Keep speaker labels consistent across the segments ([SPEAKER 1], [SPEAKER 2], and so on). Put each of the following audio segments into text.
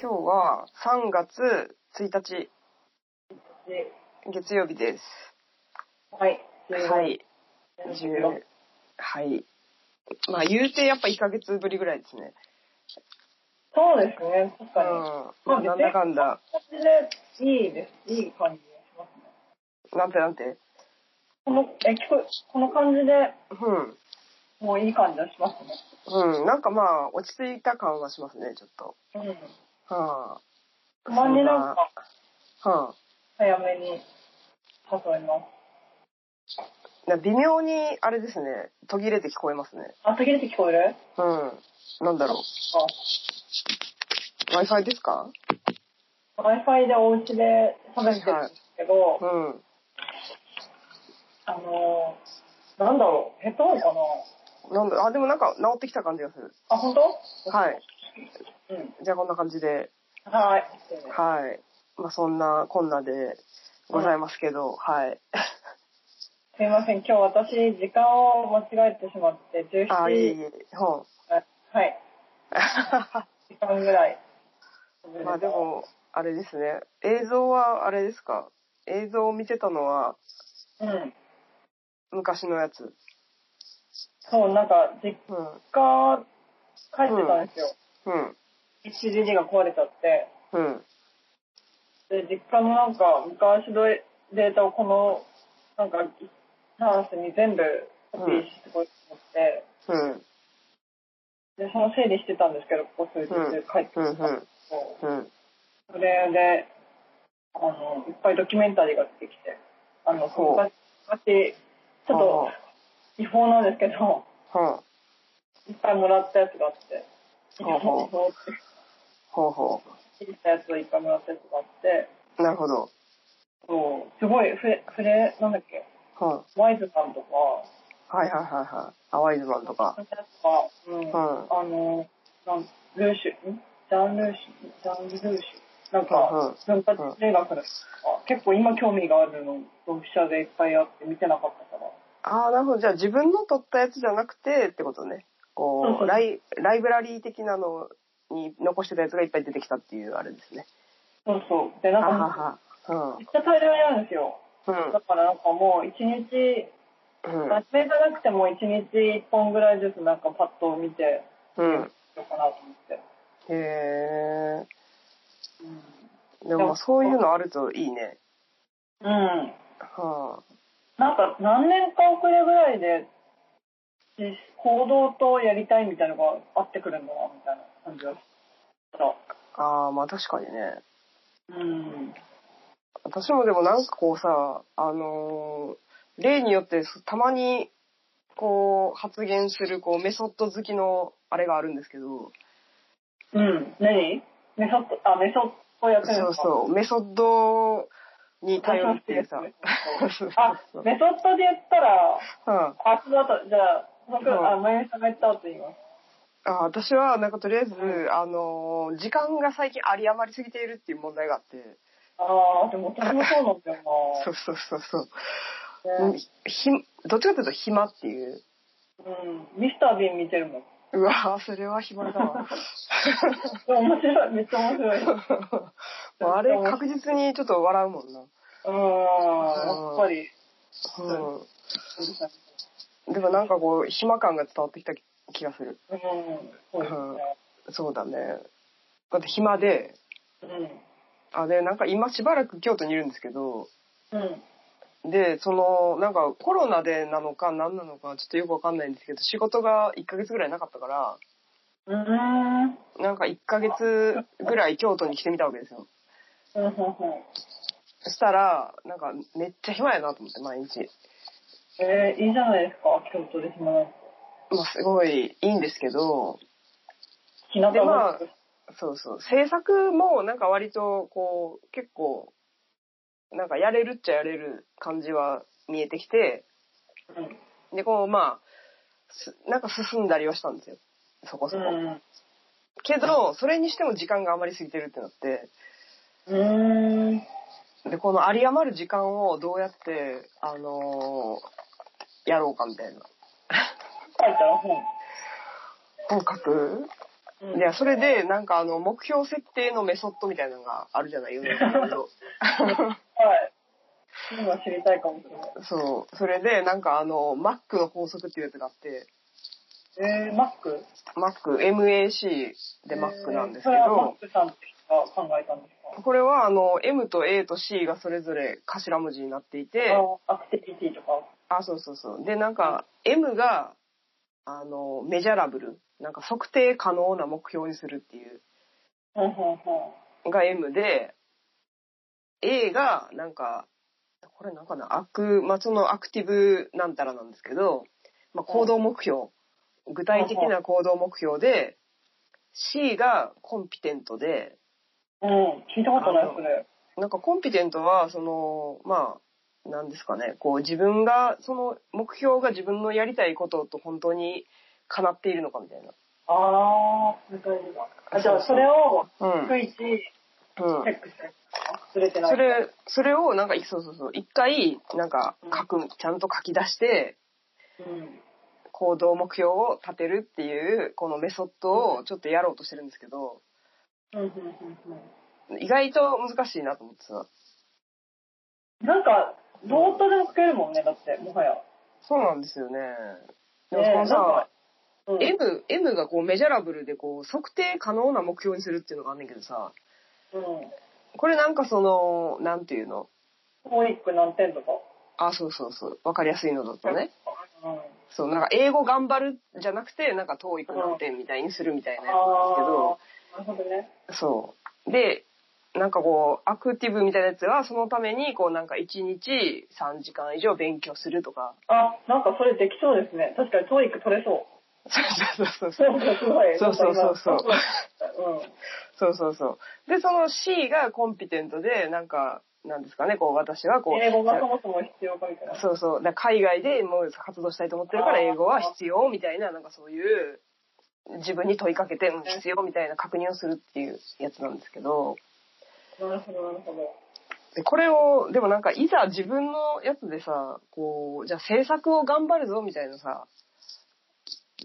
[SPEAKER 1] 今日は3月1日、月曜日です。
[SPEAKER 2] はい。
[SPEAKER 1] はい。10はい。まあ言うてやっぱ1ヶ月ぶりぐらいですね。
[SPEAKER 2] そうですね。確
[SPEAKER 1] う
[SPEAKER 2] か
[SPEAKER 1] ん
[SPEAKER 2] に。。
[SPEAKER 1] まあなんだかんだ、
[SPEAKER 2] 感じでいいです。いい感じがしますね。
[SPEAKER 1] なんてなんて。
[SPEAKER 2] この、え、聞こえこの感じで
[SPEAKER 1] う
[SPEAKER 2] もういい感じがしますね。
[SPEAKER 1] ん。うん。なんかまあ落ち着いた感はしますね、ちょっと。
[SPEAKER 2] うん。
[SPEAKER 1] は
[SPEAKER 2] たまになんか
[SPEAKER 1] あ。はあ。
[SPEAKER 2] 早めに誘います。
[SPEAKER 1] な微妙にあれですね、途切れて聞こえますね。
[SPEAKER 2] あ、途切れて聞こえる
[SPEAKER 1] うん。なんだろう。Wi-Fi ですか
[SPEAKER 2] あ ?Wi-Fi でお家で喋ってるんですけど、
[SPEAKER 1] うん。
[SPEAKER 2] あのー、なんだろう。ヘッドホンかな
[SPEAKER 1] なんだ、あ、でもなんか治ってきた感じがする。
[SPEAKER 2] あ、本当
[SPEAKER 1] はい。。
[SPEAKER 2] うん。
[SPEAKER 1] じゃあこんな感じで、
[SPEAKER 2] はい。
[SPEAKER 1] はい。まあそんなこんなでございますけど、はい。
[SPEAKER 2] すいません。今日私、時間を間違えてしまって、17時。
[SPEAKER 1] あ、いえいえ、 ほん。
[SPEAKER 2] はい。時間ぐらい。
[SPEAKER 1] まあで。も、あれですね。映像はあれですか映像を見てたのは
[SPEAKER 2] うん。
[SPEAKER 1] 昔のやつ。
[SPEAKER 2] そう、なんか、実
[SPEAKER 1] うん。
[SPEAKER 2] 家、帰ってたんですよ。
[SPEAKER 1] うん。
[SPEAKER 2] HDD が壊れちゃって。
[SPEAKER 1] うん。
[SPEAKER 2] で、実家のなんか、昔のデータをこの、なんか、タンスに全部コピーしてこいと思って、
[SPEAKER 1] うん。
[SPEAKER 2] で、その整理してたんですけど、ここ数日帰ってき
[SPEAKER 1] うん。
[SPEAKER 2] た
[SPEAKER 1] うん
[SPEAKER 2] で
[SPEAKER 1] ん。
[SPEAKER 2] すけど
[SPEAKER 1] うん。
[SPEAKER 2] それで、あの、いっぱいドキュメンタリーが出てきて、あの、
[SPEAKER 1] ほう
[SPEAKER 2] 昔、昔ちょっと違法なんですけど、
[SPEAKER 1] と。ほう。
[SPEAKER 2] いっぱいもらったやつがあって、違
[SPEAKER 1] ほうほう
[SPEAKER 2] 法って
[SPEAKER 1] ほうほ
[SPEAKER 2] 聞いたやつをいっぱいもらったやつがあって、
[SPEAKER 1] う。なるほど。
[SPEAKER 2] そう、すごい、フレ、フレ、なんだっけ、
[SPEAKER 1] ほう。
[SPEAKER 2] ワイズさんとか、
[SPEAKER 1] はいはいはいはい。アワイズマンとか
[SPEAKER 2] そ。ういうやつが、うん、
[SPEAKER 1] ん
[SPEAKER 2] あの、なんルーシュ、んジャンルーシュ、ジャンルーシュ、な
[SPEAKER 1] う
[SPEAKER 2] ん
[SPEAKER 1] んうん
[SPEAKER 2] か、文化中学の、あ結構今興味があるの、読者でいっぱいあって見てなかったから、
[SPEAKER 1] ああ、なるほど。じゃあ自分の撮ったやつじゃなくてってことね。
[SPEAKER 2] そ
[SPEAKER 1] こ
[SPEAKER 2] うそう
[SPEAKER 1] う、ライライブラリー的なのに残してたやつがいっぱい出てきたっていうあれですね。
[SPEAKER 2] そうそう。で、な
[SPEAKER 1] は
[SPEAKER 2] ん
[SPEAKER 1] は
[SPEAKER 2] か、
[SPEAKER 1] は。うん。
[SPEAKER 2] めっちゃ大量にあるんですよ。だ
[SPEAKER 1] う
[SPEAKER 2] からなんかもう一日、
[SPEAKER 1] ん。
[SPEAKER 2] 真面目じゃなくても一日一本ぐらいずつなんかパッと見て
[SPEAKER 1] うん。うん。
[SPEAKER 2] ようかなと思って。
[SPEAKER 1] へえ。
[SPEAKER 2] うん。
[SPEAKER 1] でもまあそういうのあるといいね。
[SPEAKER 2] うん、
[SPEAKER 1] は
[SPEAKER 2] なんか何年か遅れぐらいで、実行動とやりたいみたいなのが合ってくるんだな、みたいな感じがした。
[SPEAKER 1] あ。ああ、まあ確かにね。
[SPEAKER 2] うん。
[SPEAKER 1] 私もでもなんかこうさ、あのー例によってたまにこう発言するこうメソッド好きのあれがあるんですけど、
[SPEAKER 2] うん。何メソッド、あ、メソッドやってる
[SPEAKER 1] そう
[SPEAKER 2] んですか
[SPEAKER 1] そう、メソッドに
[SPEAKER 2] 対
[SPEAKER 1] 頼
[SPEAKER 2] 応
[SPEAKER 1] る
[SPEAKER 2] し
[SPEAKER 1] ってて
[SPEAKER 2] る
[SPEAKER 1] い
[SPEAKER 2] ん
[SPEAKER 1] う
[SPEAKER 2] です
[SPEAKER 1] さ。そ
[SPEAKER 2] ね
[SPEAKER 1] う
[SPEAKER 2] あ
[SPEAKER 1] そう、
[SPEAKER 2] メソッドで言ったら、
[SPEAKER 1] うん
[SPEAKER 2] あ、その後、じゃあ、僕、
[SPEAKER 1] うん
[SPEAKER 2] あ、まゆみさんが言った後言います。
[SPEAKER 1] あ私は、なんかとりあえず、
[SPEAKER 2] うん
[SPEAKER 1] あのー、時間が最近あり余りすぎているっていう問題があって、
[SPEAKER 2] ああ、でも私もそうなんだよ
[SPEAKER 1] そうそうそうそう、
[SPEAKER 2] な。ね
[SPEAKER 1] ひ、どっちかというと暇っていう。
[SPEAKER 2] うん。ミスタービーン見てるもん。
[SPEAKER 1] うわぁ、それは暇だ わ。
[SPEAKER 2] でも面白い、めっちゃ面白い。うん。
[SPEAKER 1] もうあれ確実にちょっと笑うもんな。
[SPEAKER 2] やっぱり、
[SPEAKER 1] うん。でもなんかこう、暇感が伝わってきた気がする。
[SPEAKER 2] うん。そうですね。
[SPEAKER 1] そうだね。だって暇で、
[SPEAKER 2] うん。
[SPEAKER 1] あ、で、なんか今しばらく京都にいるんですけど、
[SPEAKER 2] うん。
[SPEAKER 1] で、その、なんかコロナでなのか何なのかちょっとよくわかんないんですけど、仕事が1ヶ月ぐらいなかったから、
[SPEAKER 2] うーん。
[SPEAKER 1] なんか1ヶ月ぐらい京都に来てみたわけですよ。
[SPEAKER 2] うんうんうん
[SPEAKER 1] そしたら、なんかめっちゃ暇やなと思って、毎日。
[SPEAKER 2] えー、いいじゃないですか、京都で暇なんて。
[SPEAKER 1] まあすごいいいんですけど、
[SPEAKER 2] ひなた
[SPEAKER 1] でま
[SPEAKER 2] ぼっ
[SPEAKER 1] あ
[SPEAKER 2] こ
[SPEAKER 1] そうそう、制作もなんか割とこう、結構、なんかやれるっちゃやれる感じは見えてきて、で、こうまあ、すなんか進んだりはしたんですよ。そこそこ。けど、それにしても時間が余りすぎてるってなって、
[SPEAKER 2] うん。うーん。
[SPEAKER 1] で、この有り余る時間をどうやって、あのーやろうかみたいな。
[SPEAKER 2] 書いたら本。
[SPEAKER 1] 本書く
[SPEAKER 2] うん
[SPEAKER 1] いや、それで、なんかあの、目標設定のメソッドみたいなのがあるじ ゃないよね。
[SPEAKER 2] はい。今知りたいかもしれない。
[SPEAKER 1] そう。それで、なんかあの、マックの法則っていうやつがあって、
[SPEAKER 2] えー、マック
[SPEAKER 1] マック、MAC でマックなんですけ
[SPEAKER 2] それはマ
[SPEAKER 1] ど
[SPEAKER 2] ッ、クさんが考えたんですか
[SPEAKER 1] これはあの、M と A と C がそれぞれ頭文字になっていて、
[SPEAKER 2] あアクティビティとか。
[SPEAKER 1] あ、そうそうそう。で、なんか、M が、あの、メジャラブル。なんか測定可能な目標にするっていう。
[SPEAKER 2] うんうんうん。
[SPEAKER 1] が M で、A が、なんか、これなんかな、アク、まあ、そのアクティブなんたらなんですけど、まあ、行動目標。具体的な行動目標で、C がコンピテントで、
[SPEAKER 2] うん、聞いたことないですね。
[SPEAKER 1] なんかコンピテントは、その、まあ、なんですかね、こう自分が、その目標が自分のやりたいことと本当に叶っているのかみたいな。
[SPEAKER 2] あー、理解あ、じゃあそれを、
[SPEAKER 1] うん。
[SPEAKER 2] 逐一チ
[SPEAKER 1] うん
[SPEAKER 2] ェ。ックしてるんですか忘れてない。
[SPEAKER 1] それ、それをなんか、そうそうそう、一回、なんか書く、ちゃんと書き出して、
[SPEAKER 2] うん。
[SPEAKER 1] 行動目標を立てるっていう、このメソッドをちょっとやろうとしてるんですけど、
[SPEAKER 2] うんうんうんうん。
[SPEAKER 1] 意外と難しいなと思ってさ。
[SPEAKER 2] なんか、どうとでも作れるもんね、だって、もはや。
[SPEAKER 1] そうなんですよね。でも
[SPEAKER 2] ね
[SPEAKER 1] そ
[SPEAKER 2] え
[SPEAKER 1] のさ、
[SPEAKER 2] なんか
[SPEAKER 1] M、M がこうメジャラブルでこう測定可能な目標にするっていうのがあんねんけどさ、
[SPEAKER 2] うん。うん。こ
[SPEAKER 1] これなんかその、なんていうの
[SPEAKER 2] う一句何点とか。
[SPEAKER 1] あ、そうそうそう。わかりやすいのだとね。
[SPEAKER 2] うん。
[SPEAKER 1] そう、なんか英語頑張るじゃなくて、なんか TOEIC 何点みたいにするみたいなやつなんで
[SPEAKER 2] あー、なるほどね。
[SPEAKER 1] すけど、そう。で、なんかこう、アクティブみたいなやつは、そのために、こうなんか1日3時間以上勉強するとか。
[SPEAKER 2] あ、なんかそれできそうですね。確かにトーイック取れそう。
[SPEAKER 1] そうそうそうそう。
[SPEAKER 2] なんかすごい。
[SPEAKER 1] そうそうそうそう
[SPEAKER 2] なんか今うん。
[SPEAKER 1] そうそうそう。で、その C がコンピテントで、なんか、なんですかね、こう私はこう、
[SPEAKER 2] 英語がそもそも必要かみたいな。
[SPEAKER 1] そうそう。だから海外でもう活動したいと思ってるから英語は必要みたいな、なんかそういう、自分に問いかけて、うん必要みたいな確認をするっていうやつなんですけど、
[SPEAKER 2] なるほど、なるほど。
[SPEAKER 1] でこれを、でもなんかいざ自分のやつでさ、こう、じゃあ制作を頑張るぞみたいなさ、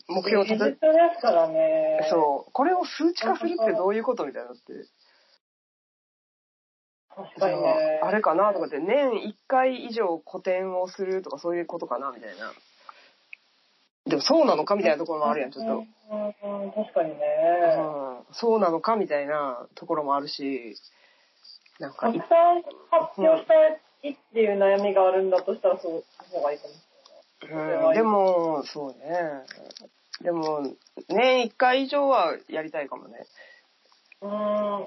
[SPEAKER 1] 目標を
[SPEAKER 2] 技
[SPEAKER 1] 立
[SPEAKER 2] 術
[SPEAKER 1] て、
[SPEAKER 2] ですからね。
[SPEAKER 1] そう、これを数値化するってどういうことみたいなって。
[SPEAKER 2] 確
[SPEAKER 1] じゃ
[SPEAKER 2] かにね。
[SPEAKER 1] ああれかなとかって、年1回以上個展をするとかそういうことかなみたいな。でもそうなのかみたいなところもあるやん、ちょっと。
[SPEAKER 2] うん。うん、確かにね。
[SPEAKER 1] うんそうなのかみたいなところもあるし、なんか
[SPEAKER 2] た、くさん発表したいっていう悩みがあるんだとしたら、そうの方がいいかも。
[SPEAKER 1] うんでも、そうね。でも、年1回以上はやりたいかもね。
[SPEAKER 2] うーん。あ、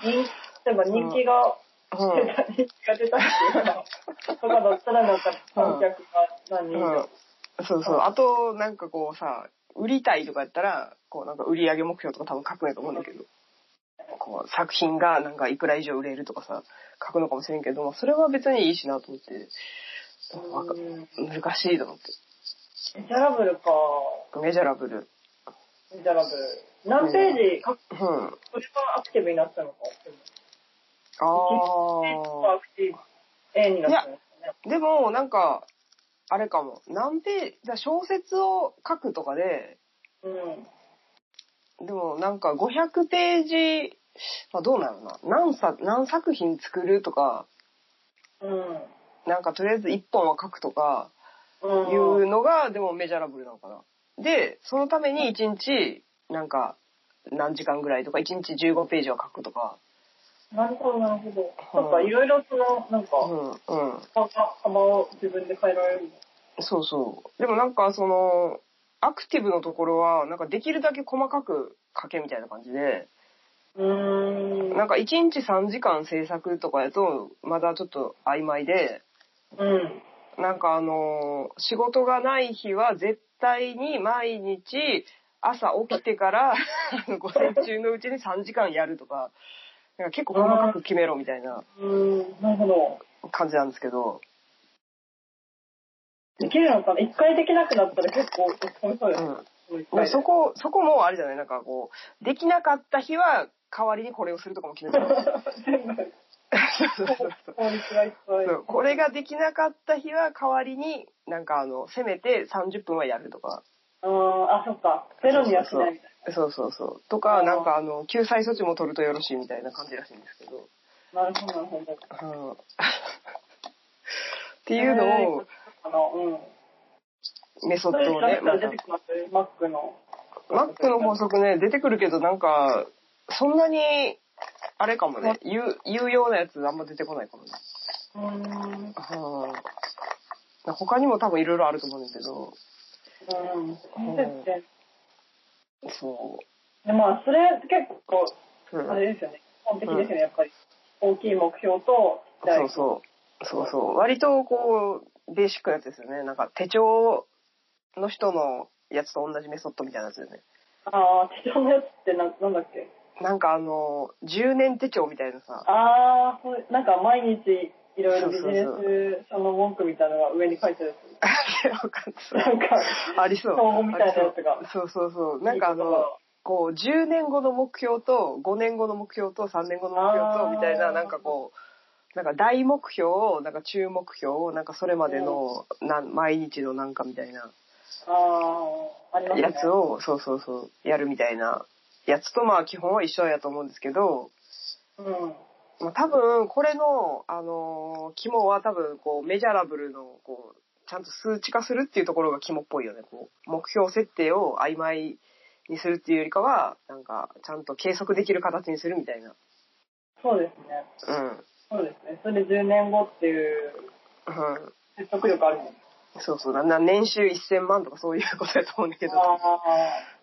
[SPEAKER 2] 人例えば人気が出た、人気が出たっていうか、とかだったらなんか観客が何
[SPEAKER 1] う
[SPEAKER 2] 人
[SPEAKER 1] ん。
[SPEAKER 2] と
[SPEAKER 1] う
[SPEAKER 2] か
[SPEAKER 1] ん。そうそう。あと、なんかこうさ、売りたいとかやったら、こうなんか売り上げ目標とか多分書くんやと思うんだけど、こう作品がなんかいくら以上売れるとかさ、書くのかもしれんけど、まあそれは別にいいしなと思って、なんか
[SPEAKER 2] うん
[SPEAKER 1] 難しいと思って。
[SPEAKER 2] メジャラブルか。
[SPEAKER 1] メジャラブル。
[SPEAKER 2] メジャラブル。何ページ書く、
[SPEAKER 1] うん。
[SPEAKER 2] それがアクティブになったのか。
[SPEAKER 1] ああ
[SPEAKER 2] 1ページがア。クティブ、A になったんですね。
[SPEAKER 1] でも、なんか、あれかも。何ページ、小説を書くとかで、
[SPEAKER 2] うん。
[SPEAKER 1] でもなんか500ページ、まあ、どうなのな。何作、何作品作るとか、
[SPEAKER 2] うん。
[SPEAKER 1] なんかとりあえず1本は書くとか、い
[SPEAKER 2] うん。
[SPEAKER 1] うのが、でもメジャラブルなのかな。で、そのために1日、なんか、何時間ぐらいとか、1日15ページは書くとか、
[SPEAKER 2] なるほど、なるほど。
[SPEAKER 1] うん
[SPEAKER 2] そっか、いろいろその、なんか、
[SPEAKER 1] うん、うん。
[SPEAKER 2] 幅を自分で変えられるの。
[SPEAKER 1] そうそう。でもなんかその、アクティブのところは、なんかできるだけ細かく書けみたいな感じで、
[SPEAKER 2] うーん。
[SPEAKER 1] なんか1日3時間制作とかやと、まだちょっと曖昧で、
[SPEAKER 2] うん。
[SPEAKER 1] なんかあのー仕事がない日は絶対に毎日朝起きてから あの午前中のうちに3時間やるとか、なんか結構細かく決めろみたいな
[SPEAKER 2] うん。なるほど。
[SPEAKER 1] 感じなんですけど、
[SPEAKER 2] できるのかな一回できなくなったら結構落ち込みそう
[SPEAKER 1] う
[SPEAKER 2] ですね
[SPEAKER 1] ん。。
[SPEAKER 2] うん、
[SPEAKER 1] でもそこ、そこもあれじゃないなんかこう、できなかった日は代わりにこれをするとかも決めてる。
[SPEAKER 2] 全部、
[SPEAKER 1] そうそうそう
[SPEAKER 2] 効率がいっぱい。
[SPEAKER 1] そうこれができなかった日は代わりになんかあのせめて30分はやるとか
[SPEAKER 2] うん、あ、そっか。ゼロにはしないみたい
[SPEAKER 1] そうそうそう。と
[SPEAKER 2] あ
[SPEAKER 1] か、
[SPEAKER 2] ー
[SPEAKER 1] なんかあの、救済措置も取るとよろしいみたいな感じらしいんですけど。
[SPEAKER 2] な。なるほど、なるほど。っ
[SPEAKER 1] うん、っていうのを、
[SPEAKER 2] あの、
[SPEAKER 1] メソ
[SPEAKER 2] うん。
[SPEAKER 1] ッ
[SPEAKER 2] そ
[SPEAKER 1] ド
[SPEAKER 2] れ
[SPEAKER 1] をね
[SPEAKER 2] 調べ、たら出てきますマックの。
[SPEAKER 1] マックの法則ね、出てくるけど、なんか、そんなに、あれかもね、言う、言うようなやつあんま出てこないかもね。
[SPEAKER 2] うん。
[SPEAKER 1] うん。他にも多分いろいろあると思うんだけど、
[SPEAKER 2] うん。そうですね
[SPEAKER 1] そ
[SPEAKER 2] で、まあ、それ結構、
[SPEAKER 1] う。うん
[SPEAKER 2] あれですよね。基本的ですよね、やっぱり。大きい目標と、
[SPEAKER 1] そうそう。そうそう。割とこう、ベーシックなやつですよね。なんか手帳の人のやつと同じメソッドみたいなやつだよね。
[SPEAKER 2] ああ、手帳のやつってな、なんだっけ
[SPEAKER 1] なんかあの、10年手帳みたいなさ、
[SPEAKER 2] ああ、そうなんか毎日いろいろビジネ
[SPEAKER 1] そうそう
[SPEAKER 2] ス書の文句みたいなのが上に書いてあるや
[SPEAKER 1] わかん
[SPEAKER 2] つ。
[SPEAKER 1] ない
[SPEAKER 2] なんか、
[SPEAKER 1] ありそう。
[SPEAKER 2] 総合みたいなやつが
[SPEAKER 1] ありそうそうそうそう。なんかあ
[SPEAKER 2] いい
[SPEAKER 1] の
[SPEAKER 2] こ、
[SPEAKER 1] こう、10年後の目標と、5年後の目標と、3年後の目標
[SPEAKER 2] あー
[SPEAKER 1] と、みたいな、なんかこう、なんか大目標を、なんか中目標を、なんかそれまでの、なん毎日のなんかみたいな
[SPEAKER 2] とがああ、ありますね。
[SPEAKER 1] やつを、そうそうそう、やるみたいなやつと、まあ基本は一緒やと思うんですけど、
[SPEAKER 2] うん。
[SPEAKER 1] まあ、多分、これの、あのー肝は多分、こう、メジャラブルの、こう、ちゃんと数値化するっていうところが肝っぽいよね。こう、目標設定を曖昧にするっていうよりかは、なんか、ちゃんと計測できる形にするみたいな。
[SPEAKER 2] そうですね。
[SPEAKER 1] うん。
[SPEAKER 2] そうですね。それで10年後っていう
[SPEAKER 1] うん。
[SPEAKER 2] 説得力あるもん。
[SPEAKER 1] そうそうだな。年収1000万とかそういうことやと思うんだけど、
[SPEAKER 2] あ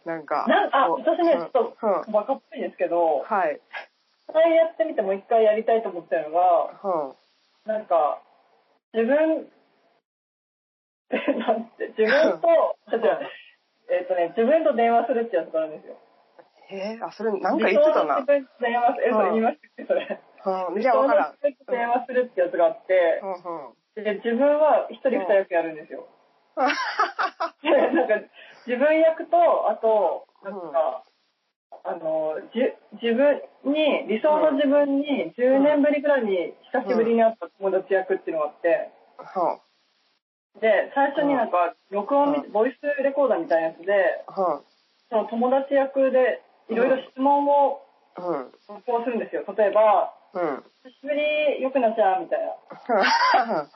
[SPEAKER 1] なん
[SPEAKER 2] あ。
[SPEAKER 1] か。
[SPEAKER 2] なんか、あ
[SPEAKER 1] こう
[SPEAKER 2] 私ね、ちょっ
[SPEAKER 1] うんうん
[SPEAKER 2] と、バカっぽいですけど、
[SPEAKER 1] はい。
[SPEAKER 2] 一回やってみてもう一回やりたいと思ったのが、
[SPEAKER 1] うん。
[SPEAKER 2] なんか、自分、えなんて、自分と、 ちょっとえっ、とね、自分と電話するってやつがあるんですよ。
[SPEAKER 1] えーあ、それ、なんか言ってたな
[SPEAKER 2] 理想の自。分と電話する、え、そう
[SPEAKER 1] うん
[SPEAKER 2] 言いましたっけ、それ。
[SPEAKER 1] うん。じゃあ、わからん。
[SPEAKER 2] 理想の自分と電話するってやつがあって
[SPEAKER 1] う、んうん。
[SPEAKER 2] で自分は一人二役やるんですよ。で なんか、自分役と、あと、なんか、あのじ自分に理想の自分に10年ぶりぐらいに久しぶりに会った友達役っていうのがあって、
[SPEAKER 1] はん。
[SPEAKER 2] で、最初になんか、録音み、
[SPEAKER 1] うん
[SPEAKER 2] ボイスレコーダーみたいなやつで、
[SPEAKER 1] は
[SPEAKER 2] その友達役で、いろいろ質問を
[SPEAKER 1] ん。うん。
[SPEAKER 2] 録音するんですよ。例えば、
[SPEAKER 1] うん。
[SPEAKER 2] 久しぶり、よくなちゃん、みたいな。なん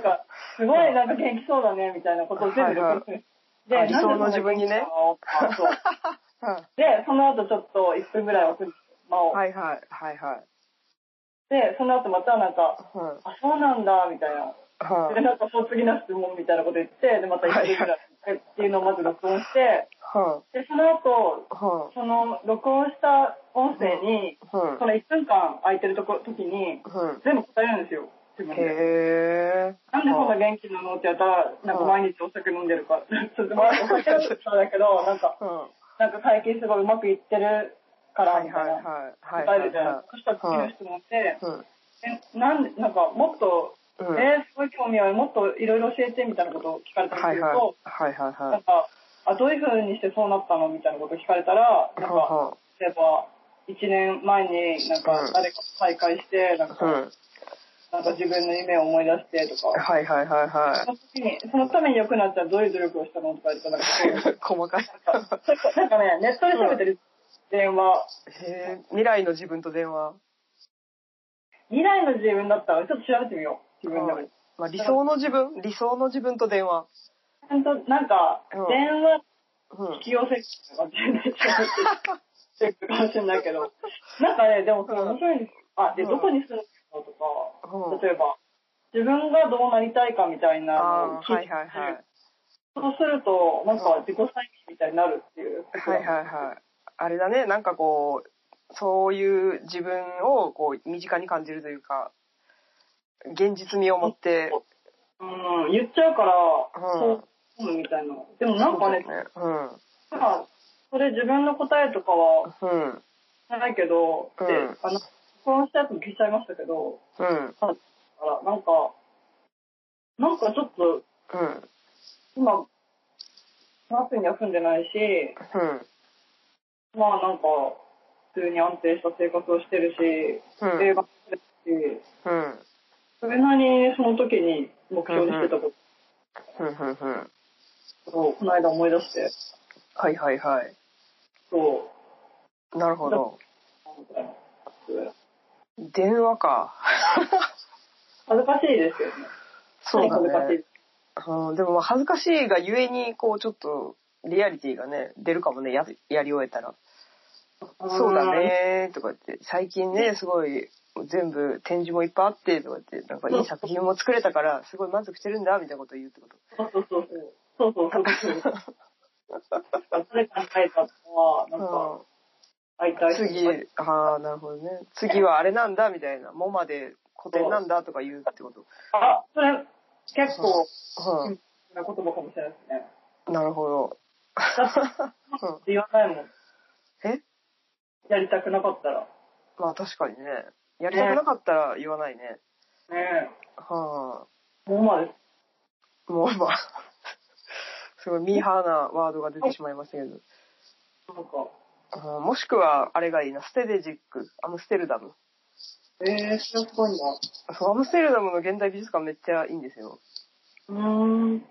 [SPEAKER 2] か、すごいなんか元気そうだね、みたいなことを全部録音する。
[SPEAKER 1] はいはい
[SPEAKER 2] で、
[SPEAKER 1] あ理想の
[SPEAKER 2] なんでそんな元気なのあそうで、その後ちょっと1分ぐらい置く間を。
[SPEAKER 1] はいはいはいはい。
[SPEAKER 2] で、その後またなんか、
[SPEAKER 1] うん
[SPEAKER 2] あ、そうなんだ、みたいな。で、
[SPEAKER 1] は
[SPEAKER 2] なんか、そう次の質問みたいなこと言って、で、また1分ぐらいっていうのをまず録音して、
[SPEAKER 1] は
[SPEAKER 2] で、その後、
[SPEAKER 1] は
[SPEAKER 2] その録音した音声に、
[SPEAKER 1] は
[SPEAKER 2] その1分間空いてるとこ時に、全部答えるんですよ。自分で。
[SPEAKER 1] へえ。
[SPEAKER 2] なんでそんな元気なのってやったら、なんか毎日お酒飲んでるから、ちょっとまあお酒飲んでたんだけど、なんか、
[SPEAKER 1] うん。は
[SPEAKER 2] なんか最近すごいうまくいってるか
[SPEAKER 1] い
[SPEAKER 2] ら、
[SPEAKER 1] はい
[SPEAKER 2] みたいな。
[SPEAKER 1] はい。
[SPEAKER 2] 答
[SPEAKER 1] は
[SPEAKER 2] える
[SPEAKER 1] い
[SPEAKER 2] じゃん。そしたら次の質問って、
[SPEAKER 1] うん。
[SPEAKER 2] えなんで、なんかもっと、
[SPEAKER 1] うん。はい
[SPEAKER 2] えー、すごい興味ある、もっといろいろ教えてみたいなことを聞かれたり
[SPEAKER 1] は
[SPEAKER 2] す
[SPEAKER 1] い。
[SPEAKER 2] ると、
[SPEAKER 1] はいはいは
[SPEAKER 2] なん
[SPEAKER 1] い。
[SPEAKER 2] か、あ、どういうふうにしてそうなったのみたいなことを聞かれたら、なんか、
[SPEAKER 1] は
[SPEAKER 2] 例えば、1年前になんか誰かと再会して、なん
[SPEAKER 1] は。う
[SPEAKER 2] か、
[SPEAKER 1] ん。
[SPEAKER 2] なんか自分の夢を思い出してとか、
[SPEAKER 1] はいはいはいは
[SPEAKER 2] その時に、そのために良くなったらどういう努力をしたのとか言ってなんかそういう、
[SPEAKER 1] い。細かい。
[SPEAKER 2] なん か、なんかね、ネットで調べてる電話、
[SPEAKER 1] へえ。未来の自分と電話。
[SPEAKER 2] 未来の自分だったらちょっと調べてみよう、自分でも。
[SPEAKER 1] まあ理想の自分理想の自分と電話。
[SPEAKER 2] ちゃんと、なんか、
[SPEAKER 1] うん
[SPEAKER 2] 電話
[SPEAKER 1] うん
[SPEAKER 2] 起用設計とか全然違うチェックかもしれないけど、 なんかね、でもそれ面白いんですよ。あ、で、
[SPEAKER 1] うん
[SPEAKER 2] どこに住んでるのと
[SPEAKER 1] うん
[SPEAKER 2] か、例えば、自分がどうなりたいかみたいなのを
[SPEAKER 1] ああー、
[SPEAKER 2] 聞
[SPEAKER 1] はいい
[SPEAKER 2] て、
[SPEAKER 1] はいはい。
[SPEAKER 2] そうすると、なんか自己採点みたいになるっていう。
[SPEAKER 1] はいはいはい。あれだね、なんかこう、そういう自分をこう身近に感じるというか、現実味を持って、
[SPEAKER 2] うん、言っちゃうから、
[SPEAKER 1] うん
[SPEAKER 2] そう思うみたいな。でもなんか
[SPEAKER 1] う
[SPEAKER 2] ね、
[SPEAKER 1] ん、
[SPEAKER 2] まあそれ自分の答えとかは
[SPEAKER 1] うん、
[SPEAKER 2] ないけど、
[SPEAKER 1] うん
[SPEAKER 2] で、あの、録音したやつも消しちゃいましたけど、
[SPEAKER 1] うん、
[SPEAKER 2] あら、なんか、なんかちょっと、
[SPEAKER 1] うん、
[SPEAKER 2] 今、マスには住んでないし、
[SPEAKER 1] うん、
[SPEAKER 2] まあなんか、普通に安定した生活をしてるし、
[SPEAKER 1] うん
[SPEAKER 2] 映画もしてるし、
[SPEAKER 1] うん、
[SPEAKER 2] それなりにその時に目標にしてたこと
[SPEAKER 1] ふんふんふん。
[SPEAKER 2] そうこの間思い出して。
[SPEAKER 1] はいはいはい。
[SPEAKER 2] そ
[SPEAKER 1] なるほど。
[SPEAKER 2] う。
[SPEAKER 1] 電話か。
[SPEAKER 2] 恥ずかしいですよね。
[SPEAKER 1] そうだ
[SPEAKER 2] 何恥
[SPEAKER 1] ね
[SPEAKER 2] ず。
[SPEAKER 1] うん、でもまあ恥ずかしいがゆえに、こうちょっとリアリティがね、出るかもね、ややり終えたら。
[SPEAKER 2] かしい。
[SPEAKER 1] そうだねとか言って、最近ね、すごい、全部展示もいっぱいあって、とか言って、なんかいい作品も作れたから、すごい満足してるんだ、みたいなこと言うってこと。
[SPEAKER 2] そうそうそうそう。そうそう そうそう。誰かに書いたのは、なんか、会いたい人
[SPEAKER 1] 次、ああ、なるほどね。次はあれなんだ、みたいな。モマで古典なんだ、とか言うってこと。
[SPEAKER 2] あ、それ、結構、
[SPEAKER 1] うん
[SPEAKER 2] な言葉かもしれないですね。
[SPEAKER 1] なるほど。
[SPEAKER 2] 言わないもん。
[SPEAKER 1] え
[SPEAKER 2] やりたくなかったら。ね
[SPEAKER 1] まあ確かにね。やりたくなかったら言わないね。は
[SPEAKER 2] え。もうまです。
[SPEAKER 1] あ。もうまあ、すごいミーハーなワードが出てしまいましたけど。
[SPEAKER 2] なんか。
[SPEAKER 1] うんもしくは、あれがいいな。ステデジック。アムステルダム。
[SPEAKER 2] ええー、知らっぽいな。
[SPEAKER 1] そう、アムステルダムの現代美術館めっちゃいいんですよ。
[SPEAKER 2] うーん。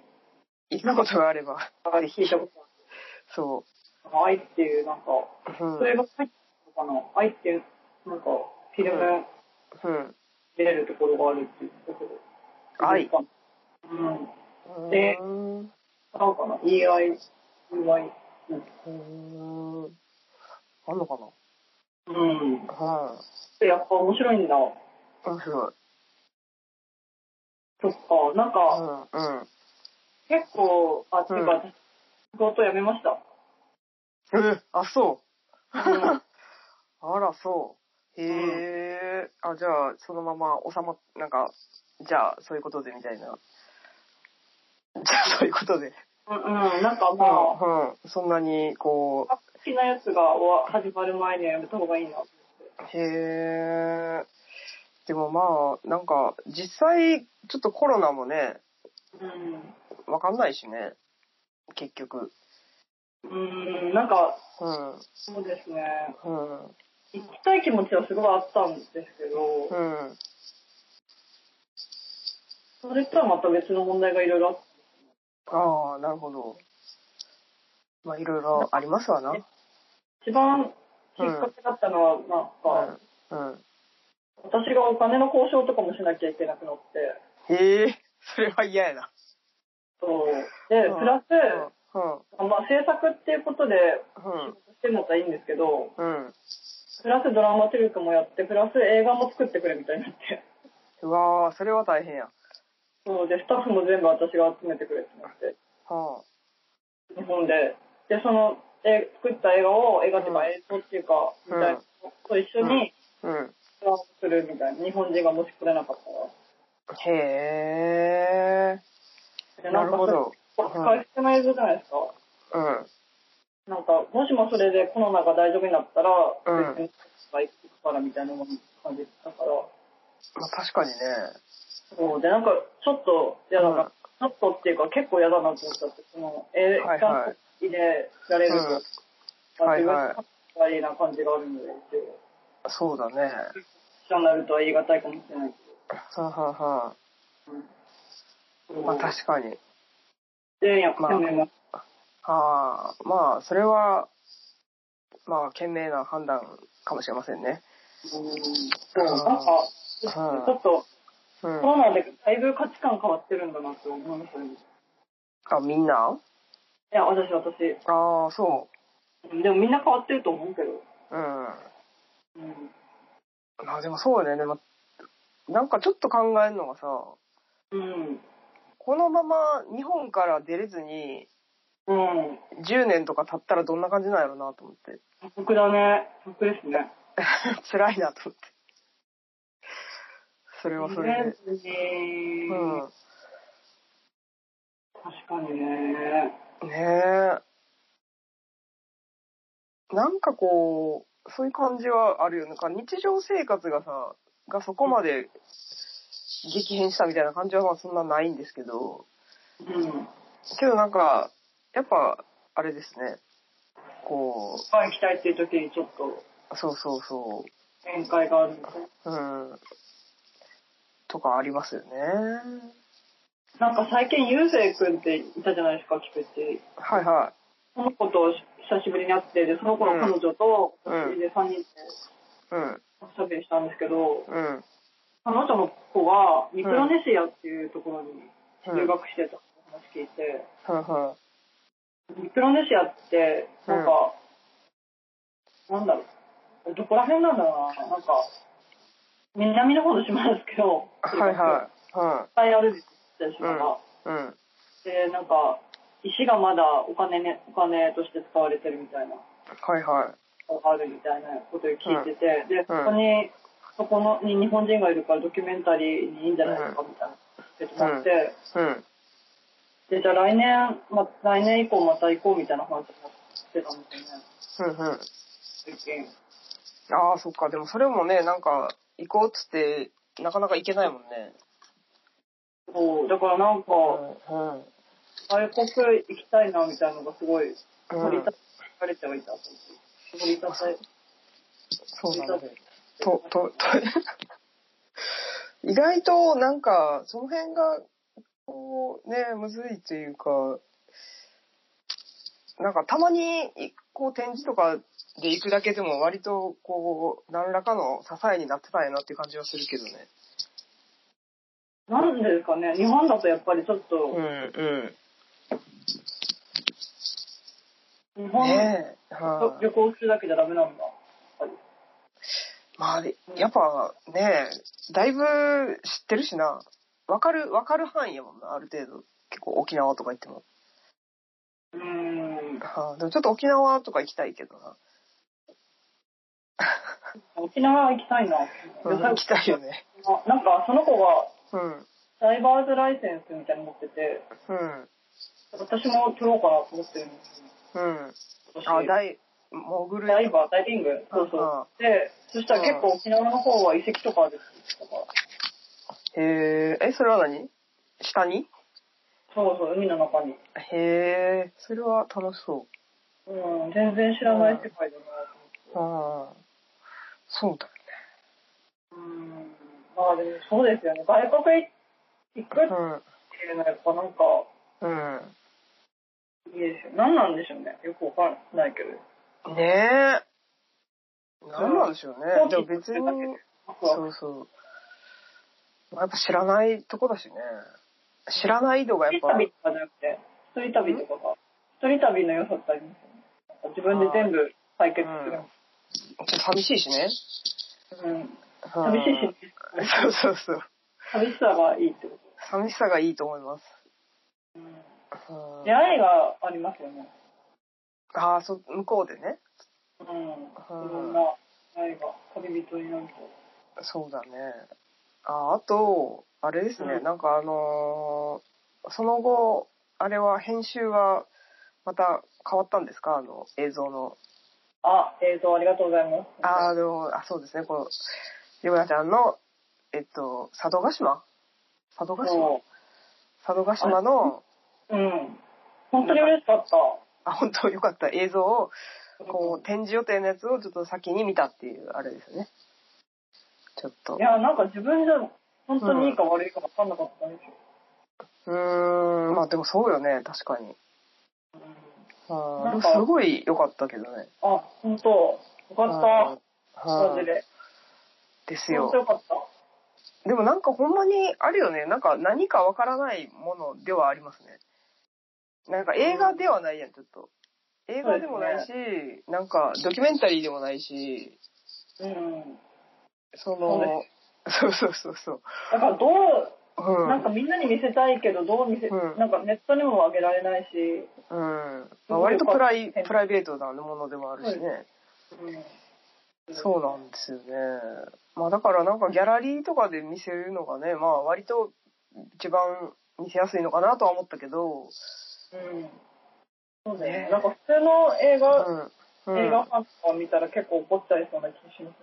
[SPEAKER 1] 行くことがあれば。
[SPEAKER 2] あ、聞いたこと
[SPEAKER 1] そ
[SPEAKER 2] ある。愛っていう、なんか、
[SPEAKER 1] う。うん。
[SPEAKER 2] それが入ったのかな。愛っていう、なんか、フィルム
[SPEAKER 1] うん。
[SPEAKER 2] 見れるところがあるっていうところ。
[SPEAKER 1] 愛
[SPEAKER 2] うん。で
[SPEAKER 1] うーん
[SPEAKER 2] なんかな、いい愛、いい愛。
[SPEAKER 1] うーん。あんのか
[SPEAKER 2] うん。
[SPEAKER 1] なは
[SPEAKER 2] でやっぱ面白いんだ。
[SPEAKER 1] い。面白い。
[SPEAKER 2] そっか、なん
[SPEAKER 1] う
[SPEAKER 2] か、
[SPEAKER 1] ん。うん。
[SPEAKER 2] 結構、あ、ていう
[SPEAKER 1] う
[SPEAKER 2] か、仕事辞めました。
[SPEAKER 1] えあ、そう。
[SPEAKER 2] うん
[SPEAKER 1] あら、そう。へえ。あ、じゃあ、そのまま収まっ、なんか、じゃあ、そういうことで、みたいな。じゃあ、そういうことで。
[SPEAKER 2] うん、うんなんか
[SPEAKER 1] う
[SPEAKER 2] まあ、好
[SPEAKER 1] ん。うん。そんなに、こ
[SPEAKER 2] きなやつが終わ始まる前にはやめた方がいいな。
[SPEAKER 1] う、へえ。でもまあ、なんか、実際、ちょっとコロナもね、
[SPEAKER 2] う
[SPEAKER 1] わかんないしね。結局。
[SPEAKER 2] ん、うん、なんか、
[SPEAKER 1] うん。
[SPEAKER 2] そうですね。
[SPEAKER 1] うん。
[SPEAKER 2] 行きたい気持ちはすごいあったんですけ
[SPEAKER 1] う
[SPEAKER 2] ど、
[SPEAKER 1] ん。
[SPEAKER 2] それとはまた別の問題がいろいろあって、
[SPEAKER 1] ああ、なるほど。まあ、いろいろありますわな。うん。
[SPEAKER 2] 一番きっかけだったのは、なんか、
[SPEAKER 1] うん。
[SPEAKER 2] 私がお金の交渉とかもしなきゃいけなくなって、
[SPEAKER 1] へえ、それは嫌やな。
[SPEAKER 2] そう。で、
[SPEAKER 1] うん
[SPEAKER 2] プラス、
[SPEAKER 1] うん。
[SPEAKER 2] まあ、制作っていうことで、
[SPEAKER 1] うん。
[SPEAKER 2] してもらいいんですけど、
[SPEAKER 1] うん。
[SPEAKER 2] プラスドラマテレビもやって、プラス映画も作ってくれみたいになって。
[SPEAKER 1] うわあ、それは大変や。
[SPEAKER 2] そうで、スタッフも全部私が集めてくれってなって、
[SPEAKER 1] は
[SPEAKER 2] 日本で。で、その、え作った映画を、映画っていう
[SPEAKER 1] うん
[SPEAKER 2] か映像っていうか、みたいなのと一緒に
[SPEAKER 1] あ。うん。
[SPEAKER 2] ドラマするみたいな。日本人がもし来れなかった
[SPEAKER 1] へえ。
[SPEAKER 2] ら。で
[SPEAKER 1] なるほ。ど。
[SPEAKER 2] なんかそれ使い捨ての映像じゃないですか。
[SPEAKER 1] うん。
[SPEAKER 2] なんか、もしもそれでコロナが大丈夫になったら、
[SPEAKER 1] うん
[SPEAKER 2] 別に行くからみたいなのも感じたから。
[SPEAKER 1] まあ、確かにね。
[SPEAKER 2] そうでなんかちょっと嫌だな、ちょっとっていうか結構嫌だなと思っちゃってその映
[SPEAKER 1] はいは
[SPEAKER 2] 画入れられると、
[SPEAKER 1] うん
[SPEAKER 2] まあ
[SPEAKER 1] はいはい
[SPEAKER 2] 自分が悪いな感じがあるので一応
[SPEAKER 1] そうだね。
[SPEAKER 2] 一緒になるとは言い難いかもしれない
[SPEAKER 1] はんはんは
[SPEAKER 2] けど、
[SPEAKER 1] ん。まあ、確かに。
[SPEAKER 2] でやっ
[SPEAKER 1] まあ
[SPEAKER 2] ぱり、ま
[SPEAKER 1] ああ、まあ、それは、まあ、賢明な判断かもしれませんね。
[SPEAKER 2] うんそうなんかち
[SPEAKER 1] うん
[SPEAKER 2] ょっと
[SPEAKER 1] うん
[SPEAKER 2] コ。ロナでだいぶ価値観変わってるんだなって思いましたね
[SPEAKER 1] あ、みんない
[SPEAKER 2] や私私
[SPEAKER 1] ああ、そ
[SPEAKER 2] でもみんな変わってると思うけど、
[SPEAKER 1] う。うん。
[SPEAKER 2] うん、
[SPEAKER 1] まあでもそうだよね。でも、なんかちょっと考えるのがさ、
[SPEAKER 2] うん
[SPEAKER 1] このまま日本から出れずに、
[SPEAKER 2] うん
[SPEAKER 1] 10年とか経ったらどんな感じなんやろうなと思って。
[SPEAKER 2] 僕だね僕ですね
[SPEAKER 1] 辛いなと思って。それはそれで。
[SPEAKER 2] とりあえずね
[SPEAKER 1] うん。
[SPEAKER 2] 確かにね。
[SPEAKER 1] ねえ。なんかこう、そういう感じはあるよね。なんか日常生活がさ、がそこまで激変したみたいな感じはまあそんなないんですけど。
[SPEAKER 2] うん。
[SPEAKER 1] けどなんか、やっぱ、あれですね。こ
[SPEAKER 2] パン行きたいっていう時にちょっと
[SPEAKER 1] う、そうそうそ
[SPEAKER 2] 宴会があるみたいな。
[SPEAKER 1] う。うん。とかありますよね。
[SPEAKER 2] なんか最近、ゆうせいくんっていたじゃないですか、菊池。
[SPEAKER 1] はいは
[SPEAKER 2] その子と久しぶりに会って、で、その子の彼女と、
[SPEAKER 1] うん
[SPEAKER 2] 私で3人で
[SPEAKER 1] い。うん。
[SPEAKER 2] おしゃべりしたんですけど、
[SPEAKER 1] うん。
[SPEAKER 2] 彼女の子はミクロネシアっていうところに留学してた話聞いて、
[SPEAKER 1] はいは
[SPEAKER 2] ミクロネシアって、なんか、なんだろう、どこら辺なんだろうな、なんか、南の方の島ですけど、
[SPEAKER 1] い。はい
[SPEAKER 2] いっ
[SPEAKER 1] はい。は
[SPEAKER 2] ぱいあるんですよ、島
[SPEAKER 1] い。
[SPEAKER 2] が。
[SPEAKER 1] うん。
[SPEAKER 2] で、なんか、石がまだお金ね、お金として使われてるみたいな、
[SPEAKER 1] はいは
[SPEAKER 2] あるみたいなことを聞いてて、で、そ
[SPEAKER 1] うん
[SPEAKER 2] こに、そこのに日本人がいるからドキュメンタリーにいいんじゃないですか、みたいな、って言ってもらって、
[SPEAKER 1] い。うん。
[SPEAKER 2] で、じゃあ来年、ま、来年以降また行こうみたいな話をしてたんですよね、
[SPEAKER 1] うんうん。
[SPEAKER 2] 最近。
[SPEAKER 1] ああ、そっか。でもそれもね、なんか、行こうっつって、なかなか行けないもんね。
[SPEAKER 2] そう、だからなんか、
[SPEAKER 1] うん。うん。
[SPEAKER 2] 外国行きたいなみたいなのがすごい、取り立たれてはいた。取り立たれ
[SPEAKER 1] そうなんだよ。と、と、と、 意外となんか、その辺が、こうね、むずいというか、なんかたまに、いこう展示とかで行くだけでも割と、こう、何らかの支えになってたんやなっていう感じはするけどね。
[SPEAKER 2] なんですかね、日本だとやっぱりちょっ
[SPEAKER 1] う
[SPEAKER 2] と、
[SPEAKER 1] ん、
[SPEAKER 2] 日
[SPEAKER 1] うん。
[SPEAKER 2] 本
[SPEAKER 1] ねえ。
[SPEAKER 2] と
[SPEAKER 1] はい
[SPEAKER 2] 旅行するだけじゃダメなんだ。
[SPEAKER 1] まあ、でやっぱねえ、だいぶ知ってるしな。わかる、わかる範囲やもんな、ある程度。結構沖縄とか行っても。
[SPEAKER 2] うーん。
[SPEAKER 1] はあ、でもちょっと沖縄とか行きたいけどな。
[SPEAKER 2] 沖縄行きたいな。
[SPEAKER 1] うん 行きたいよね。
[SPEAKER 2] なんか、その子が
[SPEAKER 1] うん。
[SPEAKER 2] ダイバーズライセンスみたいなの持ってて、
[SPEAKER 1] うん。
[SPEAKER 2] 私も取ろうかなと思ってるんですよ。
[SPEAKER 1] うん。
[SPEAKER 2] 私
[SPEAKER 1] あ、ダイ、潜るやつ
[SPEAKER 2] ダイバー、ダイビング。そうそ
[SPEAKER 1] ああ
[SPEAKER 2] う。で、そしたら結構沖縄の方は遺跡とかです。とか
[SPEAKER 1] へえ、え、それは何下に
[SPEAKER 2] そうそう、海の中に。
[SPEAKER 1] へえ、それは楽しそ
[SPEAKER 2] うん、全然知らない世界だな。
[SPEAKER 1] う。ああ。そうだ
[SPEAKER 2] うん。まあでもそうですよね。外国行くって
[SPEAKER 1] ね。
[SPEAKER 2] いうのはやっぱなんか、
[SPEAKER 1] うん。うん。
[SPEAKER 2] いいですよ。何なんでしょうね。よくわかんないけど。
[SPEAKER 1] ねえ。なんなんでしょうね。でも別に、
[SPEAKER 2] そう
[SPEAKER 1] そうそう。やっぱ知らないとこだしね。知らない度がや
[SPEAKER 2] 一
[SPEAKER 1] っ
[SPEAKER 2] 人
[SPEAKER 1] ぱ、
[SPEAKER 2] 旅とかじゃなくて、一人旅とかが、一人旅の良さってありますよね。なんか自分で全部解決する。
[SPEAKER 1] ちょっと寂しいしね。
[SPEAKER 2] うん。
[SPEAKER 1] 寂
[SPEAKER 2] 寂しいし、
[SPEAKER 1] そうそうそう。
[SPEAKER 2] 寂しさがいいってこ
[SPEAKER 1] 寂しさがいいと思います。
[SPEAKER 2] と。うん
[SPEAKER 1] うん
[SPEAKER 2] 出会いがありますよね。
[SPEAKER 1] ああ、そ、向こうでね。
[SPEAKER 2] うん。いろんな出会いが旅人になると。
[SPEAKER 1] そうだね。あーあと、あれですね、
[SPEAKER 2] うん
[SPEAKER 1] なんかあのーその後、あれは編集はまた変わったんですかあの、映像の。
[SPEAKER 2] あ、映像ありがとうございます。
[SPEAKER 1] ああ、でも、あ、そうですね、この、ヨガちゃんの、えっと、佐渡島佐渡島
[SPEAKER 2] そ
[SPEAKER 1] 佐渡島の、
[SPEAKER 2] う。うん。本当に嬉しかった。
[SPEAKER 1] あ、本当よかった映像を、こ
[SPEAKER 2] うん
[SPEAKER 1] う、展示予定のやつをちょっと先に見たっていう、あれですね。ちょっと
[SPEAKER 2] い。や、なんか自分じゃ本当にいいか悪いか分かんなかったんです
[SPEAKER 1] う
[SPEAKER 2] よ。
[SPEAKER 1] ーん、まあでもそうよね、確かに。うん、
[SPEAKER 2] な
[SPEAKER 1] で
[SPEAKER 2] ん
[SPEAKER 1] も
[SPEAKER 2] か
[SPEAKER 1] すごい良かったけどね。
[SPEAKER 2] あ、本当。よかっ
[SPEAKER 1] った
[SPEAKER 2] た。マジで。
[SPEAKER 1] です
[SPEAKER 2] 本当
[SPEAKER 1] よ。
[SPEAKER 2] よかった。
[SPEAKER 1] でもなんかほんまにあるよね。なんか何かわからないものではありますね。なんか映画ではないやん、ちょっと。映画でもないし、なんかドキュメンタリーでもないし、
[SPEAKER 2] うん。
[SPEAKER 1] その、そうそうそうそう。
[SPEAKER 2] だからど
[SPEAKER 1] う
[SPEAKER 2] う、なんかみんなに見せたいけど、どう見せ、
[SPEAKER 1] うん
[SPEAKER 2] なんかネットにも上げられないし、
[SPEAKER 1] ん。うん。まあ、割とプライ
[SPEAKER 2] すごいよかった
[SPEAKER 1] プライベートなものでもあるしね。
[SPEAKER 2] うん。
[SPEAKER 1] そうなんですよね。まあだからなんかギャラリーとかで見せるのがね、まあ割と一番見せやすいのかなとは思ったけど、
[SPEAKER 2] うん。そうだよ
[SPEAKER 1] ね
[SPEAKER 2] ね。なんか普通の映画、
[SPEAKER 1] うん。うん
[SPEAKER 2] 映画ファンとか見たら結構怒っちゃいそうな気がします。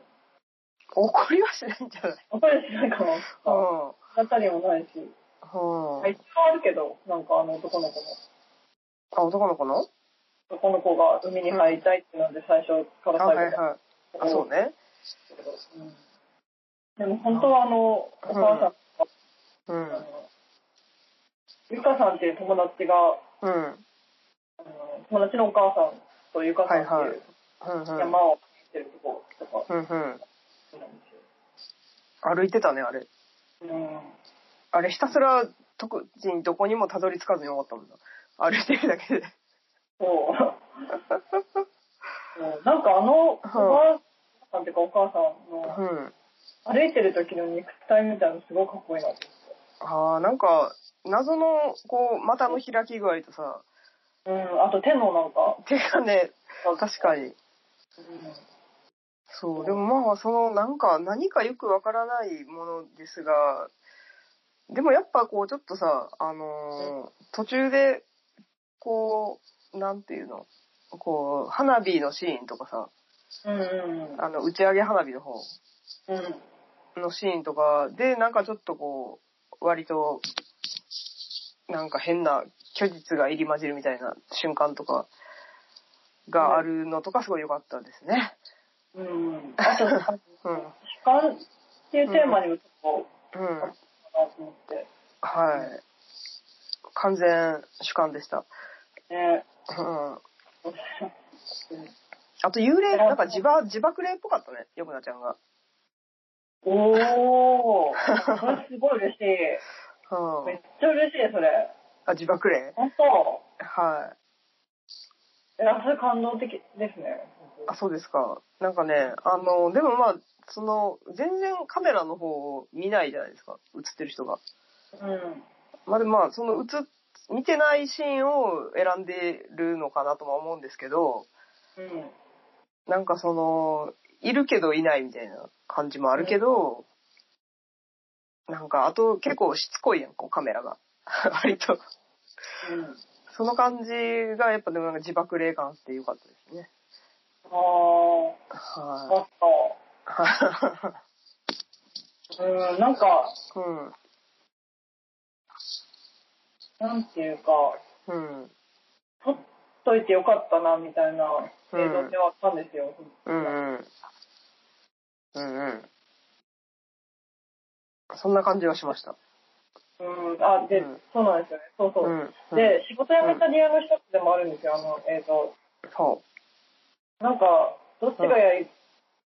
[SPEAKER 1] 怒りはしないんじゃない
[SPEAKER 2] 怒りしないかな。
[SPEAKER 1] う
[SPEAKER 2] あ当たりもない
[SPEAKER 1] ん。う
[SPEAKER 2] し。
[SPEAKER 1] ん。
[SPEAKER 2] まあ一応あるけど、なんかあの男の子の。
[SPEAKER 1] あ、男の子の
[SPEAKER 2] 男の子が海に入りたいってなんで最初か
[SPEAKER 1] あ、
[SPEAKER 2] ら
[SPEAKER 1] は
[SPEAKER 2] 最
[SPEAKER 1] いはいあ、そ
[SPEAKER 2] 後。まで。
[SPEAKER 1] うね。
[SPEAKER 2] うんでも本当はあの、お母さんとか、
[SPEAKER 1] うん。
[SPEAKER 2] あのゆかさんっていう友達が、
[SPEAKER 1] うん。うん。
[SPEAKER 2] あの友達のお母さんとゆかさんって
[SPEAKER 1] はいはい
[SPEAKER 2] いう
[SPEAKER 1] うんうん。
[SPEAKER 2] 山を走ってるとことか
[SPEAKER 1] うんうん。
[SPEAKER 2] なんですよ。
[SPEAKER 1] 歩いてたね、あれ。
[SPEAKER 2] うん
[SPEAKER 1] あれひたすら特にどこにもたどり着かずに終わったもんな。歩いてるだけで。
[SPEAKER 2] そう。うんなんかあの、おばあさんっていうかお母さん
[SPEAKER 1] う
[SPEAKER 2] の
[SPEAKER 1] ん。
[SPEAKER 2] 歩いてる時の肉体みたいなのすごいかっこいいなって。
[SPEAKER 1] ああ、なんか、謎の、こう、股の開き具合とさ、
[SPEAKER 2] うん、あと手のなんか、
[SPEAKER 1] 手がね、確か
[SPEAKER 2] に。
[SPEAKER 1] に。
[SPEAKER 2] うん
[SPEAKER 1] そう、でもまあ、その、なんか、何かよくわからないものですが、でもやっぱこう、ちょっとさ、あのー途中で、こう、なんていうの、こう、花火のシーンとかさ、
[SPEAKER 2] うんうん
[SPEAKER 1] あの、打ち上げ花火の方
[SPEAKER 2] うん。うん
[SPEAKER 1] のシーンとかで、なんかちょっとこう、割と、なんか変な虚実が入り混じるみたいな瞬間とかがあるのとかすごい良かったですね。
[SPEAKER 2] うん、あと、
[SPEAKER 1] うん。う
[SPEAKER 2] 主観っていうテーマにもちょっ
[SPEAKER 1] ん。
[SPEAKER 2] と、かなと思って。
[SPEAKER 1] はい。完全主観でした。
[SPEAKER 2] ね。
[SPEAKER 1] うん。
[SPEAKER 2] うん
[SPEAKER 1] あと幽霊、なんか自爆、自爆霊っぽかったね、よくなちゃんが。
[SPEAKER 2] おー、それすごい嬉しい。
[SPEAKER 1] う
[SPEAKER 2] め
[SPEAKER 1] ん
[SPEAKER 2] っ。ちゃ嬉しい、それ。
[SPEAKER 1] あ、自爆霊
[SPEAKER 2] 本当。
[SPEAKER 1] はい。
[SPEAKER 2] え、それ感動的ですね。
[SPEAKER 1] あ、そうですか。なんかね、あの、でもまあ、その、全然カメラの方を見ないじゃないですか、映ってる人が。
[SPEAKER 2] うん。
[SPEAKER 1] まあでもまあ、その映っ、見てないシーンを選んでるのかなとも思うんですけど、
[SPEAKER 2] うん。
[SPEAKER 1] なんかその、いるけどいないみたいな感じもあるけど、なんか、あと結構しつこいやん、こうカメラが。 割と。
[SPEAKER 2] うん。
[SPEAKER 1] その感じが、やっぱでもなんか自爆霊感あってよかったですね。
[SPEAKER 2] あー、
[SPEAKER 1] は
[SPEAKER 2] あった。うん、なんか、
[SPEAKER 1] い。うん。
[SPEAKER 2] なんていうか、
[SPEAKER 1] うん。
[SPEAKER 2] 撮っといてよかったな、みたいな映像ではあったんですよ。
[SPEAKER 1] うんうん。うんうん。そんな感じはしました。
[SPEAKER 2] うん。あ、で、
[SPEAKER 1] うん
[SPEAKER 2] そうなんですよね。そうそう。
[SPEAKER 1] うん。うん、
[SPEAKER 2] で、仕事辞めた理由の一つでもあるんですよ、あの映像。
[SPEAKER 1] そ
[SPEAKER 2] なんか、どっちがやり、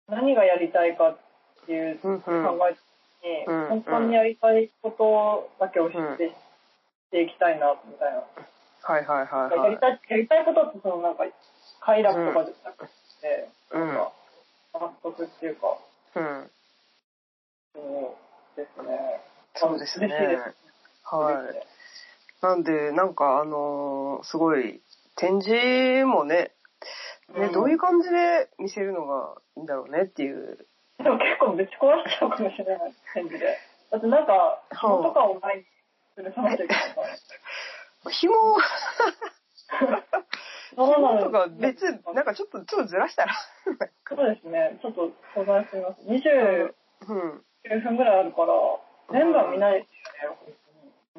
[SPEAKER 2] 何がやりたいかっていう
[SPEAKER 1] う。う
[SPEAKER 2] 考
[SPEAKER 1] んう
[SPEAKER 2] え
[SPEAKER 1] ん。
[SPEAKER 2] に、
[SPEAKER 1] うん
[SPEAKER 2] 本当にやりたいことだけを知って、していきたいな、みたいな。
[SPEAKER 1] はいはいはい
[SPEAKER 2] や
[SPEAKER 1] は
[SPEAKER 2] り
[SPEAKER 1] い。
[SPEAKER 2] たい、やりたいことって、そのなんか、快楽とかじゃなくて、
[SPEAKER 1] うん。
[SPEAKER 2] なんか、納得っていうか、
[SPEAKER 1] うん。
[SPEAKER 2] そうですね。
[SPEAKER 1] そうですね
[SPEAKER 2] 嬉しいです。
[SPEAKER 1] はい。なんで、なんか、あのーすごい、展示もね、ね、
[SPEAKER 2] うん
[SPEAKER 1] どういう感じで見せるのがいいんだろうねっていう。
[SPEAKER 2] でも結構ぶち壊しちゃうかもしれない、感じで。だってなんか、紐とかを前にする話だけど
[SPEAKER 1] 紐を、 紐とか別、なん
[SPEAKER 2] か。
[SPEAKER 1] かちょっと、ちょっとずらしたら。
[SPEAKER 2] そうですね、ちょっと相談してみます。29
[SPEAKER 1] うん。
[SPEAKER 2] 分ぐらいあるから、全部は見ないですよ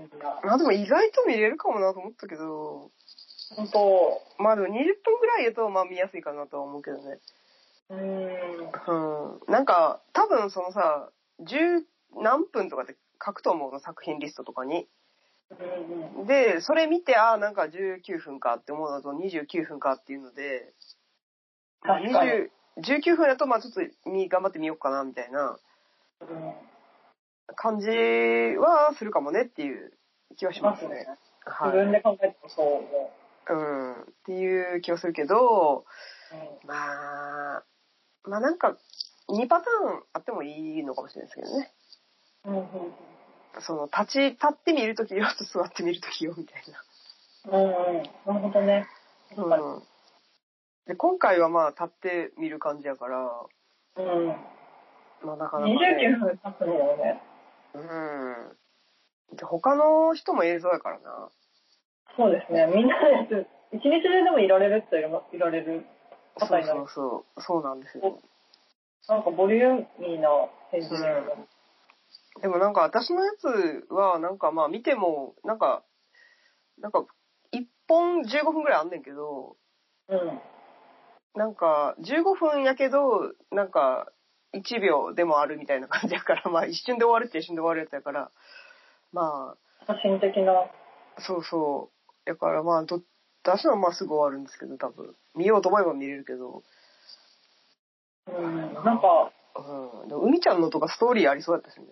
[SPEAKER 2] ね、
[SPEAKER 1] まあでも意外と見れるかもなと思ったけど、
[SPEAKER 2] 本当、
[SPEAKER 1] まあでも20分ぐらいやと、まあ見やすいかなとは思うけどね。
[SPEAKER 2] うーん、
[SPEAKER 1] うん。なんか、多分そのさ、十何分とかで書くと思うの、作品リストとかに。
[SPEAKER 2] うんうん
[SPEAKER 1] で、それ見て、ああ、なんか19分かって思うのと29分かっていうので、
[SPEAKER 2] 確かに
[SPEAKER 1] 20 19分だと、まあちょっとみ頑張ってみようかなみたいな
[SPEAKER 2] うん
[SPEAKER 1] 感じはするかもねっていう気はし
[SPEAKER 2] し
[SPEAKER 1] ま
[SPEAKER 2] ますす
[SPEAKER 1] ね
[SPEAKER 2] ね。。自
[SPEAKER 1] は
[SPEAKER 2] 分
[SPEAKER 1] い。
[SPEAKER 2] で考えてもそう思
[SPEAKER 1] うん。っていう気はするけど、
[SPEAKER 2] う。うん
[SPEAKER 1] まあ、まあなんか、2パターンあってもいいのかもしれないですけどね。
[SPEAKER 2] うんうん
[SPEAKER 1] その、立ち、立ってみるときよと座ってみるときよみたいな。
[SPEAKER 2] うんうん、なるほどね。確かに
[SPEAKER 1] うん。で、今回はまあ立ってみる感じやから、
[SPEAKER 2] うん、
[SPEAKER 1] まあなかなか、ね。
[SPEAKER 2] 29分経つのもね、
[SPEAKER 1] うん。で他の人も映像やからな。
[SPEAKER 2] そうですね、みんなで、一日中でもいられるっていられるパタ
[SPEAKER 1] そ
[SPEAKER 2] ー
[SPEAKER 1] う
[SPEAKER 2] ンにな
[SPEAKER 1] そ
[SPEAKER 2] る
[SPEAKER 1] うそう。そうなんですよ。
[SPEAKER 2] なんかボリューミーな展示になる
[SPEAKER 1] でもなんか私のやつは、なんかまあ見ても、なんか、なんか、1本15分ぐらいあんねんけど、
[SPEAKER 2] うん。
[SPEAKER 1] なんか、15分やけど、なんか、1秒でもあるみたいな 感じやから、まあ一瞬で終わるって一瞬で終わるやつやから、まあ、
[SPEAKER 2] 写真的な。
[SPEAKER 1] そうそう。だからまあ、ど、出すのはまあすぐ終わるんですけど、多分。見ようと思えば見れるけど。
[SPEAKER 2] うん、なんか、
[SPEAKER 1] うん。でも、海ちゃんのとかストーリーありそうだったしね。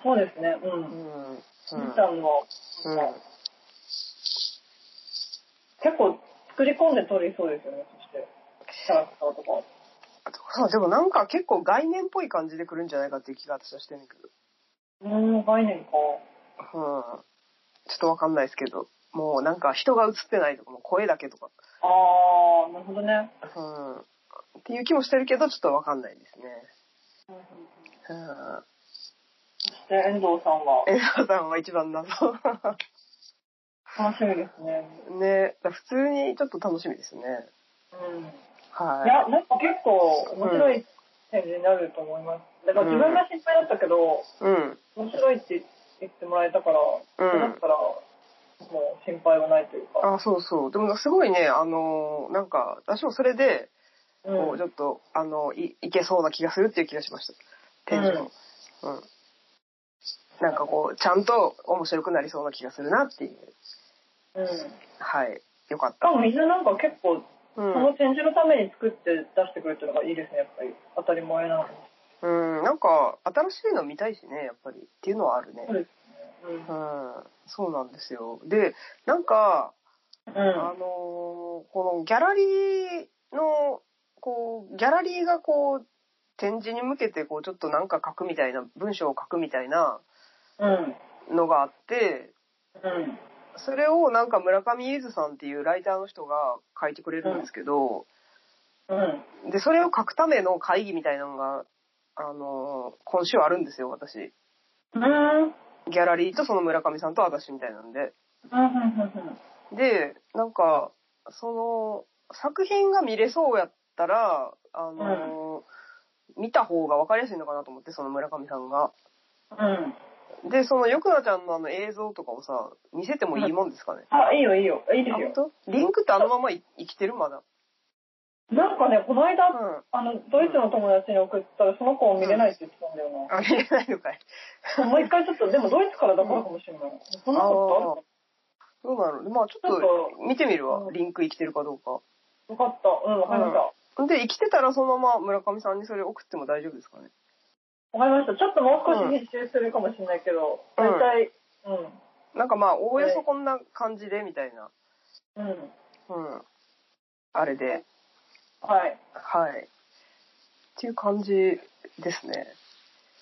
[SPEAKER 2] そうですね、う。
[SPEAKER 1] うんん。うん。
[SPEAKER 2] みーちゃんの、
[SPEAKER 1] うん
[SPEAKER 2] なんか結構作り込んで撮りそうですよね、そして。キャラクターとか。
[SPEAKER 1] そう、でもなんか結構概念っぽい感じで来るんじゃないかっていう気が私はしてるんだけど。
[SPEAKER 2] うん、概念か。
[SPEAKER 1] うん。ちょっとわかんないですけど。もうなんか人が映ってないとか、もう声だけとか。
[SPEAKER 2] あー、なるほどね。
[SPEAKER 1] うん。っていう気もしてるけど、ちょっとわかんないですね。うん。
[SPEAKER 2] そして遠藤さんは、
[SPEAKER 1] エラさんは一番謎。
[SPEAKER 2] 楽しみですね。
[SPEAKER 1] ね、だから普通にちょっと楽しみですね。
[SPEAKER 2] うん。い
[SPEAKER 1] は
[SPEAKER 2] や、なんか結構面白い展示になると思います。だから自分が心配だったけど、
[SPEAKER 1] い。うん。
[SPEAKER 2] 面白いって言ってもらえたから、
[SPEAKER 1] うん
[SPEAKER 2] だったら、もう心配はないというか。
[SPEAKER 1] あ、そうそう。でもすごいね、あのー、なんか、私もそれで、
[SPEAKER 2] う
[SPEAKER 1] こう、ちょっと、あの、い、いけそうな気がするっていう気がしました。展示も。うん。なんかこう、ちゃんと面白くなりそうな気がするなっていう。
[SPEAKER 2] うん。し
[SPEAKER 1] はい。よかっ
[SPEAKER 2] か
[SPEAKER 1] た。
[SPEAKER 2] もみんななんか結構、
[SPEAKER 1] う
[SPEAKER 2] その
[SPEAKER 1] ん。
[SPEAKER 2] 展示のために作って出してくれてるのがいいですね、やっぱり。当たり前なのに。
[SPEAKER 1] うん。なんか、新しいの見たいしね、やっぱり。っていうのはあるね。
[SPEAKER 2] そうですね。
[SPEAKER 1] うん。そうなんですよ。で、なんか、
[SPEAKER 2] うん。うん。
[SPEAKER 1] あのーこのギャラリーの、こう、ギャラリーがこう、展示に向けて、こう、ちょっとなんか書くみたいな、文章を書くみたいな
[SPEAKER 2] うん。
[SPEAKER 1] のがあって、
[SPEAKER 2] うん。
[SPEAKER 1] それをなんか村上ゆずさんっていうライターの人が書いてくれるんですけど、
[SPEAKER 2] うん。
[SPEAKER 1] で、それを書くための会議みたいなのが、あのー今週あるんですよ、私。
[SPEAKER 2] うん。
[SPEAKER 1] ギャラリーとその村上さんと私みたいなんで。
[SPEAKER 2] う
[SPEAKER 1] で、なんか、その、作品が見れそうやったら、あの、見た方が分かりやすいのかなと思って、その村上さんが。
[SPEAKER 2] ん。うん。
[SPEAKER 1] で、その、よくなちゃんのあの映像とかをさ、見せてもいいもんですかね。
[SPEAKER 2] あ、いいよ、いいよ。いいで
[SPEAKER 1] あ
[SPEAKER 2] す
[SPEAKER 1] 本
[SPEAKER 2] よ。
[SPEAKER 1] 当リンクってあのままい生きてるまだ。
[SPEAKER 2] なんかね、この間、
[SPEAKER 1] うん。
[SPEAKER 2] あの、ドイツの友達に送ったら、その子を見れないって言ってたんだよな。
[SPEAKER 1] あ、見れないのかい。
[SPEAKER 2] もう一回ちょっと、でもドイツからだからかもしれない。そんなこと
[SPEAKER 1] どうなのまあちょ
[SPEAKER 2] あっ
[SPEAKER 1] ったと、
[SPEAKER 2] なんか、
[SPEAKER 1] 見てみるわ
[SPEAKER 2] う。ん
[SPEAKER 1] リンク生きてるかどうか。
[SPEAKER 2] よかった。うん、わかりました。
[SPEAKER 1] で、生きてたらそのまま村上さんにそれ送っても大丈夫ですかね。
[SPEAKER 2] わかりました。ちょっともう少し編集するかもしれないけど、
[SPEAKER 1] うん
[SPEAKER 2] 大体、うん。
[SPEAKER 1] なんかまあ、おおよそこんな感じで、みたいな。
[SPEAKER 2] うん。
[SPEAKER 1] うん。あれで。
[SPEAKER 2] はい。
[SPEAKER 1] はい。っていう感じですね。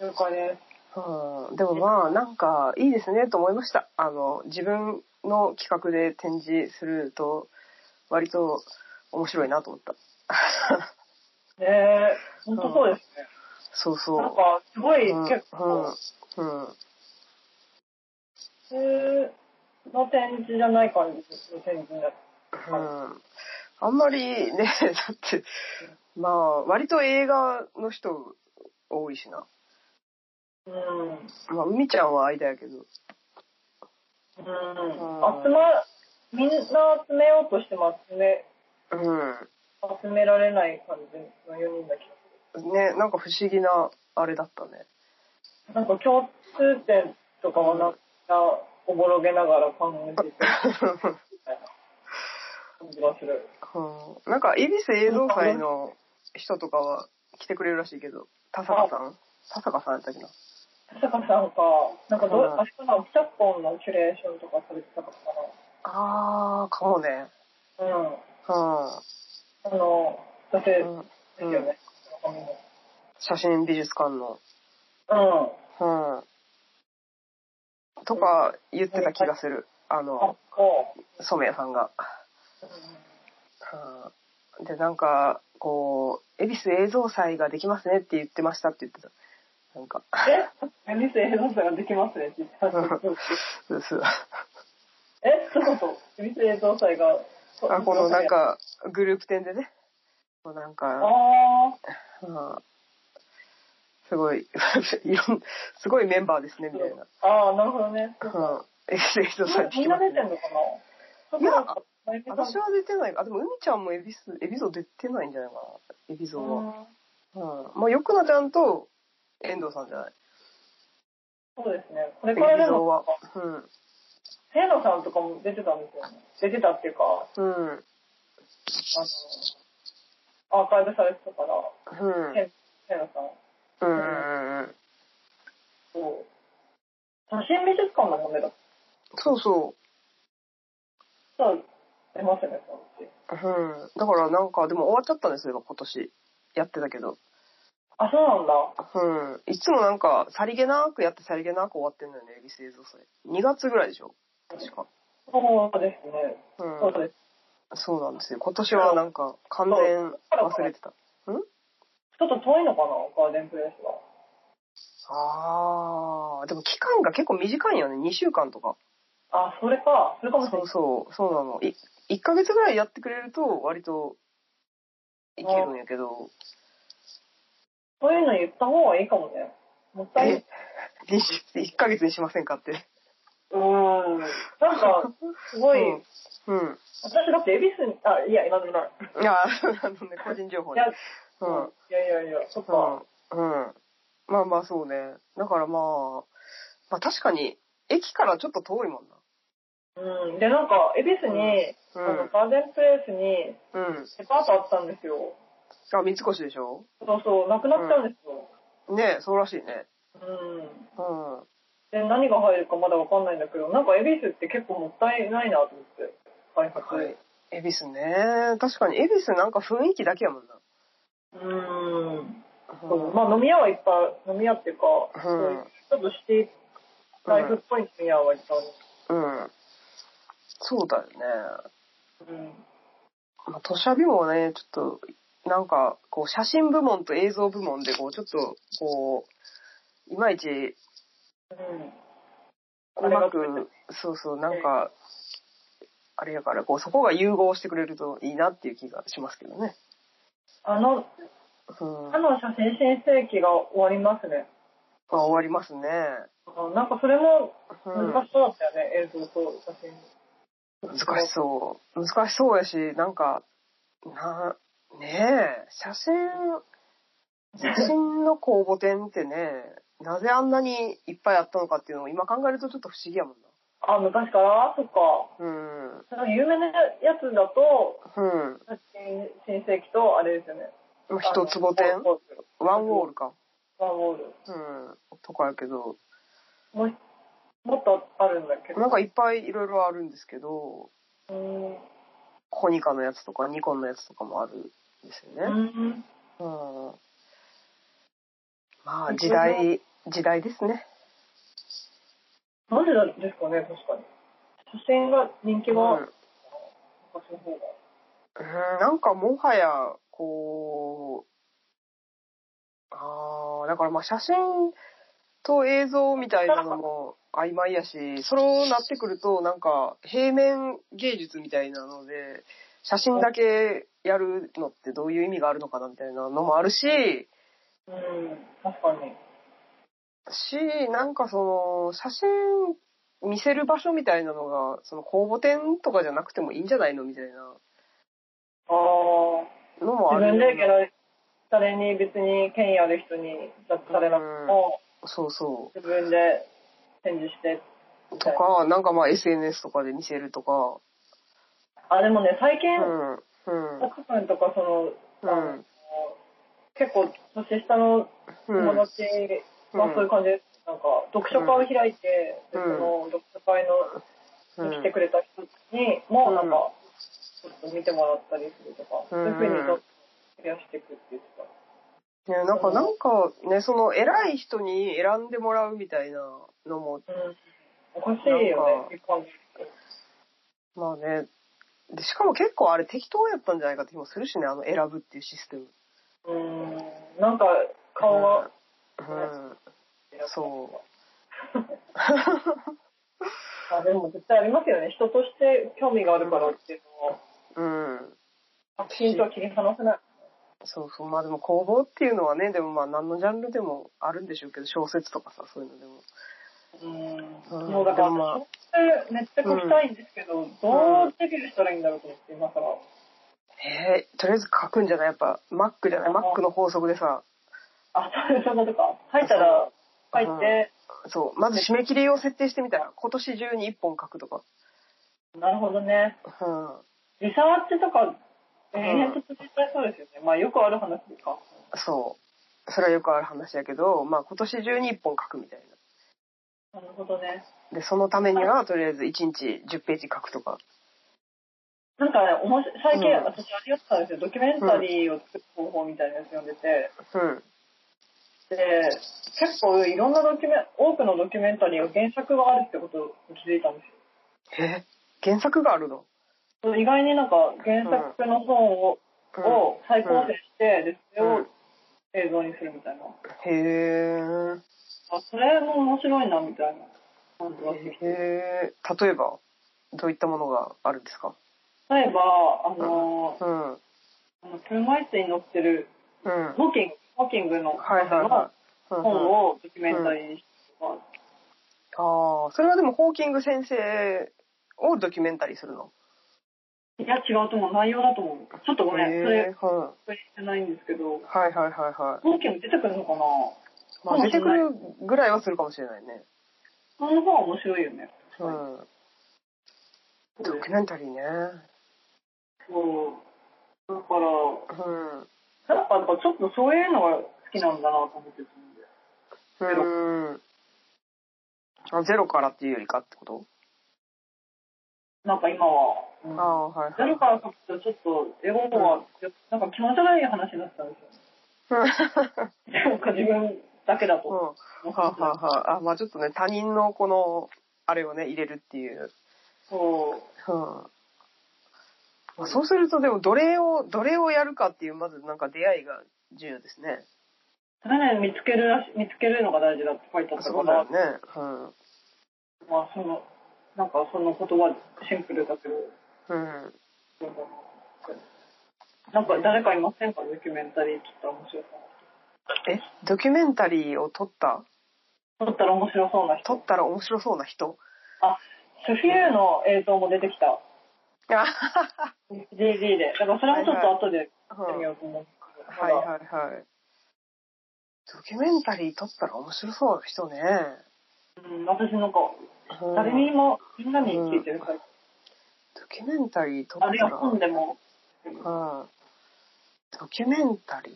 [SPEAKER 2] 了解です。
[SPEAKER 1] うん、でもまあなんかいいですねと思いました。あの自分の企画で展示すると割と面白いなと思った。
[SPEAKER 2] ねえ、ほんとそうですね。
[SPEAKER 1] そうそう。
[SPEAKER 2] なんか、すごい、
[SPEAKER 1] うん
[SPEAKER 2] 結構、
[SPEAKER 1] うんうん
[SPEAKER 2] 普通の展示じゃない感じです展示になって。
[SPEAKER 1] うんあんまりね だってまあ割と映画の人多いしな。
[SPEAKER 2] うん。うん。
[SPEAKER 1] まあ海ちゃんは間やけど。ん
[SPEAKER 2] 集ま、みんな集めようとしても集め、
[SPEAKER 1] うん。
[SPEAKER 2] 集められない感じの4人だけ
[SPEAKER 1] ねなんか不思議なあれだったね。
[SPEAKER 2] ど。なんか共通点とかはなんか、おぼろげながら考えていくみたいな感じがする。
[SPEAKER 1] うんなんか、恵比寿映像祭の人とかは来てくれるらしいけど、田坂さん田坂さんやったっけな。
[SPEAKER 2] 田坂さんか、なんかど
[SPEAKER 1] う
[SPEAKER 2] う、
[SPEAKER 1] ん
[SPEAKER 2] あれかな、昨今のキュレーションとかされてたかった
[SPEAKER 1] あー、かもね。
[SPEAKER 2] かな。うん。
[SPEAKER 1] う
[SPEAKER 2] あの、女性
[SPEAKER 1] ん。
[SPEAKER 2] ですよね。中身も
[SPEAKER 1] 写真美術館の。
[SPEAKER 2] うん。
[SPEAKER 1] うん。とか言ってた気がする。あ
[SPEAKER 2] あ
[SPEAKER 1] の、
[SPEAKER 2] そ
[SPEAKER 1] 染谷さんが。
[SPEAKER 2] う。
[SPEAKER 1] うんで、なんか、こう、恵比寿映像祭ができますねって言ってましたって言ってた。なんか、
[SPEAKER 2] えミス映像祭ができますねって言ってたんですけど。
[SPEAKER 1] そうそう。
[SPEAKER 2] えそうそう。ミス映像祭が。
[SPEAKER 1] あ、このなん。か、グループ展でね。こうなん
[SPEAKER 2] あ
[SPEAKER 1] か、
[SPEAKER 2] あ。
[SPEAKER 1] ああすごい、 いろん、すごいメンバーですね、みたいな。
[SPEAKER 2] ああ、なるほどね。
[SPEAKER 1] うん。エビスさん聞
[SPEAKER 2] み
[SPEAKER 1] き
[SPEAKER 2] ん
[SPEAKER 1] ま
[SPEAKER 2] な
[SPEAKER 1] す
[SPEAKER 2] 出
[SPEAKER 1] ね、
[SPEAKER 2] てんのかない
[SPEAKER 1] や私
[SPEAKER 2] 私は、
[SPEAKER 1] は出てない。あ、でも、海ちゃんもエビス、エビゾ出てないんじゃないかな。エビゾは。
[SPEAKER 2] そ
[SPEAKER 1] うん。まあ、よくなちゃんと、遠藤さんじゃない。
[SPEAKER 2] うですね。これ
[SPEAKER 1] エ
[SPEAKER 2] から
[SPEAKER 1] ビ
[SPEAKER 2] で
[SPEAKER 1] ゾ
[SPEAKER 2] も
[SPEAKER 1] は。うん。
[SPEAKER 2] 平野さんとかも出てたんですよね。出てたっていうか、
[SPEAKER 1] うん。
[SPEAKER 2] あの、アーカイブされてたから、
[SPEAKER 1] うん。
[SPEAKER 2] 平平野さん。
[SPEAKER 1] うんうん。
[SPEAKER 2] そう。写真美術館のもねだっ
[SPEAKER 1] そうそう。
[SPEAKER 2] たら出ますよね、そのうち
[SPEAKER 1] うん。だからなんか、でも終わっちゃったんですよ、今年。やってたけど。
[SPEAKER 2] あ、そうなん
[SPEAKER 1] う
[SPEAKER 2] だ。
[SPEAKER 1] ん。いつもなんか、さりげなくやってさりげなく終わってんのよね、エビス映像祭。2月ぐらいでしょ確か。
[SPEAKER 2] そうですね。
[SPEAKER 1] う。
[SPEAKER 2] そうんです。
[SPEAKER 1] そうなんですよ。今年はなんか、完全忘れてた。
[SPEAKER 2] ちょっと遠いのかな、ガーデンプレイスは。
[SPEAKER 1] あー。でも期間が結構短いよね、2週間とか。
[SPEAKER 2] あ、それか。それかもし
[SPEAKER 1] そ
[SPEAKER 2] れな
[SPEAKER 1] う
[SPEAKER 2] い。
[SPEAKER 1] そう、そうなの。い1ヶ月ぐらいやってくれると、割と、いけるんやけど、
[SPEAKER 2] そういうの言った方がいいかもね。もったいない。
[SPEAKER 1] え1ヶ月にしませんかって。
[SPEAKER 2] うーん。なんか、すごい、
[SPEAKER 1] うんうん。
[SPEAKER 2] 私だって恵比寿に、あ、いや、今でもない。
[SPEAKER 1] いや、 あのね、個人情報
[SPEAKER 2] い
[SPEAKER 1] ね
[SPEAKER 2] や、。
[SPEAKER 1] うん。うん。
[SPEAKER 2] いやいやいや、そっか。
[SPEAKER 1] うん。まあまあそうね。だからまあ、まあ確かに、駅からちょっと遠いもん
[SPEAKER 2] うん。で、なんか、恵比寿に、あの、
[SPEAKER 1] な。
[SPEAKER 2] ガーデンプレイスに、
[SPEAKER 1] うん。うん。
[SPEAKER 2] デパートあったんですよ。
[SPEAKER 1] あ、三越でしょ
[SPEAKER 2] そうそう、なくなっちゃうんですよ。
[SPEAKER 1] ねえ、そうらしいね。
[SPEAKER 2] うん。
[SPEAKER 1] うん。
[SPEAKER 2] で、何が入るかまだわかんないんだけど、なんか、恵比寿って結構もったいないなと思って、開発。
[SPEAKER 1] はい。恵比寿ね。確かに、恵比寿なんか雰囲気だけやもんな。
[SPEAKER 2] うーん。
[SPEAKER 1] う
[SPEAKER 2] そ
[SPEAKER 1] ん
[SPEAKER 2] う。まあ、飲み屋はいっぱい、飲み屋っていうか、そういうちょっとシティライフっぽい飲み屋はいっぱいある。
[SPEAKER 1] うん。そうだよね。
[SPEAKER 2] うん。
[SPEAKER 1] まあ、土砂日もね、ちょっと、なんか、こう、写真部門と映像部門で、こう、ちょっと、こう、いまいち
[SPEAKER 2] うん。
[SPEAKER 1] うまく、そうそう、なんか、あれやから、こう、そこが融合してくれるといいなっていう気がしますけどね。
[SPEAKER 2] あの、
[SPEAKER 1] うん。
[SPEAKER 2] あ
[SPEAKER 1] あ、
[SPEAKER 2] の写真申請期が終わりますね。
[SPEAKER 1] 終わりますね。
[SPEAKER 2] あなんかそれも
[SPEAKER 1] うん。
[SPEAKER 2] 難しそうだったよね、映像と写真。
[SPEAKER 1] 難しそう。難しそうやし、なんか、な、ねえ、写真、写真の公募展ってね、なぜあんなにいっぱいあったのかっていうのを今考えるとちょっと不思議やもんな。
[SPEAKER 2] あ、昔からそっか。
[SPEAKER 1] うん。
[SPEAKER 2] なんか有名なやつだと、
[SPEAKER 1] うん。
[SPEAKER 2] 写真申請期とあれですよね。
[SPEAKER 1] まあ一つぼ
[SPEAKER 2] あ
[SPEAKER 1] 展
[SPEAKER 2] のワンウォ
[SPEAKER 1] ワンウォー
[SPEAKER 2] ール
[SPEAKER 1] ルか。
[SPEAKER 2] ワンウォール。
[SPEAKER 1] うん。とかやけど、
[SPEAKER 2] もうもっとあるんだっけど。
[SPEAKER 1] なんかいっぱいいろいろあるんですけど、
[SPEAKER 2] うーん。う
[SPEAKER 1] コニカのやつとかニコンのやつとかもあるんですよね。
[SPEAKER 2] ーん。
[SPEAKER 1] うん。まあ時代、時代ですね。
[SPEAKER 2] なんでなんですかね、確かに。写真が人気
[SPEAKER 1] うん、う
[SPEAKER 2] が
[SPEAKER 1] ん
[SPEAKER 2] 昔の方が。
[SPEAKER 1] なんかもはや、こう、ああ、だからまあ写真と映像みたいなのも曖昧や し、そうなってくるとなんか平面芸術みたいなので、写真だけやるのってどういう意味があるのかなみたいなのもあるし、
[SPEAKER 2] うん。確かに。
[SPEAKER 1] し、なんかその、写真見せる場所みたいなのが、その公募展とかじゃなくてもいいんじゃないのみたいな
[SPEAKER 2] ああ。
[SPEAKER 1] のもあ
[SPEAKER 2] 自
[SPEAKER 1] るよう
[SPEAKER 2] 分
[SPEAKER 1] な。
[SPEAKER 2] でやられ誰に別に権威ある人に雑されなくても、
[SPEAKER 1] そうそ
[SPEAKER 2] 自分で展示して
[SPEAKER 1] う。
[SPEAKER 2] み
[SPEAKER 1] と
[SPEAKER 2] たいな
[SPEAKER 1] か、なんかまあ SNS とかで見せるとか。
[SPEAKER 2] あでもね最近
[SPEAKER 1] う、ん。うん。
[SPEAKER 2] 奥さんとかその、
[SPEAKER 1] う
[SPEAKER 2] あ
[SPEAKER 1] ん
[SPEAKER 2] の。結構年下の
[SPEAKER 1] うん。
[SPEAKER 2] 友
[SPEAKER 1] うん。
[SPEAKER 2] 達はそういう感じです、なんか読書会を開いて、
[SPEAKER 1] うん
[SPEAKER 2] でその読書会のに来てくれた人にも、
[SPEAKER 1] うん
[SPEAKER 2] なんかちょっと見てもらったりするとか、
[SPEAKER 1] うん
[SPEAKER 2] そういうふうにどんどん増やしていくって言ってた。
[SPEAKER 1] ね、なんか、なんかね、その偉い人に選んでもらうみたいなのも、
[SPEAKER 2] うんおかしいよね、一般の人
[SPEAKER 1] まあね。でしかも結構あれ適当やったんじゃないかって気もするしね、あの選ぶっていうシステム。
[SPEAKER 2] うーんなんか顔が、。
[SPEAKER 1] うん。うん。そう
[SPEAKER 2] あでも絶対ありますよね。人として興味があるからっていうのは、
[SPEAKER 1] うん。
[SPEAKER 2] 作品とは切り離せない。
[SPEAKER 1] そうそう。まあでも工房っていうのはね、でもまあ何のジャンルでもあるんでしょうけど、小説とかさ、そういうのでも。
[SPEAKER 2] うん
[SPEAKER 1] ん
[SPEAKER 2] もうだから、
[SPEAKER 1] まあ
[SPEAKER 2] 小説めっちゃ書きたいんですけど、どうデビューしたらいいんだろうと思って、今から。
[SPEAKER 1] えー、とりあえず書くんじゃないやっぱ、マックじゃないマックの法則でさ、
[SPEAKER 2] あ、そういうことか。書いたら、書いて、
[SPEAKER 1] そう、まず締め切りを設定してみたら、今年中に1本書くとか。
[SPEAKER 2] なるほどね。
[SPEAKER 1] うん。
[SPEAKER 2] リサーチとか、永遠と続いちゃいそうですよね。まあよくある話か。
[SPEAKER 1] そう。それはよくある話やけど、まあ今年中に1本書くみたい
[SPEAKER 2] なるほどね。
[SPEAKER 1] な。で、そのためには、とりあえず1日10ページ書くとか。
[SPEAKER 2] なんかね、おもし最近
[SPEAKER 1] うん
[SPEAKER 2] 私ありがったんですよ。ドキュメンタリーを作る方法みたいなやつ読んでて。
[SPEAKER 1] うん。
[SPEAKER 2] で、結構いろんなドキュメン、多くのドキュメンタリーが原作があるってことに気づいたんですよ。
[SPEAKER 1] え原作があるの
[SPEAKER 2] 意外になんか原作の本を,、
[SPEAKER 1] うん
[SPEAKER 2] を再構成して、でそれ
[SPEAKER 1] う
[SPEAKER 2] を
[SPEAKER 1] ん
[SPEAKER 2] 映像にするみたいな、
[SPEAKER 1] へえ。
[SPEAKER 2] あそれも面白いなみたいな感じがしてきて
[SPEAKER 1] へー例えば、どういったものがあるんですか
[SPEAKER 2] 例えばあの
[SPEAKER 1] うん。うん。
[SPEAKER 2] あの車椅子に乗ってるウォ
[SPEAKER 1] は
[SPEAKER 2] ーキングウォーキングの
[SPEAKER 1] いはい
[SPEAKER 2] の
[SPEAKER 1] はい。うんうん
[SPEAKER 2] 本をドキュメンタリーにしてとか、
[SPEAKER 1] ああ、それはでもホーキング先生をドキュメンタリーするの。
[SPEAKER 2] いや違うと思う内容だと思うちょっとごめん、
[SPEAKER 1] へー
[SPEAKER 2] それ
[SPEAKER 1] うん
[SPEAKER 2] 確認してないんですけど
[SPEAKER 1] はいはいはいはい。
[SPEAKER 2] ウォーキング出てくるのかな
[SPEAKER 1] まあ、出てくるぐらいはするかもしれないね。
[SPEAKER 2] その方が面白いよね
[SPEAKER 1] うん。
[SPEAKER 2] そ
[SPEAKER 1] ド
[SPEAKER 2] うです
[SPEAKER 1] キュメンタリーね。
[SPEAKER 2] そうだから
[SPEAKER 1] うん。
[SPEAKER 2] やっぱなんかちょっとそういうのが好きなんだなと思ってたんで。
[SPEAKER 1] うん。あ、ゼロからっていうよりかってこと、
[SPEAKER 2] なんか今は、
[SPEAKER 1] ああ、はい
[SPEAKER 2] ゼ
[SPEAKER 1] はい。
[SPEAKER 2] ロから書くとちょっとエゴが、なんか気持ち悪い話になってたんですよ。なんか自分だけだ
[SPEAKER 1] う
[SPEAKER 2] と。
[SPEAKER 1] ん。はあ、はあはあ、あまあちょっとね他人のこのあれをね入れるっていう、
[SPEAKER 2] そう。
[SPEAKER 1] うんまあ、そうするとでもどれをどれをやるかっていうまずなんか出会いが重要ですね
[SPEAKER 2] それね、見つけるらし、見つけるのが大事だって書いてあったか
[SPEAKER 1] そうだよ
[SPEAKER 2] ら、
[SPEAKER 1] ねうん
[SPEAKER 2] まあその、なんかその言葉シンプルだけど、
[SPEAKER 1] うん
[SPEAKER 2] なんか誰かいませんかドキュメンタリー撮ったら面白
[SPEAKER 1] えドキュメンタリーを撮った
[SPEAKER 2] そう。撮ったら面白そうな
[SPEAKER 1] 撮
[SPEAKER 2] 人。
[SPEAKER 1] ったら面白そうな人
[SPEAKER 2] あ、スフィーユの映像も出てきた。
[SPEAKER 1] あは
[SPEAKER 2] DD で。だからそれもちょっと後で
[SPEAKER 1] は
[SPEAKER 2] やって
[SPEAKER 1] うん
[SPEAKER 2] みようと思って。
[SPEAKER 1] はいはいはいドキュメンタリー撮ったら面白そうな人ね、
[SPEAKER 2] うん、私なんか、
[SPEAKER 1] うん
[SPEAKER 2] 誰にも、みんなに聞いてるから、
[SPEAKER 1] ドキュメンタリー撮っ
[SPEAKER 2] あるい
[SPEAKER 1] た
[SPEAKER 2] は
[SPEAKER 1] ら
[SPEAKER 2] 本でも、
[SPEAKER 1] うんドキュメンタリー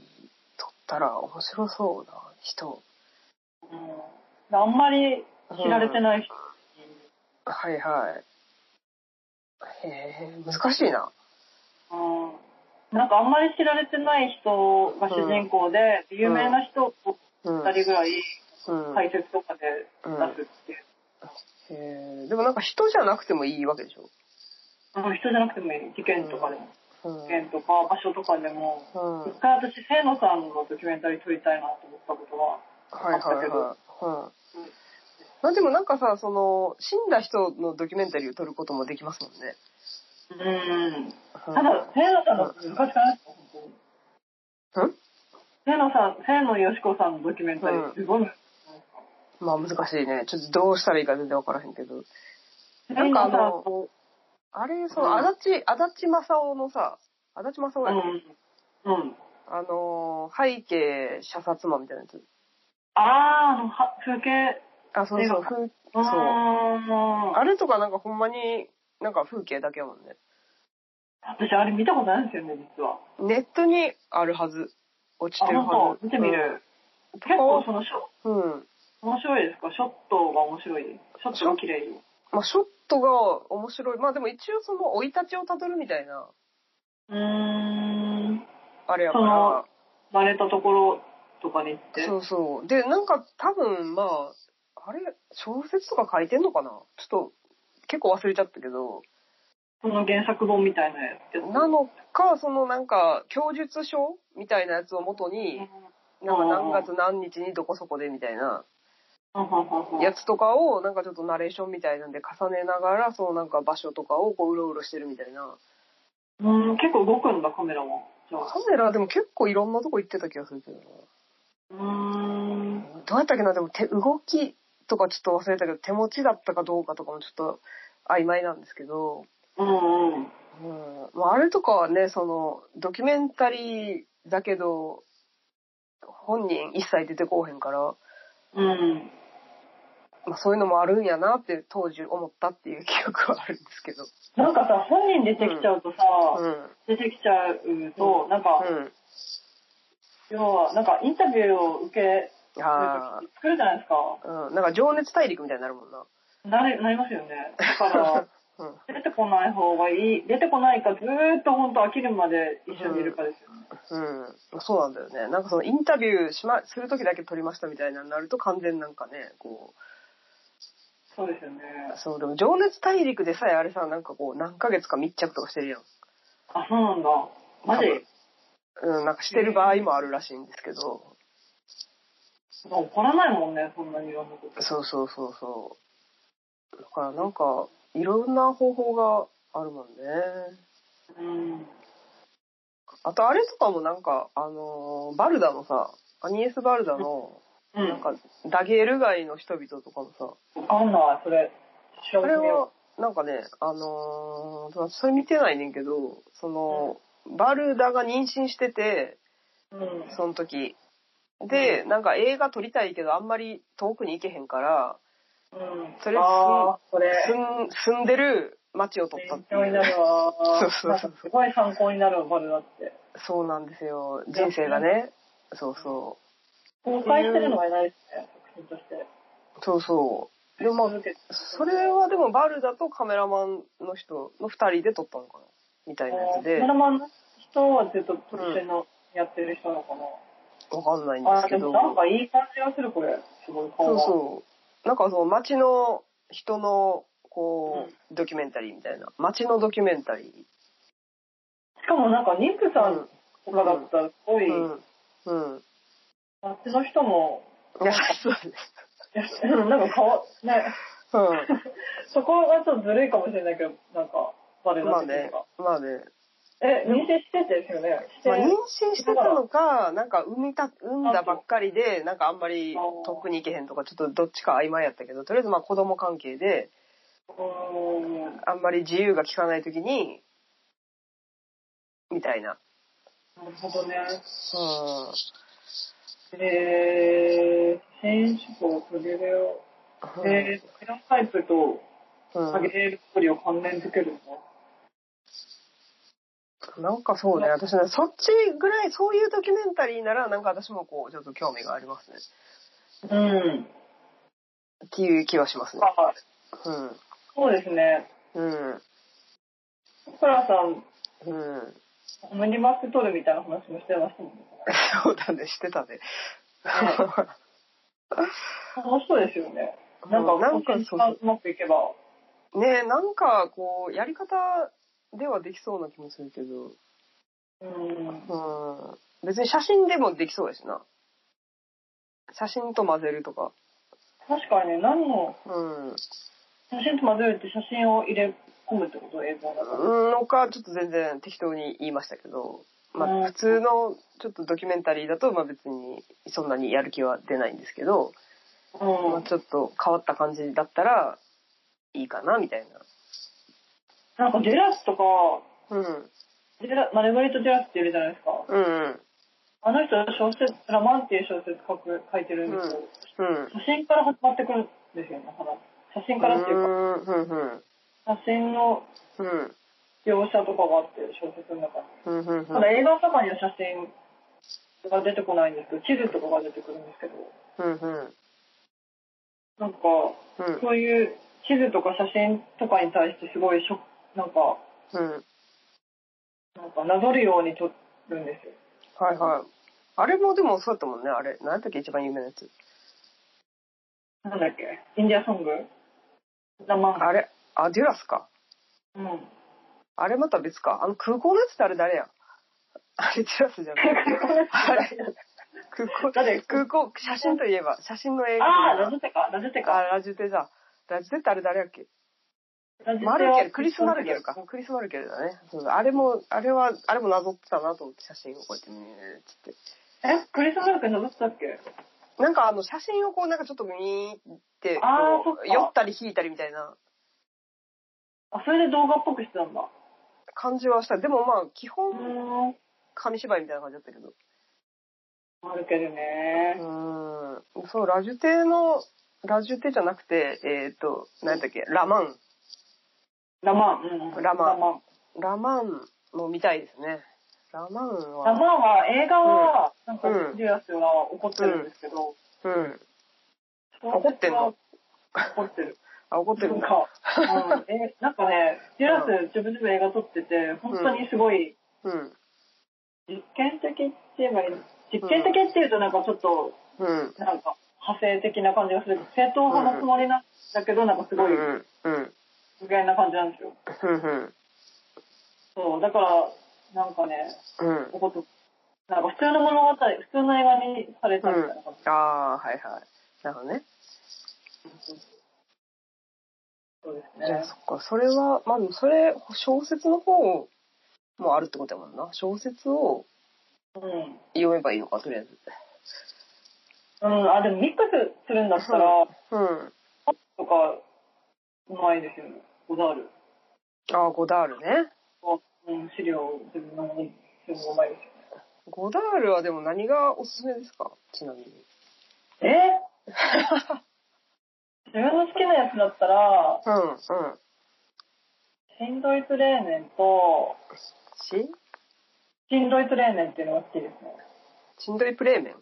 [SPEAKER 1] 撮ったら面白そうな人。
[SPEAKER 2] うん、あんまり知られてない人、
[SPEAKER 1] はいはい。へえ、難しいな。
[SPEAKER 2] うんなんかあんまり知られてない人が主人公で、有名な人を
[SPEAKER 1] うん。
[SPEAKER 2] 2人ぐらい
[SPEAKER 1] うん
[SPEAKER 2] 解説とかで出すっていう、
[SPEAKER 1] へえでもなんか人じゃなくてもいいわけでしょ。
[SPEAKER 2] うん人じゃなくてもいい事件とかでも、
[SPEAKER 1] うん。
[SPEAKER 2] 事件とか場所とかでも
[SPEAKER 1] うん。はい
[SPEAKER 2] 一回私清野さんのドキュメンタリー撮りたいなと思ったことは
[SPEAKER 1] はいはい。うん
[SPEAKER 2] うん。
[SPEAKER 1] まあでもなんかさ、その、死んだ人のドキュメンタリーを撮ることもできますもんね。
[SPEAKER 2] うん
[SPEAKER 1] うん
[SPEAKER 2] ただ清野さんの昔からですか本当
[SPEAKER 1] う
[SPEAKER 2] に
[SPEAKER 1] ん
[SPEAKER 2] 清野さん、清野よしこさんのドキュメンタリ
[SPEAKER 1] うん
[SPEAKER 2] ー、すごい。
[SPEAKER 1] まあ難しいね。ちょっとどうしたらいいか全然わからへんけど。な
[SPEAKER 2] 清
[SPEAKER 1] ん
[SPEAKER 2] 野
[SPEAKER 1] か
[SPEAKER 2] さ
[SPEAKER 1] あ
[SPEAKER 2] ん
[SPEAKER 1] の
[SPEAKER 2] と、
[SPEAKER 1] あれ、その、足立、足立正夫のさ、足立正
[SPEAKER 2] う
[SPEAKER 1] 夫やっけ
[SPEAKER 2] ん。うん。
[SPEAKER 1] あのー背景射殺魔みたいなやつ。
[SPEAKER 2] ああ、あの、は風景。
[SPEAKER 1] あ、そうそう、
[SPEAKER 2] 映画
[SPEAKER 1] 風景。
[SPEAKER 2] うーん。
[SPEAKER 1] あれとかなんかほんまに、なんか風景だけやもんね。
[SPEAKER 2] 私、あれ見たことないんですよね、実は。
[SPEAKER 1] ネットにあるはず。落ち
[SPEAKER 2] あ、
[SPEAKER 1] てるは
[SPEAKER 2] 本
[SPEAKER 1] ず。
[SPEAKER 2] 当見てみる。
[SPEAKER 1] うん。と
[SPEAKER 2] 結
[SPEAKER 1] か
[SPEAKER 2] 構
[SPEAKER 1] を、
[SPEAKER 2] そのショ、
[SPEAKER 1] うん。
[SPEAKER 2] 面白いですかショットが面白い。ショットが綺麗よ。
[SPEAKER 1] まあ、ショットが面白い。まあでも一応その、生い立ちをたどるみたいな、
[SPEAKER 2] うーん。
[SPEAKER 1] あれやから。
[SPEAKER 2] バレたところとかに行って。
[SPEAKER 1] そうそう。で、なんか多分、まあ、あれ、小説とか書いてんのかなちょっと、結構忘れちゃったけど。
[SPEAKER 2] その原作本みたいなやつ。
[SPEAKER 1] なのか、そのなんか、供述書みたいなやつを元に、なんか何月何日にどこそこでみたいな
[SPEAKER 2] うん。
[SPEAKER 1] やつとかをなんかちょっとナレーションみたいなんで重ねながらそのなんか場所とかをこううろうろしてるみたいな
[SPEAKER 2] うん、結構動くんだ、カメラは。じゃあ
[SPEAKER 1] カ。メラでも結構いろんなとこ行ってた気がするけどな
[SPEAKER 2] うーん。
[SPEAKER 1] どうやったっけなでも手動きとかちょっと忘れたけど手持ちだったかどうかとかもちょっと曖昧なんですけど、
[SPEAKER 2] うんうん。
[SPEAKER 1] うんまあ、あれとかはねそのドキュメンタリーだけど本人一切出てこうへんから
[SPEAKER 2] うん。
[SPEAKER 1] まあ、そういうのもあるんやなって当時思ったっていう記憶はあるんですけど。
[SPEAKER 2] なんかさ、本人出てきちゃうとさ、
[SPEAKER 1] うん。
[SPEAKER 2] 出てきちゃうと、なんか、
[SPEAKER 1] う
[SPEAKER 2] 要は、なんかインタビューを受け
[SPEAKER 1] ん。
[SPEAKER 2] ると
[SPEAKER 1] あ
[SPEAKER 2] き作るじゃないですか。
[SPEAKER 1] あ。うん。なんか情熱大陸みたいになるもんな。
[SPEAKER 2] なれ、なりますよね。だ から、
[SPEAKER 1] うん。
[SPEAKER 2] 出てこない方がいい。出てこないか、ずーっと本当飽きるまで一緒にいるかですよね。
[SPEAKER 1] うん。そうなんだよね。なんかそのインタビューしま、するときだけ撮りましたみたいなのになると完全なんかね、こ
[SPEAKER 2] そうですよね。
[SPEAKER 1] う。そう、でも情熱大陸でさえあれさ、なんかこう何ヶ月か密着とかしてるやん。
[SPEAKER 2] あ、そうなんだ。マジ
[SPEAKER 1] 多分うん、なんかしてる場合もあるらしいんですけど。
[SPEAKER 2] 怒らないもんね、そんなにいろんなこと。
[SPEAKER 1] そうそうそうそう。だからなんか、いろんな方法があるもんね。
[SPEAKER 2] うん。
[SPEAKER 1] あとあれとかもなんか、あのーバルダのさ、アニエス・バルダの、
[SPEAKER 2] うん。
[SPEAKER 1] なんか、ダゲール街の人々とかもさ、
[SPEAKER 2] わかんない、それ。調
[SPEAKER 1] あ
[SPEAKER 2] べ
[SPEAKER 1] れ
[SPEAKER 2] てみよ
[SPEAKER 1] は、なんかね、あのーそれ見てないねんけど、その、バルダが妊娠してて、
[SPEAKER 2] う。うん。
[SPEAKER 1] その時。で、なんか映画撮りたいけど、あんまり遠くに行けへんから、
[SPEAKER 2] うん。
[SPEAKER 1] それ
[SPEAKER 2] あー、それ。
[SPEAKER 1] 住ん住んでる町を撮ったっ
[SPEAKER 2] 勉
[SPEAKER 1] て
[SPEAKER 2] 強に
[SPEAKER 1] い
[SPEAKER 2] な
[SPEAKER 1] う。
[SPEAKER 2] るわ。
[SPEAKER 1] そうそうそう
[SPEAKER 2] なんかすごい参考になるわ、バルだって。
[SPEAKER 1] そうなんですよ。人生がね。そうそ
[SPEAKER 2] 公開してるのがいないですね、作品として。
[SPEAKER 1] う。そうそう。でもまあ
[SPEAKER 2] 続、けて
[SPEAKER 1] それはでもバルダとカメラマンの人の二人で撮ったのかなみたいなやつ
[SPEAKER 2] カ
[SPEAKER 1] で
[SPEAKER 2] メ、ラマンの人はずっと撮ってんの、やってる人なのかな。
[SPEAKER 1] わかんないんです
[SPEAKER 2] あ、
[SPEAKER 1] け
[SPEAKER 2] で
[SPEAKER 1] ど
[SPEAKER 2] も。なんかいい感じがする、これ。すごい顔
[SPEAKER 1] そう
[SPEAKER 2] が。
[SPEAKER 1] そう。なんかその街の人の、こう、ドキュメンタリーみたいな。街のドキュメンタリ
[SPEAKER 2] しかもなんか、妊婦
[SPEAKER 1] ー。
[SPEAKER 2] さんとかだったら、すごい、
[SPEAKER 1] うん。うん。
[SPEAKER 2] 街の人も、
[SPEAKER 1] いや、そうです。
[SPEAKER 2] いやうんなんか顔、ね、
[SPEAKER 1] う
[SPEAKER 2] そこはちょっとずるいかもしれないけど、なんか、バ レ
[SPEAKER 1] ん。まあ
[SPEAKER 2] ないってい
[SPEAKER 1] ね
[SPEAKER 2] うか。。
[SPEAKER 1] まあね。
[SPEAKER 2] え、妊娠しててですよね。して
[SPEAKER 1] まあ、妊娠してたのか、なんか産みた、産んだばっかりで、なんかあんまり遠くに行けへんとか、ちょっとどっちか曖昧やったけど、とりあえずまあ子供関係で、
[SPEAKER 2] うーん
[SPEAKER 1] あんまり自由が利かない時に、みたいな。
[SPEAKER 2] なるほどね。
[SPEAKER 1] うん。
[SPEAKER 2] えー、選手とトゲレを、えー、クランタイプと
[SPEAKER 1] うん
[SPEAKER 2] ハゲレールポリを関連づけるの
[SPEAKER 1] なんかそうね、私ね、そっちぐらい、そういうドキュメンタリーなら、なんか私もこう、ちょっと興味がありますね。
[SPEAKER 2] うん。
[SPEAKER 1] っていう気はしますね。
[SPEAKER 2] あ、
[SPEAKER 1] うん。
[SPEAKER 2] そうですね。
[SPEAKER 1] うん。
[SPEAKER 2] ソラさん、
[SPEAKER 1] うん。
[SPEAKER 2] オムニバス撮るみたいな話もしてましたもんね。
[SPEAKER 1] そうだね、してたね。
[SPEAKER 2] 楽しそうですよね。なんか、
[SPEAKER 1] うんなんかそうそう
[SPEAKER 2] うまくいけば。
[SPEAKER 1] ねえ、なんかこう、やり方ではできそうな気もするけど、
[SPEAKER 2] うん。
[SPEAKER 1] うん。別に写真でもできそうやしな。写真と混ぜるとか。
[SPEAKER 2] 確かにね、何の
[SPEAKER 1] うん。
[SPEAKER 2] 写真と混ぜるって写真を入れ込むってこと映像だから。
[SPEAKER 1] うんのか、ちょっと全然適当に言いましたけど、ま
[SPEAKER 2] う
[SPEAKER 1] あ
[SPEAKER 2] ん
[SPEAKER 1] 普通のちょっとドキュメンタリーだと、まあ別にそんなにやる気は出ないんですけど、ま
[SPEAKER 2] う
[SPEAKER 1] あ
[SPEAKER 2] ん。
[SPEAKER 1] ちょっと変わった感じだったらいいかな、みたい
[SPEAKER 2] なんかデラスとか、
[SPEAKER 1] な。うん。
[SPEAKER 2] デラマルガリート・デラスっているじゃないですか。
[SPEAKER 1] うん。
[SPEAKER 2] あの人小説、ラマンっていう小説書く書いてるんですけど、
[SPEAKER 1] うん。
[SPEAKER 2] 写真から始まってくるんですよね、話写真からっていうか、
[SPEAKER 1] うん。うん。
[SPEAKER 2] 写真の
[SPEAKER 1] うん。
[SPEAKER 2] 描写とかがあって、小説の中に。
[SPEAKER 1] うん。うん。
[SPEAKER 2] ただ映画の中には写真が出てこないんですけど、地図とかが出てくるんですけど、
[SPEAKER 1] うん。うん。
[SPEAKER 2] なんか、
[SPEAKER 1] うん。
[SPEAKER 2] そういう地図とか写真とかに対してすごいショックなんか、
[SPEAKER 1] うん。
[SPEAKER 2] なんかなぞるように撮るんですよ。
[SPEAKER 1] はいはい。あれもでもそうだったもんね、あれ。何だっけ、一番有名なやつ。
[SPEAKER 2] なんだっけインディアソングラマン。
[SPEAKER 1] あれ、あ、デュラスか。
[SPEAKER 2] うん。
[SPEAKER 1] あれまた別か。あの空港のやつってあれ誰やあれデュラスじゃない。あれ空港、
[SPEAKER 2] 誰
[SPEAKER 1] 空港、写真といえば、写真の映画。
[SPEAKER 2] ああ、ラジテか、ラジテ
[SPEAKER 1] あ
[SPEAKER 2] か。
[SPEAKER 1] ラジテだ。ラジテってあれ誰やっけ
[SPEAKER 2] ラジテは
[SPEAKER 1] マルケル、クリス・マルケルか。クリス・マルケルだね。そうだあれも、あれは、あれもなぞってたなと思って写真をこうやって見るっつって。
[SPEAKER 2] え、クリスマスに登ったっけ
[SPEAKER 1] なんかあの写真をこうなんかちょっと見て、
[SPEAKER 2] あ
[SPEAKER 1] こ
[SPEAKER 2] ーそっ
[SPEAKER 1] う
[SPEAKER 2] か
[SPEAKER 1] 酔ったり引いたりみたいな
[SPEAKER 2] あ、それで動画っぽくしてたんだ。
[SPEAKER 1] 感じはした。でもまあ基本
[SPEAKER 2] ん。
[SPEAKER 1] 紙芝居みたいな感じだったけど。
[SPEAKER 2] あるけどね。
[SPEAKER 1] うん。そう、ラジュテの、ラジュテじゃなくて、えっ、と、何だっけ、ラマン。
[SPEAKER 2] ラマン。うん
[SPEAKER 1] ラマン
[SPEAKER 2] ラマン
[SPEAKER 1] ラマンも見たいですね。ラマン
[SPEAKER 2] ラ
[SPEAKER 1] は、
[SPEAKER 2] マンは映画は、なんか
[SPEAKER 1] うん、
[SPEAKER 2] ジュアスは怒ってるんですけど、
[SPEAKER 1] うん。
[SPEAKER 2] 小説は
[SPEAKER 1] 怒ってんの
[SPEAKER 2] 怒っ てる。
[SPEAKER 1] あ、怒って
[SPEAKER 2] な
[SPEAKER 1] る
[SPEAKER 2] ん
[SPEAKER 1] んだ。
[SPEAKER 2] か、うんえなんかね、ジュラス自分でも映画撮ってて、本当にすごい
[SPEAKER 1] うん。
[SPEAKER 2] 実験的って言えばいいの実験的っていうとなんかちょっと、
[SPEAKER 1] うん。
[SPEAKER 2] なんか派生的な感じがする。正統派のつもりなんだけど、なんかす
[SPEAKER 1] うん。
[SPEAKER 2] ごい
[SPEAKER 1] うん。うん。
[SPEAKER 2] 無限な感じなんですよ。
[SPEAKER 1] うん。
[SPEAKER 2] そう、だから、なんかね、
[SPEAKER 1] うん。
[SPEAKER 2] 怒ってなんか普通の物語、普通の映画にされたみたいな感じ。
[SPEAKER 1] ああ、はいはい。なるほどね。
[SPEAKER 2] そうです
[SPEAKER 1] じゃあ
[SPEAKER 2] ね。
[SPEAKER 1] そっか、それは、まあでもそれ、小説の方もあるってことやもんな。小説を
[SPEAKER 2] うん。
[SPEAKER 1] 読めばいいのか、とりあえず。
[SPEAKER 2] うん、あ、でもミックスするんだったら、
[SPEAKER 1] うん。
[SPEAKER 2] とか、うまいですよね。ゴダール。
[SPEAKER 1] ああ、ゴダールね。
[SPEAKER 2] うん、資料を全部飲むのもうまいですよ。
[SPEAKER 1] ゴダールはでも何がおすすめですかちなみに。
[SPEAKER 2] え自分の好きなやつだったら、
[SPEAKER 1] うん、うん。
[SPEAKER 2] 新ドイツ冷麺と、
[SPEAKER 1] し
[SPEAKER 2] 新ドイツ冷麺っていうのが好きですね。
[SPEAKER 1] しんどいプレーメン。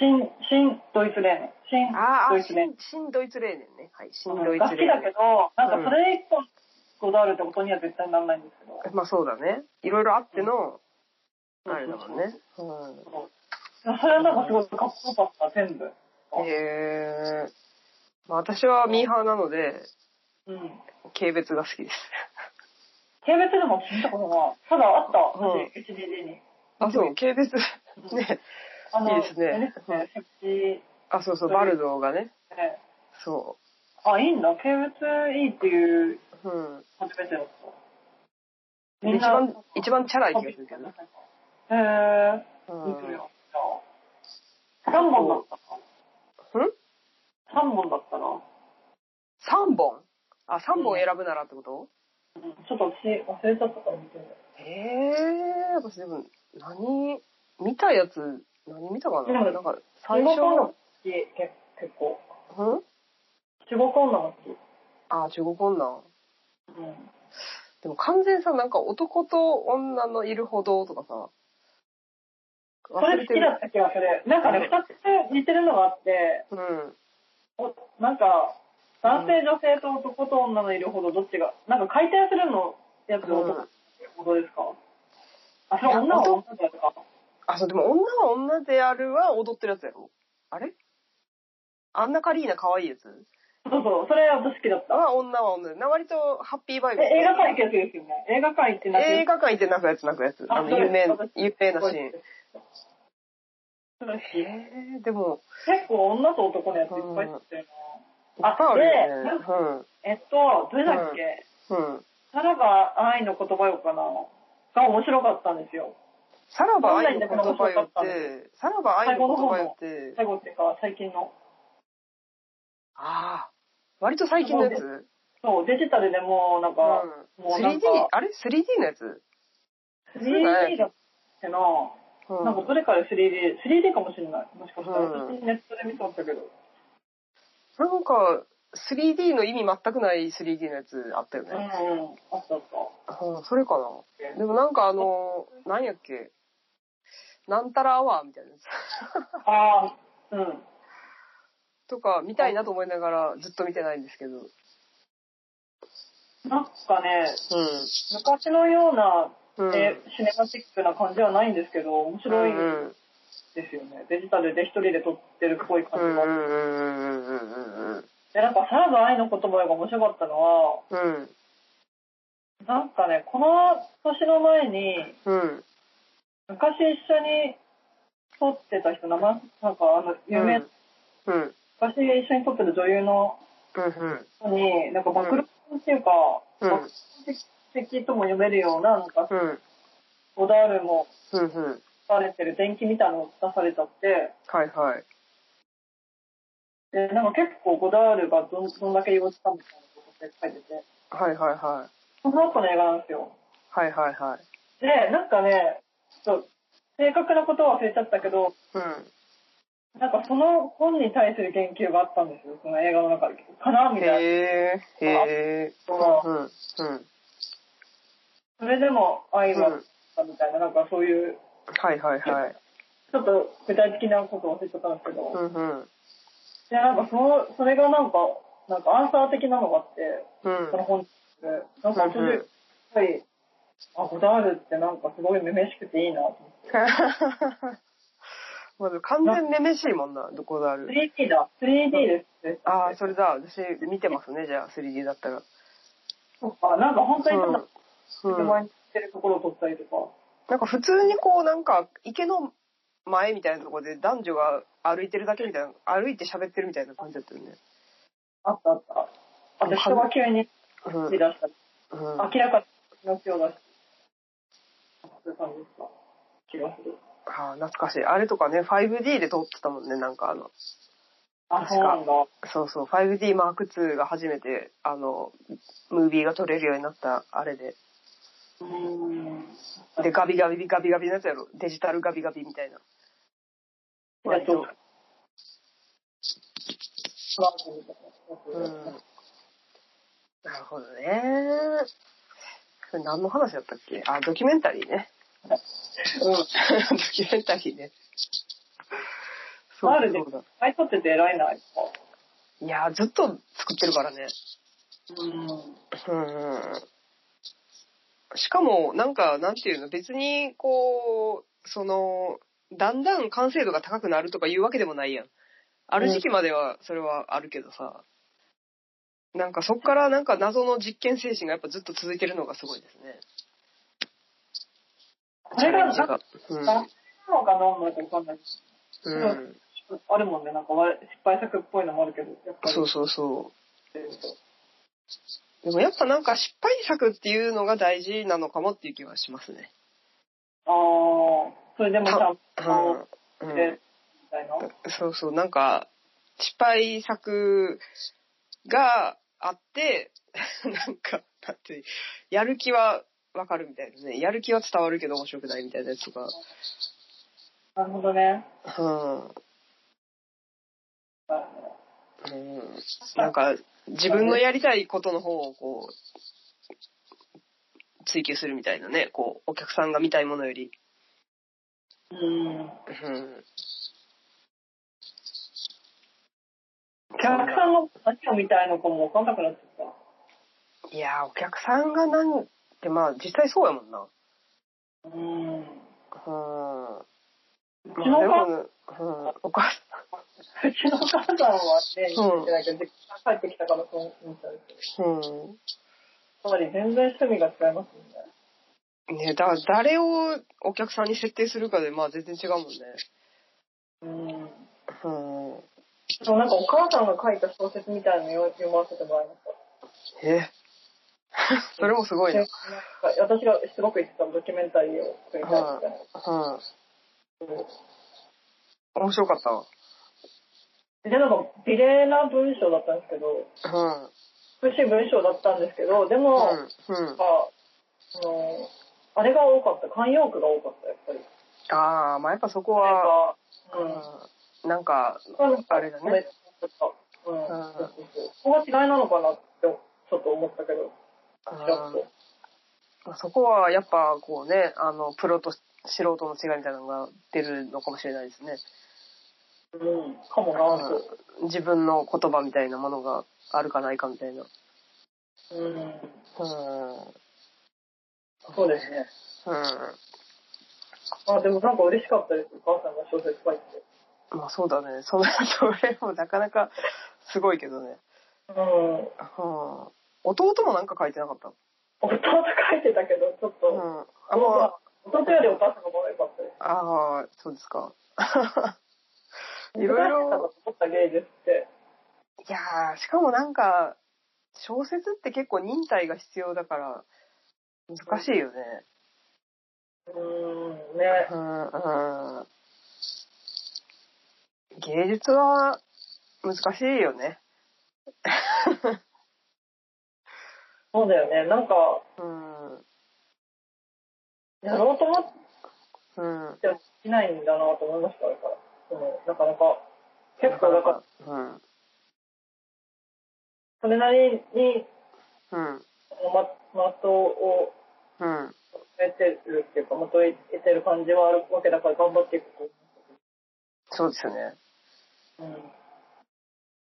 [SPEAKER 2] 新、新ドイツ冷麺。新
[SPEAKER 1] あー
[SPEAKER 2] ド
[SPEAKER 1] あ、
[SPEAKER 2] イ
[SPEAKER 1] し
[SPEAKER 2] ツ
[SPEAKER 1] ん
[SPEAKER 2] 冷麺。
[SPEAKER 1] しんどいつレーメンね。はい、しんどい
[SPEAKER 2] が好
[SPEAKER 1] つ
[SPEAKER 2] き
[SPEAKER 1] レー
[SPEAKER 2] だ
[SPEAKER 1] メ
[SPEAKER 2] けど、なんかそれ一本こだわるってことには絶対ならないんですけど。
[SPEAKER 1] ン。まあそうだね。いろいろあっての、あれだもんね。うん。
[SPEAKER 2] それはなんかすごいかっこよかった、全部。
[SPEAKER 1] へえ。まあ私はミーハーなので、
[SPEAKER 2] うん。
[SPEAKER 1] 軽蔑が好きです。
[SPEAKER 2] 軽蔑でも聞いたことない。ただあった、
[SPEAKER 1] うん
[SPEAKER 2] 私、HDD に。
[SPEAKER 1] あ、そう、軽蔑。ね。
[SPEAKER 2] あの、
[SPEAKER 1] いいですね
[SPEAKER 2] あれですね、セクシー
[SPEAKER 1] あ、そうそう、バルドーがね。
[SPEAKER 2] で。
[SPEAKER 1] そ
[SPEAKER 2] あ、いいんだ。軽蔑いいっていう
[SPEAKER 1] う。うん。
[SPEAKER 2] 初めてだった。
[SPEAKER 1] 一番、一番チャラい気がするけどね。
[SPEAKER 2] へえ
[SPEAKER 1] う
[SPEAKER 2] ー、
[SPEAKER 1] ん。
[SPEAKER 2] 見てみよう。3本だった
[SPEAKER 1] うん
[SPEAKER 2] な。3本だったな。う
[SPEAKER 1] ?3 本あ、3本選ぶならってこと
[SPEAKER 2] んちょっと私忘れちゃったから見てみよう。
[SPEAKER 1] へえ、私でも、何、見たやつ、何見たかな
[SPEAKER 2] うん
[SPEAKER 1] なんか、
[SPEAKER 2] 中
[SPEAKER 1] 最
[SPEAKER 2] 国
[SPEAKER 1] 初
[SPEAKER 2] 女
[SPEAKER 1] の
[SPEAKER 2] 好、き、結結構。
[SPEAKER 1] うん
[SPEAKER 2] 中国女が好き。
[SPEAKER 1] あ、中国女。
[SPEAKER 2] うん。
[SPEAKER 1] でも完全さ、なんか男と女のいる歩道とかさ、
[SPEAKER 2] それ好きだった気がする。なんかね、二つ似てるのがあって、
[SPEAKER 1] うん。
[SPEAKER 2] おなんか、男性、女性と男と女のいるほどどっちが、なんか回転するのやつが男ほどですか、あ、それ女は女だとか。
[SPEAKER 1] あ、そう、でも女は女であるは踊ってるやつやろあれアンナカリーナ可愛いやつ
[SPEAKER 2] そうそう、それ私好きだった。
[SPEAKER 1] は女は女で、な割とハッピーバイブ。
[SPEAKER 2] え映画館行くやつですよね。映画館行ってな
[SPEAKER 1] 映画館行って泣くやつ泣くやつ。あの、
[SPEAKER 2] そうで
[SPEAKER 1] 有
[SPEAKER 2] す
[SPEAKER 1] 名
[SPEAKER 2] そうです、
[SPEAKER 1] 有名なシーン。
[SPEAKER 2] それ好き
[SPEAKER 1] へえ、でも、
[SPEAKER 2] 結構女と男のやついっぱい知ってる
[SPEAKER 1] いっ
[SPEAKER 2] な。
[SPEAKER 1] ぱいあるよね
[SPEAKER 2] で、。えっと、どれだっ
[SPEAKER 1] う
[SPEAKER 2] け、
[SPEAKER 1] ん。うん。
[SPEAKER 2] さらば愛の言葉よかなが面白かったんですよ。
[SPEAKER 1] さらば愛の言葉よって、さらば愛の言葉よって、
[SPEAKER 2] 最後っていうか、最近の。
[SPEAKER 1] ああ、割と最近のやつ。
[SPEAKER 2] そう、デジタルでもうなんか、もう
[SPEAKER 1] う。
[SPEAKER 2] な
[SPEAKER 1] 3D
[SPEAKER 2] んんか、
[SPEAKER 1] あれ ?3D のやつ
[SPEAKER 2] 3D だってな、
[SPEAKER 1] うん
[SPEAKER 2] なんかどれから 3D、3D かもしれない。もしかしたら、
[SPEAKER 1] うん
[SPEAKER 2] 私ネットで見たんだけど。
[SPEAKER 1] なんか、3D の意味全くない 3D のやつあったよ
[SPEAKER 2] うんうん
[SPEAKER 1] ね。、
[SPEAKER 2] あったあった。
[SPEAKER 1] うん、それかな。でもなんかあの、なんやっけ、なんたらアワーみたいなやつ
[SPEAKER 2] ああ、うん。
[SPEAKER 1] とか見たいなと思いながらずっと見てないんですけど。
[SPEAKER 2] なんかね、
[SPEAKER 1] うん。
[SPEAKER 2] 昔のような、
[SPEAKER 1] うん
[SPEAKER 2] えシネマチックな感じはないんですけど、面白い
[SPEAKER 1] うんうん
[SPEAKER 2] ですよね。デジタルで一人で撮ってるっぽい感
[SPEAKER 1] う
[SPEAKER 2] じ
[SPEAKER 1] ん
[SPEAKER 2] が。
[SPEAKER 1] うんうんうんうん
[SPEAKER 2] で、なんか、さらば愛の言葉が面白かったのは、
[SPEAKER 1] うん
[SPEAKER 2] なんかね、この年の前に、
[SPEAKER 1] うん
[SPEAKER 2] 昔一緒に撮ってた人、名前、なんかあの、有
[SPEAKER 1] う
[SPEAKER 2] 名、
[SPEAKER 1] ん
[SPEAKER 2] 昔一緒に撮ってた女優の
[SPEAKER 1] うん
[SPEAKER 2] 人に、なんか暴露本っていうか、
[SPEAKER 1] うん
[SPEAKER 2] 暴露的とも読めるような、なんか
[SPEAKER 1] う、ん
[SPEAKER 2] オダールも
[SPEAKER 1] うんうん
[SPEAKER 2] 書かれてる伝記みたいなのが出されちゃって、
[SPEAKER 1] はいはい
[SPEAKER 2] で、なんか結構ゴダールがどんどんだけ用意したみたいなことって書いてて、
[SPEAKER 1] はいはいはい
[SPEAKER 2] その後の映画なんですよ。
[SPEAKER 1] はいはいはい
[SPEAKER 2] で、なんかね、ちょっと、正確なことは忘れちゃったけど、
[SPEAKER 1] うん。
[SPEAKER 2] なんかその本に対する言及があったんですよ、その映画の中で。かなみたいな。
[SPEAKER 1] へえ、へえ。
[SPEAKER 2] そう
[SPEAKER 1] うん、うん。うん。
[SPEAKER 2] それでも愛はあったみたいな、なんかそういう、
[SPEAKER 1] はいはいはい。
[SPEAKER 2] ちょっと具体的なことを忘れちゃったんですけど、
[SPEAKER 1] うんうん。
[SPEAKER 2] で、なんかその、それがなんか、なんかアンサー的なのがあって、
[SPEAKER 1] うん
[SPEAKER 2] その本で、なんか私、
[SPEAKER 1] うんうん
[SPEAKER 2] やっぱり、あ、ゴダールってなんかすごいめめしくていいなと思っ
[SPEAKER 1] まず完全めめしいもんな、どこである。
[SPEAKER 2] て。3D だ。3D ですって。
[SPEAKER 1] ああ、それだ。私見てますね、じゃあ 3D だったら。
[SPEAKER 2] そっか、なんか本当にただ、
[SPEAKER 1] うんうん
[SPEAKER 2] 車に行ってるところを撮ったりとか。
[SPEAKER 1] なんか普通にこうなんか池の前みたいなところで男女が歩いてるだけみたいな、歩いて喋ってるみたいな感じだったよね。
[SPEAKER 2] あったあった。あと人が急に
[SPEAKER 1] うん。
[SPEAKER 2] 出したり、
[SPEAKER 1] うん、
[SPEAKER 2] 明らかに気を出して。そういう感じですか。気がする。
[SPEAKER 1] ああ、懐かしい。あれとかね、5D で撮ってたもんね、なんかあの、
[SPEAKER 2] あ、そうなんだ。
[SPEAKER 1] そうそう、5D マーク2が初めて、あの、ムービーが撮れるようになった、あれで。
[SPEAKER 2] うーん。
[SPEAKER 1] で、ガビガビガビガビのやつやろ。デジタルガビガビみたいな。
[SPEAKER 2] 割と。
[SPEAKER 1] うん。なるほどね。それ何の話だったっけあ、ドキュメンタリーね。うん。 ドキュメンタリーね。そう
[SPEAKER 2] あ
[SPEAKER 1] だ
[SPEAKER 2] るで
[SPEAKER 1] そうだ。
[SPEAKER 2] 買い取ってて偉いな、やっぱ。
[SPEAKER 1] いやー、ずっと作ってるからね。
[SPEAKER 2] うん。
[SPEAKER 1] うんうん。しかも、なんか、なんていうの、別に、こう、その、だんだん完成度が高くなるとかいうわけでもないやん。ある時期までは、それはあるけどさ。なんか、そっから、なんか、謎の実験精神がやっぱずっと続いてるのがすごいですね。
[SPEAKER 2] これが、なん
[SPEAKER 1] チャ
[SPEAKER 2] か、
[SPEAKER 1] レンジが
[SPEAKER 2] なのかなんなのかわかんない。
[SPEAKER 1] うん。
[SPEAKER 2] な
[SPEAKER 1] うん。
[SPEAKER 2] あるもんね、なんかわ失敗作っぽいのもあるけど、やっぱり。
[SPEAKER 1] そうそうそう。
[SPEAKER 2] う。
[SPEAKER 1] でもやっぱなんか失敗作っていうのが大事なのかもっていう気はしますね。
[SPEAKER 2] ああ、それでもちゃんと、
[SPEAKER 1] うん。うん
[SPEAKER 2] で、みたいな。
[SPEAKER 1] そうそう、なんか、失敗作があって、 なんか、だって、やる気はわかるみたいなね。やる気は伝わるけど面白くないみたいなやつとか。
[SPEAKER 2] なるほどね。
[SPEAKER 1] うん。うん。なんか、自分のやりたいことの方をこう、追求するみたいなね。こう、お客さんが見たいものより。
[SPEAKER 2] うん。
[SPEAKER 1] うん。
[SPEAKER 2] お客さんの何を見たいのかもわかんなくなっちゃっ
[SPEAKER 1] いやー、お客さんがなんて、まあ実際そうやもんな。
[SPEAKER 2] た。うん。う
[SPEAKER 1] うん。
[SPEAKER 2] ちの
[SPEAKER 1] まあ
[SPEAKER 2] お
[SPEAKER 1] でも
[SPEAKER 2] 母さん、
[SPEAKER 1] うん、お母さ
[SPEAKER 2] うちのお母さんはね、
[SPEAKER 1] うん
[SPEAKER 2] 見てないけど、実家帰ってきたからそう思ったんですけど。
[SPEAKER 1] ん、う
[SPEAKER 2] つまり全然趣味が違いますもんね。
[SPEAKER 1] ん。ね、だから誰をお客さんに設定するかで、まあ全然違うもんね。
[SPEAKER 2] うん。
[SPEAKER 1] うん。
[SPEAKER 2] でもなんかお母さんが書いた小説みたいなのを読ませてもらいました。
[SPEAKER 1] え それもすごいな。う
[SPEAKER 2] なんか私がすごく言ってたドキュメンタリーを作りたいみたいな。
[SPEAKER 1] ん。面白かったわ。
[SPEAKER 2] で、なんか、美麗な文章だったんですけど、
[SPEAKER 1] うん。
[SPEAKER 2] 美しい文章だったんですけど、でも、なんか、
[SPEAKER 1] うん。うん。
[SPEAKER 2] あの、あれが多かった、慣用句が多かった、やっぱり。
[SPEAKER 1] ああ、まあやっぱそこは、
[SPEAKER 2] ああ、うん。
[SPEAKER 1] うん、なんか、あれだね。
[SPEAKER 2] うん。
[SPEAKER 1] ん
[SPEAKER 2] そうそうそうそこが違いなのかなって、ちょっと思ったけど、ちょっ
[SPEAKER 1] うん
[SPEAKER 2] と。
[SPEAKER 1] まあそこはやっぱこうね、あの、プロと素人の違いみたいなのが出るのかもしれないですね。
[SPEAKER 2] うん。かもなぁと。
[SPEAKER 1] うん自分の言葉みたいなものがあるかないかみたいな。
[SPEAKER 2] うん。
[SPEAKER 1] うん。
[SPEAKER 2] そうですね。
[SPEAKER 1] う
[SPEAKER 2] あ、でもなんか嬉しかったです、お母さんが小説書いて。
[SPEAKER 1] ん。まあそうだね。そのそれもなかなかすごいけどね。
[SPEAKER 2] うん。
[SPEAKER 1] うん。弟もなんか書いてなかった。
[SPEAKER 2] 弟書いてたけど、ちょっ
[SPEAKER 1] う
[SPEAKER 2] と、
[SPEAKER 1] ん。あ、ま
[SPEAKER 2] 弟よりお母さんの方が良かったです。
[SPEAKER 1] あ、ああ、そうですか。 いろい
[SPEAKER 2] 難しかった
[SPEAKER 1] ろ、
[SPEAKER 2] と思った芸術って。
[SPEAKER 1] いやーしかもなんか、小説って結構忍耐が必要だから、難しいよね。
[SPEAKER 2] うーん、ね
[SPEAKER 1] う。ん、うん。芸術は難しいよね。
[SPEAKER 2] そうだよね。なんか、
[SPEAKER 1] うん。
[SPEAKER 2] やろうと思っ
[SPEAKER 1] うん。
[SPEAKER 2] でもできないんだなと思いました、だから。そのなかなか。結構、だから、
[SPEAKER 1] うん。
[SPEAKER 2] それなりに、
[SPEAKER 1] うん。
[SPEAKER 2] ま、まとを
[SPEAKER 1] うん。
[SPEAKER 2] 得てるっていうか、まとえてる感じはあるわけだから、頑張っていくこ
[SPEAKER 1] そうですよね。
[SPEAKER 2] う。うん。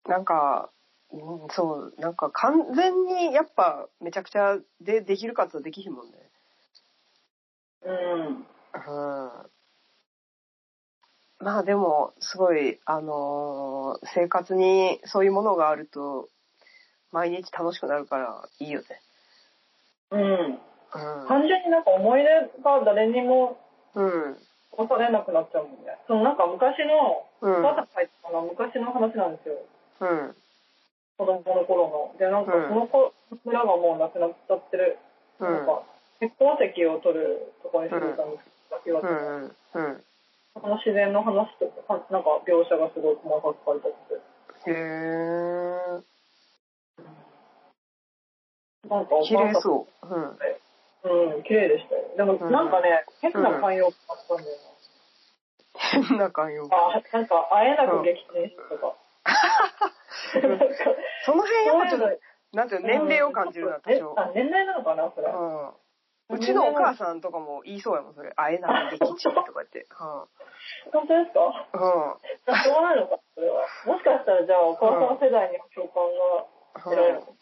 [SPEAKER 1] なんか、うん、そう、なんか完全にやっぱめちゃくちゃでできるかつできひんもんね。
[SPEAKER 2] うん。
[SPEAKER 1] うん。まあでも、すごい、あのー生活にそういうものがあると、毎日楽しくなるからいいよね。
[SPEAKER 2] うん。
[SPEAKER 1] う
[SPEAKER 2] 単純になんか思い出が誰にも
[SPEAKER 1] ん。うん。
[SPEAKER 2] 残されなくなっちゃうもんね。そのなんか昔の、
[SPEAKER 1] う
[SPEAKER 2] お
[SPEAKER 1] ん。
[SPEAKER 2] 母さんが書いてたかな、昔の話なんですよ。
[SPEAKER 1] うん。
[SPEAKER 2] 子供の頃の。で、なんか
[SPEAKER 1] うん
[SPEAKER 2] その子、村がもうなくなっちゃってる。
[SPEAKER 1] う
[SPEAKER 2] なん
[SPEAKER 1] ん。
[SPEAKER 2] か、結婚席を取るとこに住んでたんですけど、
[SPEAKER 1] う
[SPEAKER 2] 岩手の
[SPEAKER 1] ん。うん。
[SPEAKER 2] その自然の話とか、なんか描写がすごい細かく書いてあって、
[SPEAKER 1] へえ。
[SPEAKER 2] なんかお母
[SPEAKER 1] 綺
[SPEAKER 2] さん
[SPEAKER 1] 麗そう。うん。
[SPEAKER 2] うん、綺麗でしたよ。でも
[SPEAKER 1] うん
[SPEAKER 2] なんかね、変な寛容感あったんだよ
[SPEAKER 1] 変な感よ
[SPEAKER 2] な。。あ、なんか会えなく撃沈したとか。なんか、
[SPEAKER 1] その辺やっぱちょっ
[SPEAKER 2] そういう
[SPEAKER 1] と、なんていうの、年齢を感じるな、
[SPEAKER 2] え
[SPEAKER 1] 多少。
[SPEAKER 2] あ、年齢なのかな、それ。
[SPEAKER 1] うん。うちのお母さんとかも言いそうやもん、それ。会えなくてきちとか言って。
[SPEAKER 2] 本当ですか
[SPEAKER 1] うん。うん。
[SPEAKER 2] しょうがないのか、それは。もしかしたら、じゃあ、お母さん世代にも共感が得られるのか。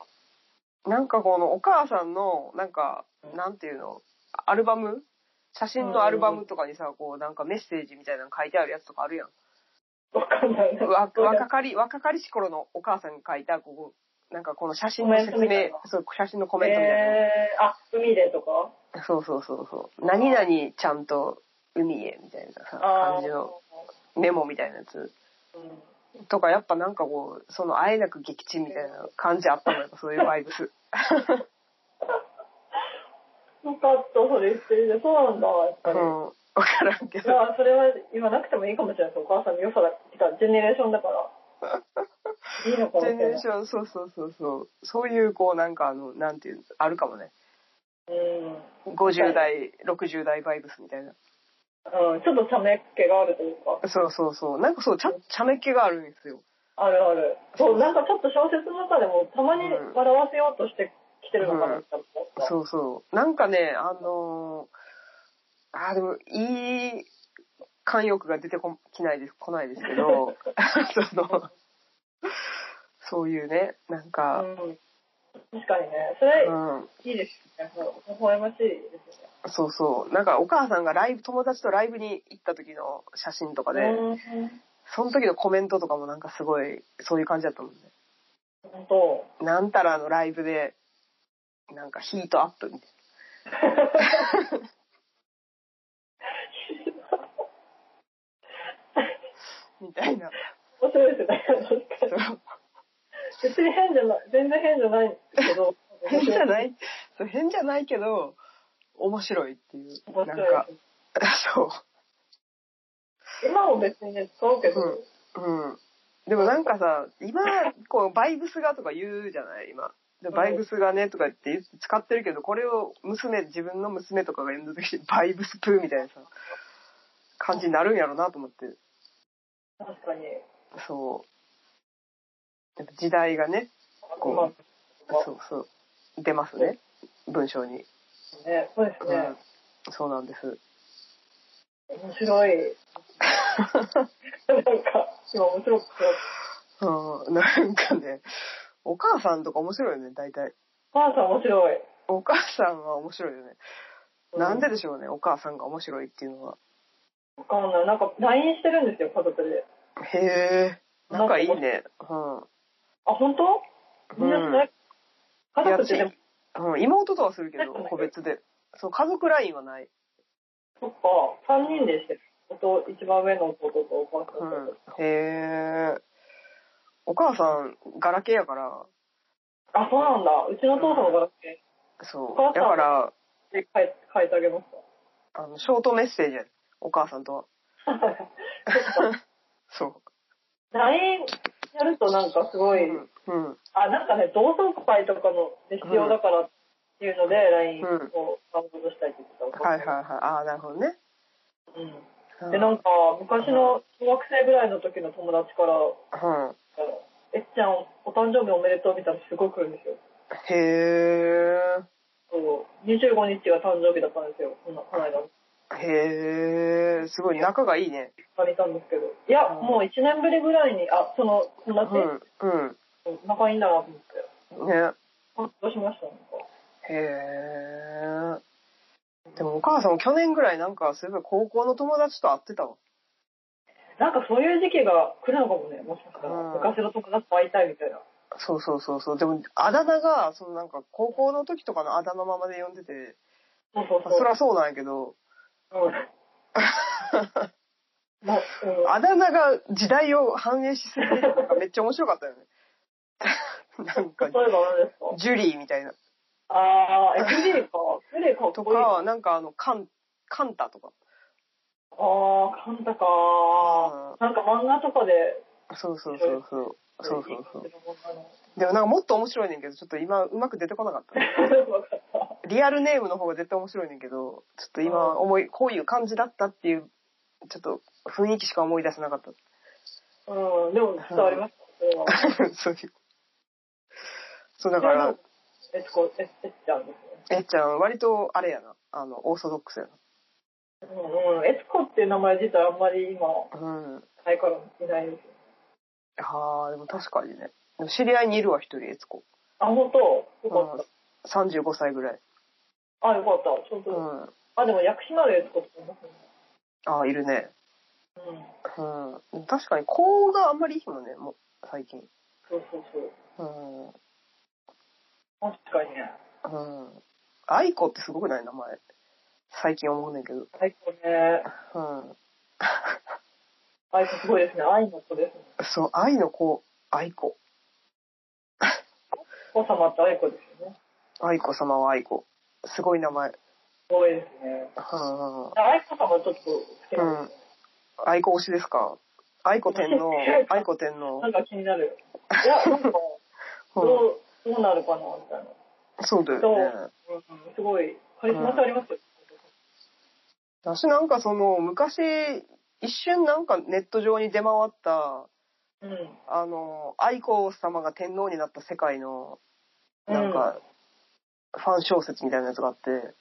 [SPEAKER 1] なんかこのお母さんの、なんか、なんていうの、アルバム写真のアルバムとかにさ、こうなんかメッセージみたいなの書いてあるやつとかあるやん。
[SPEAKER 2] わかんないな。
[SPEAKER 1] わ若かり、若かりし頃のお母さんに書いた、こう、なんかこの写真の説
[SPEAKER 2] コメントみたい
[SPEAKER 1] 明
[SPEAKER 2] な、
[SPEAKER 1] そう、写真のコ
[SPEAKER 2] コ
[SPEAKER 1] メントみたいな。
[SPEAKER 2] えー、あ、海でとか
[SPEAKER 1] そうそうそうそう。何々ちゃんと海へみたいなさ、
[SPEAKER 2] あー
[SPEAKER 1] 感じのメモみたいなやつ。
[SPEAKER 2] うん
[SPEAKER 1] とかやっぱなんかこう、そのあえなく撃沈みたいな感じあったのよ、そういうバイブス。
[SPEAKER 2] よかった、それ言ってるで。そうなんだ、やっ
[SPEAKER 1] う
[SPEAKER 2] ぱ
[SPEAKER 1] ん。
[SPEAKER 2] り。
[SPEAKER 1] わからんけ
[SPEAKER 2] い
[SPEAKER 1] ど。
[SPEAKER 2] や、それは今なくてもいいかもしれないです。お母さんの良さだってか、ジェネレーション だから。いいのかもし
[SPEAKER 1] ジ
[SPEAKER 2] れ
[SPEAKER 1] ェネレ
[SPEAKER 2] な
[SPEAKER 1] ー
[SPEAKER 2] い
[SPEAKER 1] シ。ョン、そうそうそうそう。そういうこうなんかあの、なんていうの、あるかもね。
[SPEAKER 2] うん。
[SPEAKER 1] 50代、60代バイブスみたいな。
[SPEAKER 2] うん、ちょっと茶目っ気があるというか。
[SPEAKER 1] そうそうそう。なんかそう、ちゃ、ちゃめっ気があるんですよ。
[SPEAKER 2] あるある。そう、なんかちょっと小説の中でもたまに
[SPEAKER 1] うん
[SPEAKER 2] 笑わせようとしてきてるのかなって思った。
[SPEAKER 1] そうそう。なんかね、あのー、あーでも、いい慣欲が出てこきないです、来ないですけど、 その、そういうね、なんか、
[SPEAKER 2] うん。確かにね。それ
[SPEAKER 1] う、ん、
[SPEAKER 2] いいですよね。微笑ましいですよね。
[SPEAKER 1] そうそう。なんかお母さんがライブ、友達とライブに行った時の写真とかで、
[SPEAKER 2] うん。
[SPEAKER 1] その時のコメントとかもなんかすごい、そういう感じだったもんね。
[SPEAKER 2] 本 当。
[SPEAKER 1] なんたらのライブで、なんかヒートアップみたいな。みたいな。
[SPEAKER 2] 面白いですね。確かに
[SPEAKER 1] そう
[SPEAKER 2] 別に変じゃない、全然変じゃないんですけど。
[SPEAKER 1] 変じゃない、そう変じゃないけど、面白いっていう。
[SPEAKER 2] 面
[SPEAKER 1] なん
[SPEAKER 2] 白
[SPEAKER 1] か
[SPEAKER 2] い、です。
[SPEAKER 1] そう。
[SPEAKER 2] 今も別にね、使うけ
[SPEAKER 1] う
[SPEAKER 2] ど。
[SPEAKER 1] んうん。でもなんかさ、今、こう、バイブスがとか言うじゃない今。でバイブスがねとか言って使ってるけど、これを娘、自分の娘とかが読んだ時に、バイブスプーみたいなさ、感じになるんやろうなと思って。
[SPEAKER 2] 確かに。
[SPEAKER 1] そう。やっぱ時代がね、こう
[SPEAKER 2] まあ
[SPEAKER 1] そうそう、出ますね。文章に。
[SPEAKER 2] ね、そうです
[SPEAKER 1] う
[SPEAKER 2] ね。
[SPEAKER 1] ん。そうなんです。
[SPEAKER 2] 面白い。なんか、今面白くて。
[SPEAKER 1] うん、なんかね、お母さんとか面白いよね、大体。
[SPEAKER 2] お母さん面白い。
[SPEAKER 1] お母さんは面白いよね。
[SPEAKER 2] う
[SPEAKER 1] なんででしょうね、お母さんが面白いっていうのは。
[SPEAKER 2] わかんない。なんか、LINE してるんですよ、家族で。
[SPEAKER 1] へえ。なんかいいね。
[SPEAKER 2] あ、本当
[SPEAKER 1] う
[SPEAKER 2] みんなし
[SPEAKER 1] ん。
[SPEAKER 2] な
[SPEAKER 1] う
[SPEAKER 2] い家族ってでも、
[SPEAKER 1] ん。うん、妹とはするけ ど、個別で。そう、家族ラインはない。
[SPEAKER 2] そっか、3人でしてる。弟、一番上の弟とお母
[SPEAKER 1] う
[SPEAKER 2] さん
[SPEAKER 1] ん
[SPEAKER 2] と。。
[SPEAKER 1] へえ。お母さん、ガラケーやから、
[SPEAKER 2] あ、そうなんだ。うちの父さんもガラケ
[SPEAKER 1] そ
[SPEAKER 2] お
[SPEAKER 1] う。
[SPEAKER 2] 母さん
[SPEAKER 1] だから、
[SPEAKER 2] ーで変え変えてあげまし
[SPEAKER 1] あの、ショートメッセージやお母さんとは。
[SPEAKER 2] た。
[SPEAKER 1] そ
[SPEAKER 2] LINE やるとなんかすご
[SPEAKER 1] う。う
[SPEAKER 2] い、
[SPEAKER 1] ん。うん。
[SPEAKER 2] あ、なんかね、同窓会とかので必要だからっていうので、LINE をダウンロードしたいって言ってた。
[SPEAKER 1] はいはいはい。ああ、なるほどね。
[SPEAKER 2] うん、でなんか昔の小学生ぐらいの時の友達から
[SPEAKER 1] うん。
[SPEAKER 2] 「えっちゃんお誕生日おめでとう」みたいなのすごく来るんですよ
[SPEAKER 1] へえ。
[SPEAKER 2] そう25日が誕生日だったんですよこのこの間
[SPEAKER 1] へえ。すごい仲がいいね。
[SPEAKER 2] 借りたんですけどいや、
[SPEAKER 1] うん
[SPEAKER 2] もう1年ぶりぐらいにあその友達、
[SPEAKER 1] うん。
[SPEAKER 2] 仲いいんだなと思って
[SPEAKER 1] うん。ね。
[SPEAKER 2] あどうしましたなんか
[SPEAKER 1] へえ。でもお母さんも去年ぐらいなんかすごい高校の友達と会ってたわ。
[SPEAKER 2] なんかそういう時期が来るのかもねもしかしたら、
[SPEAKER 1] うん
[SPEAKER 2] 昔の友達と会いたいみたいな
[SPEAKER 1] そうそうそうそう。でもあだ名が、そのなんか高校の時とかのあだ名ままで呼んでて、
[SPEAKER 2] そうそう
[SPEAKER 1] まあ
[SPEAKER 2] そう
[SPEAKER 1] そりゃそうなんやけど、
[SPEAKER 2] うんまあうん
[SPEAKER 1] あだ名が時代を反映しすぎてなんかめっちゃ面白かったよね。 なんか
[SPEAKER 2] 例え、ば何ですか
[SPEAKER 1] ジュリーみたいな。
[SPEAKER 2] ああ、え、クレイか。クレイかっ
[SPEAKER 1] と
[SPEAKER 2] こいいな。あ
[SPEAKER 1] か、なんかあの、カン、カンタとか。
[SPEAKER 2] あー、カンタか。なんか漫画とかで。
[SPEAKER 1] そうそうそうそう。そうそうそ
[SPEAKER 2] いい感じ
[SPEAKER 1] う。
[SPEAKER 2] の漫画の
[SPEAKER 1] でもなんかもっと面白いねんけど、ちょっと今うまく出てこなかった。
[SPEAKER 2] わかった。
[SPEAKER 1] リアルネームの方が絶対面白いねんけど、ちょっと今思い、こういう感じだったっていう、ちょっと雰囲気しか思い出せなかった。
[SPEAKER 2] うん、でも伝わりました。それは
[SPEAKER 1] そういう。そうだから、、
[SPEAKER 2] えっこ、え、えっちゃんですね。
[SPEAKER 1] えっちゃん割とあれやな、あの、オーソドックスや
[SPEAKER 2] うんうん、えつこっていう名前自体あんまり今、
[SPEAKER 1] な。うん。
[SPEAKER 2] ないからいないですよ。
[SPEAKER 1] ああ、でも確かにね。でも知り合いにいるわ、一人、えつこ。
[SPEAKER 2] あ、本当
[SPEAKER 1] う
[SPEAKER 2] よかっ
[SPEAKER 1] ん。35歳ぐらい。
[SPEAKER 2] た。あ、よかった。ちょう
[SPEAKER 1] う
[SPEAKER 2] ど。
[SPEAKER 1] ん。
[SPEAKER 2] あ、でも訳詞なるえつこっていますね。
[SPEAKER 1] ああ、いるね。
[SPEAKER 2] うん。
[SPEAKER 1] うん。確かに、高があんまりいいもんね、もう、最近。
[SPEAKER 2] そうそうそう。
[SPEAKER 1] うん。
[SPEAKER 2] 確かにね。
[SPEAKER 1] うん。愛子ってすごくない名前。最近思うねんけど。
[SPEAKER 2] 最高ね。
[SPEAKER 1] うん。
[SPEAKER 2] 愛子すごいですね。愛の子ですね。
[SPEAKER 1] そう、愛の子、愛子。
[SPEAKER 2] 王様って愛子ですよね。
[SPEAKER 1] 愛子様は愛子。すごい名前。
[SPEAKER 2] すごいですね。
[SPEAKER 1] うん。
[SPEAKER 2] 愛子様ちょっと好き
[SPEAKER 1] う
[SPEAKER 2] なん。
[SPEAKER 1] ん。愛子推しですか愛子天皇愛子天皇
[SPEAKER 2] な。んか気にな る。いや、なんか、
[SPEAKER 1] うん、
[SPEAKER 2] どう、どうなるかな、みたいな。
[SPEAKER 1] そうだよね。
[SPEAKER 2] うんうん、すごい、カリスマ性ありますよ。
[SPEAKER 1] 私なんかその、昔、一瞬なんかネット上に出回った、
[SPEAKER 2] うん。
[SPEAKER 1] あの、愛子様が天皇になった世界の、
[SPEAKER 2] うん
[SPEAKER 1] なんか、ファン小説みたいなやつがあって、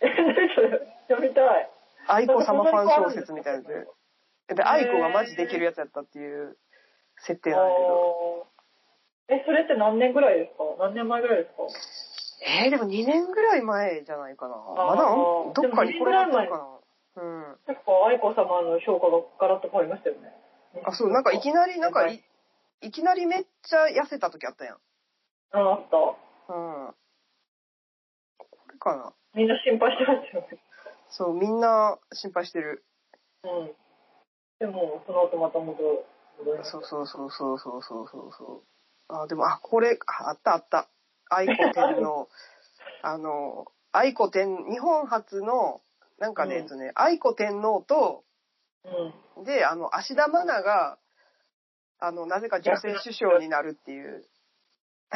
[SPEAKER 2] え、何それ 読みたい。
[SPEAKER 1] 愛子様ファン小説みたいなやつでで、愛子がマジできるやつやったっていう設定
[SPEAKER 2] あ
[SPEAKER 1] なんだけど。
[SPEAKER 2] ーえ、それって何年ぐらいですか何年前ぐらいですか
[SPEAKER 1] えー、でも2年ぐらい前じゃないかな。
[SPEAKER 2] あー
[SPEAKER 1] まだどっかにこれがあったのかな。うん。
[SPEAKER 2] 結構愛子様の評価がガラッと変わりましたよね。
[SPEAKER 1] あ、そう、なんかいきなり、なんか
[SPEAKER 2] はい
[SPEAKER 1] い、いきなりめっちゃ痩せた時あったやん。
[SPEAKER 2] うん、あった。
[SPEAKER 1] うん。これかな。
[SPEAKER 2] みんな心配してましたよね。
[SPEAKER 1] そう、みんな心配してる。
[SPEAKER 2] うん。でも、その後また戻る。戻りました
[SPEAKER 1] そうそうそうそうそうそうそうそう。あ、でも、あ、これ、ああったあった。愛子天 皇。あの、愛子天、日本初の、なんかね、
[SPEAKER 2] うん
[SPEAKER 1] えっとね、愛子天皇と、
[SPEAKER 2] うん。
[SPEAKER 1] で、あの、芦田愛菜が、あの、なぜか女性首相になるっていう。
[SPEAKER 2] あ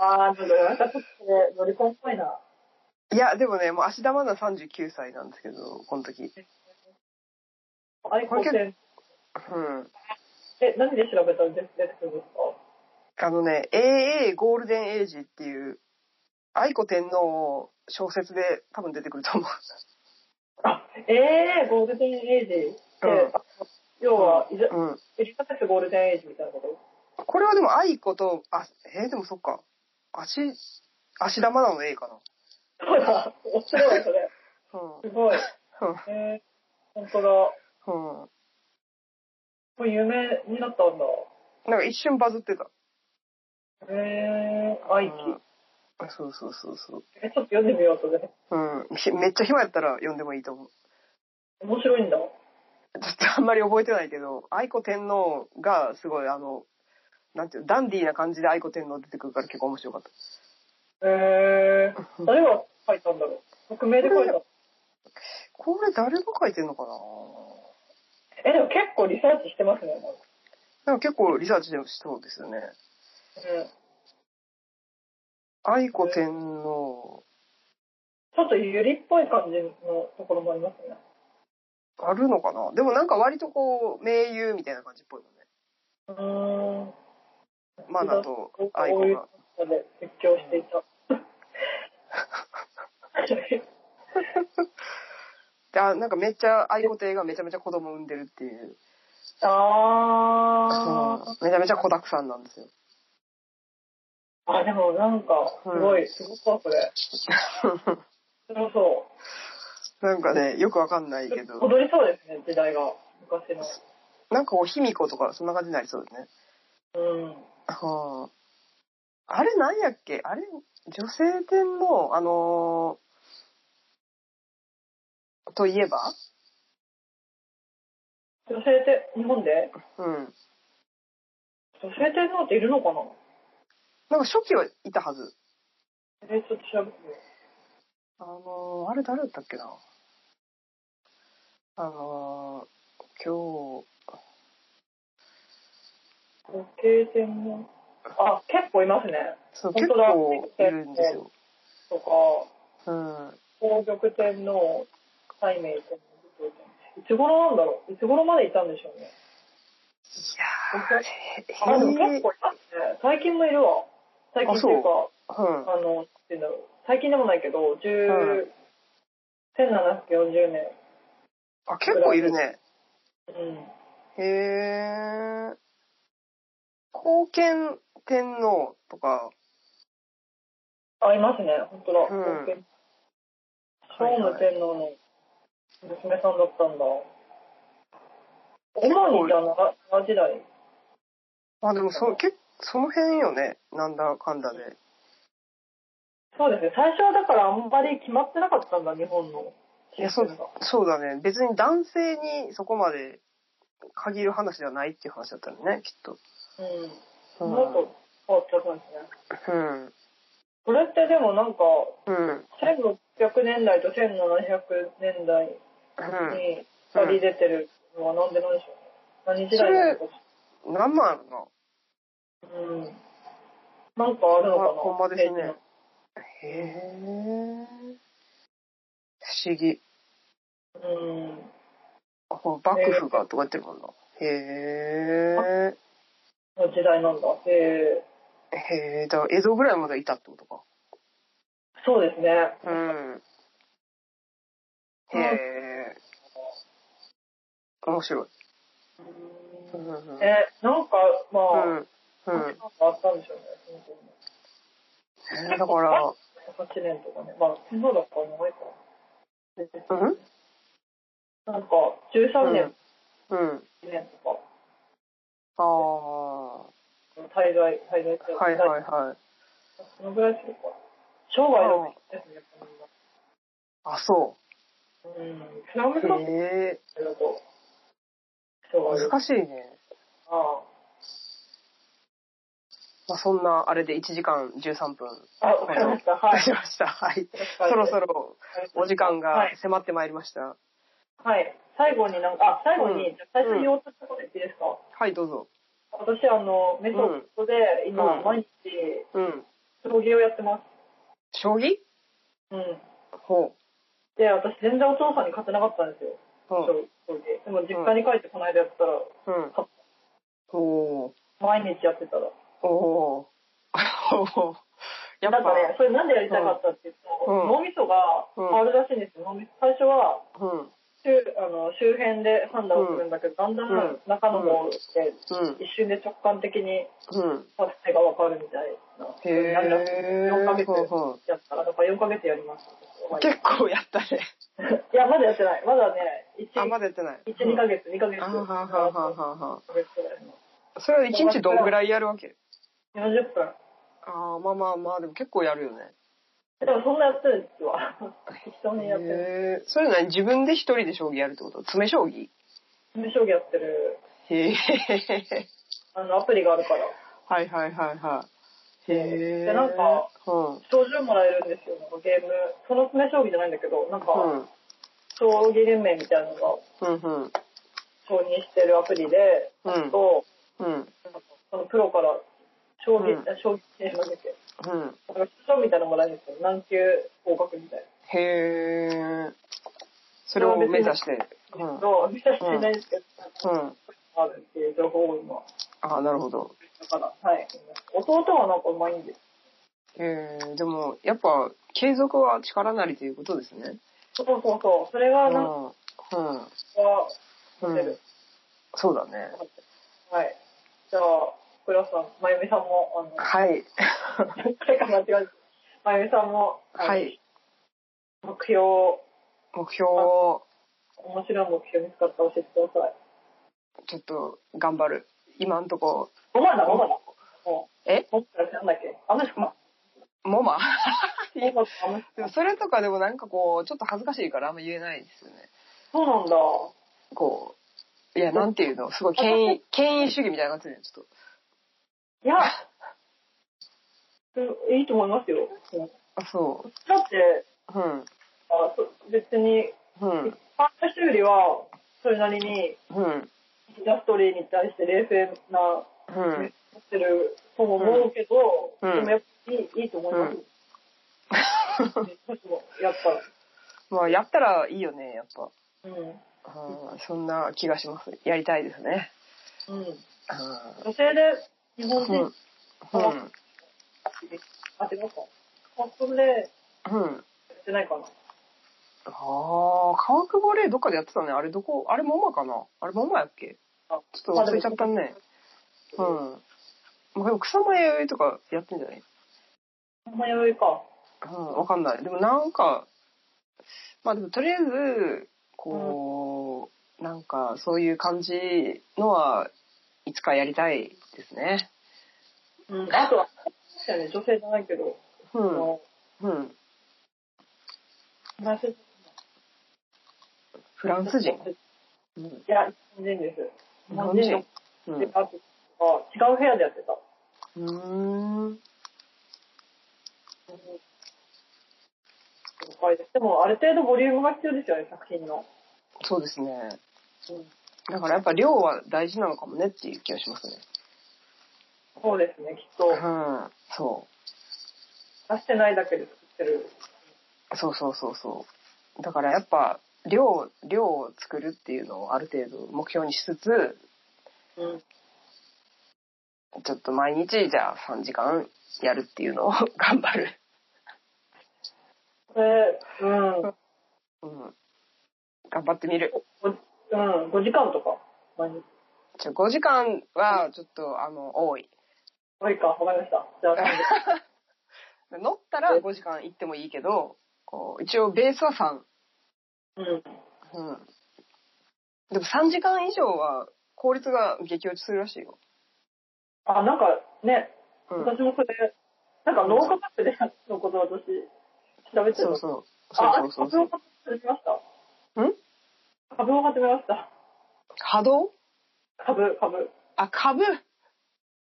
[SPEAKER 2] あ、なんか、なんかちょっとね、乗り込んっぽいな。
[SPEAKER 1] いや、でもね、もう芦田愛菜39歳なんですけど、この時。
[SPEAKER 2] アイコンって、
[SPEAKER 1] うん。
[SPEAKER 2] え、何で調べたら出てくるんですか
[SPEAKER 1] あのね、AA ゴールデンエイジっていう、愛子天皇を小説で多分出てくると思う。
[SPEAKER 2] あ、ええー、ゴールデンエイジって、
[SPEAKER 1] うん
[SPEAKER 2] あ要は、イザ
[SPEAKER 1] うん。
[SPEAKER 2] エリザベスゴールデンエイジみたいなこと
[SPEAKER 1] これはでも愛子と、あ、えーでもそっか。足、芦田愛菜の A かな。
[SPEAKER 2] そうだ、面白い、それ。
[SPEAKER 1] うん
[SPEAKER 2] すごい。えー、本当だ。も。
[SPEAKER 1] うん。うん
[SPEAKER 2] う有名になったんだ。
[SPEAKER 1] なんか一瞬バズってた。
[SPEAKER 2] えー、アイキ。
[SPEAKER 1] うんそうそうそうそう。
[SPEAKER 2] え、ちょっと読んでみよう、それ。
[SPEAKER 1] うん。ひめっちゃ暇やったら読んでもいいと思う。
[SPEAKER 2] 面白いんだ。
[SPEAKER 1] ちょっとあんまり覚えてないけど、愛子天皇がすごいあの、なんていうのダンディーな感じで愛子天皇出てくるから結構面白かった。
[SPEAKER 2] えー、誰が書いたんだろう。匿名で書いたの。
[SPEAKER 1] これ誰が書いてんのかな
[SPEAKER 2] え、でも結構リサーチしてますね。なんか
[SPEAKER 1] なんか結構リサーチでもしそうですよね。
[SPEAKER 2] うん
[SPEAKER 1] 愛子天皇、
[SPEAKER 2] ちょっとゆりっぽい感じのところもありますね。
[SPEAKER 1] あるのかなでもなんか割とこう、盟友みたいな感じっぽいもんね。
[SPEAKER 2] うーん。
[SPEAKER 1] マナと
[SPEAKER 2] こう
[SPEAKER 1] アイコ
[SPEAKER 2] いう
[SPEAKER 1] が
[SPEAKER 2] こ。とで説教していた。
[SPEAKER 1] で、あなんかめっちゃ、アイコ亭がめちゃめちゃ子供産んでるっていう。
[SPEAKER 2] あー。
[SPEAKER 1] めちゃめちゃ子だくさんなんですよ。
[SPEAKER 2] あ、でもなんか、すごい、すごそう、これ。すごそ。
[SPEAKER 1] なんかね、よくわかんないうけど、
[SPEAKER 2] 踊りそうですね、時代が。昔の。
[SPEAKER 1] なんかこう、卑弥呼とかそんな感じになりそうですね。
[SPEAKER 2] うん。
[SPEAKER 1] はあ、あれなんやっけあれ女性天皇あのーといえば
[SPEAKER 2] 女性って、日本で
[SPEAKER 1] うん。
[SPEAKER 2] 女性天皇っているのかな
[SPEAKER 1] なんか初期はいたはず。
[SPEAKER 2] えー、ちょっと調べてみよ
[SPEAKER 1] あのーあれ誰だったっけなあのー今
[SPEAKER 2] う。女性天皇。あ、結構いますね。
[SPEAKER 1] 日、そう、
[SPEAKER 2] 本
[SPEAKER 1] 結
[SPEAKER 2] 当だ
[SPEAKER 1] 構いるんですよ。
[SPEAKER 2] とか、
[SPEAKER 1] うん。
[SPEAKER 2] 皇玉天皇、西明天皇、武藤天皇。いつ頃なんだろういつ頃までいたんでしょう
[SPEAKER 1] い
[SPEAKER 2] ね。
[SPEAKER 1] や
[SPEAKER 2] あ、でも
[SPEAKER 1] ー、へ
[SPEAKER 2] 結構いますね。最近もいるわ。最近っていうか、
[SPEAKER 1] ーうん。
[SPEAKER 2] あの、なんていうんだろう。最近でもないけど、十、
[SPEAKER 1] は
[SPEAKER 2] 1740年。
[SPEAKER 1] あ、結構いるね。
[SPEAKER 2] うん。
[SPEAKER 1] へえ。後見天皇とか、
[SPEAKER 2] あ、いますね。本当だ。
[SPEAKER 1] うん
[SPEAKER 2] 本当に聖武天皇の娘さんだったんだ。
[SPEAKER 1] い
[SPEAKER 2] 今にじゃあ、奈良時代。
[SPEAKER 1] まあでもそ、けその辺よね。なんだかんだで。
[SPEAKER 2] そうですね。最初はだからあんまり決まってなかったんだ、日本の。
[SPEAKER 1] いや、そう、そうだね。別に男性にそこまで限る話ではないっていう話だったのね、きっと。
[SPEAKER 2] うん。
[SPEAKER 1] う
[SPEAKER 2] もっと変わっちゃったんですね。
[SPEAKER 1] ん。
[SPEAKER 2] これってでもなんか、
[SPEAKER 1] うん。うん。
[SPEAKER 2] 1600年代と1700年代に2人出てるのはなんでなんでしょうね。何時代なのか。
[SPEAKER 1] うん。なんなんやろな。
[SPEAKER 2] うん。なんかあるのかな。
[SPEAKER 1] ほんまですね。へえ。不思議。
[SPEAKER 2] うん。
[SPEAKER 1] あこう幕府がとか言ってるもんな。へ
[SPEAKER 2] の時代なんだ。え
[SPEAKER 1] え。へえ。だから江戸ぐらいまでいたってことか。
[SPEAKER 2] そうですね。
[SPEAKER 1] うん。へえ。面白い。うんうんうん
[SPEAKER 2] え、なんか、まあ、
[SPEAKER 1] うん。うん。
[SPEAKER 2] なんかあったんでしょうね。本当に
[SPEAKER 1] えーだから、
[SPEAKER 2] 8年とかね。まあ、そうだから長いか。
[SPEAKER 1] うん
[SPEAKER 2] なんか、13年、
[SPEAKER 1] うん。
[SPEAKER 2] 1年とか、
[SPEAKER 1] ああ。は
[SPEAKER 2] 滞在、滞在って
[SPEAKER 1] いはいはい。
[SPEAKER 2] そのぐらいするか。生涯のですね、やっぱ
[SPEAKER 1] あ、そ
[SPEAKER 2] みんな。うん。クラム
[SPEAKER 1] う。
[SPEAKER 2] スカップ
[SPEAKER 1] へえ。
[SPEAKER 2] だと、生涯
[SPEAKER 1] 難しいね。
[SPEAKER 2] あ
[SPEAKER 1] まあ、そんな、あれで1時間13分
[SPEAKER 2] あ、あ、わかりました。は
[SPEAKER 1] 経
[SPEAKER 2] い。
[SPEAKER 1] ちました。はい。 そろそろお時間が迫ってまいりました。
[SPEAKER 2] はい。最後になんか、あ、最後
[SPEAKER 1] う
[SPEAKER 2] に、じゃあ最初に言おうとしたこと言っていいですか、
[SPEAKER 1] はい、どうぞ。
[SPEAKER 2] 私、あの、メソッドで、今、
[SPEAKER 1] うん
[SPEAKER 2] 毎日、
[SPEAKER 1] うん。
[SPEAKER 2] 将棋をやってます。
[SPEAKER 1] 将棋
[SPEAKER 2] うん。
[SPEAKER 1] ほ
[SPEAKER 2] で、私、全然お父さんに勝てなかったんですよ。
[SPEAKER 1] う。ほう。
[SPEAKER 2] 将棋。でも、実家に帰ってこの間やったら、
[SPEAKER 1] うん。ほ
[SPEAKER 2] 毎日やってたら。
[SPEAKER 1] う。おー。おー。 やっ
[SPEAKER 2] なん
[SPEAKER 1] ぱ
[SPEAKER 2] か、ね、それなんでやりたかったっていうと、
[SPEAKER 1] うん
[SPEAKER 2] 脳みそが変わるらしいんですよ。脳みそ最初は、
[SPEAKER 1] うん。
[SPEAKER 2] 周あの周辺で判断をするんだけど、だんだ
[SPEAKER 1] うん
[SPEAKER 2] ん中の方で、
[SPEAKER 1] うん。
[SPEAKER 2] 一瞬で直感的に
[SPEAKER 1] うん。
[SPEAKER 2] 指し手がわかるみたいな。
[SPEAKER 1] へ
[SPEAKER 2] なんだ
[SPEAKER 1] え。
[SPEAKER 2] 4ヶ月
[SPEAKER 1] ほうほう
[SPEAKER 2] やったら、だから4ヶ月やりました。い
[SPEAKER 1] 結構やったね。
[SPEAKER 2] や、まだやってない。まだね、1、
[SPEAKER 1] あ、
[SPEAKER 2] 1
[SPEAKER 1] まだやって ない。
[SPEAKER 2] 2ヶ月、2ヶ月。
[SPEAKER 1] あははははは。
[SPEAKER 2] ヶ月ぐらいの
[SPEAKER 1] それは一日どんぐらいやるわけ
[SPEAKER 2] 40分。
[SPEAKER 1] ああ、まあまあまあ、でも結構やるよね。
[SPEAKER 2] でもそんなやってるんですわ。人にやってる。
[SPEAKER 1] へえ。それ何自分で一人で将棋やるってこと詰将棋
[SPEAKER 2] 詰将棋やってる、
[SPEAKER 1] へえ。
[SPEAKER 2] あの、アプリがあるから。
[SPEAKER 1] はいはいはいはい。へえ。
[SPEAKER 2] でなんか、
[SPEAKER 1] うん。
[SPEAKER 2] 賞状もらえるんですよ、なんかゲーム。その詰将棋じゃないんだけど、なん
[SPEAKER 1] う
[SPEAKER 2] か、
[SPEAKER 1] ん。
[SPEAKER 2] 将棋連盟みたいなのが
[SPEAKER 1] うんうん。
[SPEAKER 2] 承認してるアプリで、
[SPEAKER 1] うん
[SPEAKER 2] あと、
[SPEAKER 1] うん。
[SPEAKER 2] なんかそのプロから、将棋、
[SPEAKER 1] うん
[SPEAKER 2] あ将棋選手だっけ
[SPEAKER 1] うん。
[SPEAKER 2] なんか、賞みたいなのもらえるんですよ。何級合格みたいな。
[SPEAKER 1] へえ。それを目指して。
[SPEAKER 2] ですけど、見たりしてないですけど、
[SPEAKER 1] うん。
[SPEAKER 2] あるっていう情報を今、
[SPEAKER 1] ああ、なるほど。
[SPEAKER 2] だから、はい。弟はなんかうまいんです。
[SPEAKER 1] えー、でも、やっぱ、継続は力なりということですね。
[SPEAKER 2] そうそうそう。それ
[SPEAKER 1] う
[SPEAKER 2] がなんか、
[SPEAKER 1] ん。うん。
[SPEAKER 2] モ
[SPEAKER 1] う
[SPEAKER 2] テ
[SPEAKER 1] ん
[SPEAKER 2] る。、
[SPEAKER 1] そうだね。
[SPEAKER 2] はい。じゃあ、黒さん、まゆみさんも、あの、
[SPEAKER 1] はい。
[SPEAKER 2] これかなって感じ。まゆみさんも、あの
[SPEAKER 1] は。い。
[SPEAKER 2] 目標を、
[SPEAKER 1] 目標を、
[SPEAKER 2] 面白い目標見つかったら教えてください。
[SPEAKER 1] ちょっと、頑張る。今んとこ、
[SPEAKER 2] ごまだ、ごまだ。もう、
[SPEAKER 1] え
[SPEAKER 2] 僕からなんだっけあの人か。
[SPEAKER 1] モマ
[SPEAKER 2] いいことあの人
[SPEAKER 1] でもそれとかでもなんかこう、ちょっと恥ずかしいからあんま言えないですよね。
[SPEAKER 2] そうなんだ。
[SPEAKER 1] こう、いや、なんていうの、すごい権威、権威主義みたいな感じで、ちょっと。
[SPEAKER 2] いや、うんいいと思いますよ。
[SPEAKER 1] あ、そ
[SPEAKER 2] だって、
[SPEAKER 1] う。うん。
[SPEAKER 2] あそ別に、
[SPEAKER 1] うん。
[SPEAKER 2] 一般の人よりは、それなりに、
[SPEAKER 1] うん。
[SPEAKER 2] ジャストリーに対して冷静な、
[SPEAKER 1] うん。
[SPEAKER 2] してるとも思うけど、
[SPEAKER 1] うん
[SPEAKER 2] でもやっぱいいいいと思います。私もやっぱ、
[SPEAKER 1] まあ、やったらいいよね、やっぱ。
[SPEAKER 2] うん。
[SPEAKER 1] うんそんな気がします。やりたいですね。
[SPEAKER 2] うん。
[SPEAKER 1] うん
[SPEAKER 2] 女性で日本
[SPEAKER 1] う
[SPEAKER 2] 人
[SPEAKER 1] ん。うん。
[SPEAKER 2] あ、違うか。本当でや
[SPEAKER 1] うん。
[SPEAKER 2] ってないかな。
[SPEAKER 1] ああ、川久保玲どっかでやってたね。あれどこあれモマかなあれモマやっけ
[SPEAKER 2] あ
[SPEAKER 1] ちょっと忘れちゃったね。うん。まあでも草間弥生とかやってんじゃない
[SPEAKER 2] あんまよいか。
[SPEAKER 1] うん、わかんない。でもなんか、まあでもとりあえず、こう、なんかそういう感じのはいつかやりたいですね。
[SPEAKER 2] うん。あとは、そうだよね、女性じゃないけど、
[SPEAKER 1] う
[SPEAKER 2] あ
[SPEAKER 1] ん。
[SPEAKER 2] の
[SPEAKER 1] うん。
[SPEAKER 2] フランス人
[SPEAKER 1] フランス人。う
[SPEAKER 2] い
[SPEAKER 1] ん。
[SPEAKER 2] や、日本人です。
[SPEAKER 1] 日本人。う
[SPEAKER 2] で
[SPEAKER 1] ん、
[SPEAKER 2] あとは違う部屋でやってた。
[SPEAKER 1] うーん。
[SPEAKER 2] 了解ですでも、ある程度ボリュームが必要ですよね、作品の。
[SPEAKER 1] そうですね。
[SPEAKER 2] うん
[SPEAKER 1] だからやっぱ量は大事なのかもねっていう気がしますね。
[SPEAKER 2] そうですね、きっと
[SPEAKER 1] う。ん。そ
[SPEAKER 2] 出してないだけで作ってる。
[SPEAKER 1] う。そうそうそうそう。だからやっぱ量、量を作るっていうのをある程度目標にしつつ、
[SPEAKER 2] うん。
[SPEAKER 1] ちょっと毎日じゃあ3時間やるっていうのを 頑張る。
[SPEAKER 2] それ、うん。う
[SPEAKER 1] うん。頑張ってみる。
[SPEAKER 2] ん、5時間とか。毎日
[SPEAKER 1] ちょ5時間はちょっとあの多い。
[SPEAKER 2] 多いか、わかりました。じゃあ、
[SPEAKER 1] 乗ったら5時間行ってもいいけど、こう一応ベースは3。
[SPEAKER 2] うん。
[SPEAKER 1] うん。でも3時間以上は効率が激落ちするらしいよ。
[SPEAKER 2] あ、なんかね、
[SPEAKER 1] うん。
[SPEAKER 2] 私もそれ、なんか脳科学でのことを私、調べて
[SPEAKER 1] そう
[SPEAKER 2] た。
[SPEAKER 1] そう。そ
[SPEAKER 2] あ
[SPEAKER 1] う、そう
[SPEAKER 2] 株
[SPEAKER 1] そ
[SPEAKER 2] を
[SPEAKER 1] う。
[SPEAKER 2] 始めました。
[SPEAKER 1] ん
[SPEAKER 2] 株を始めました。
[SPEAKER 1] 波動
[SPEAKER 2] 株、株。
[SPEAKER 1] あ、株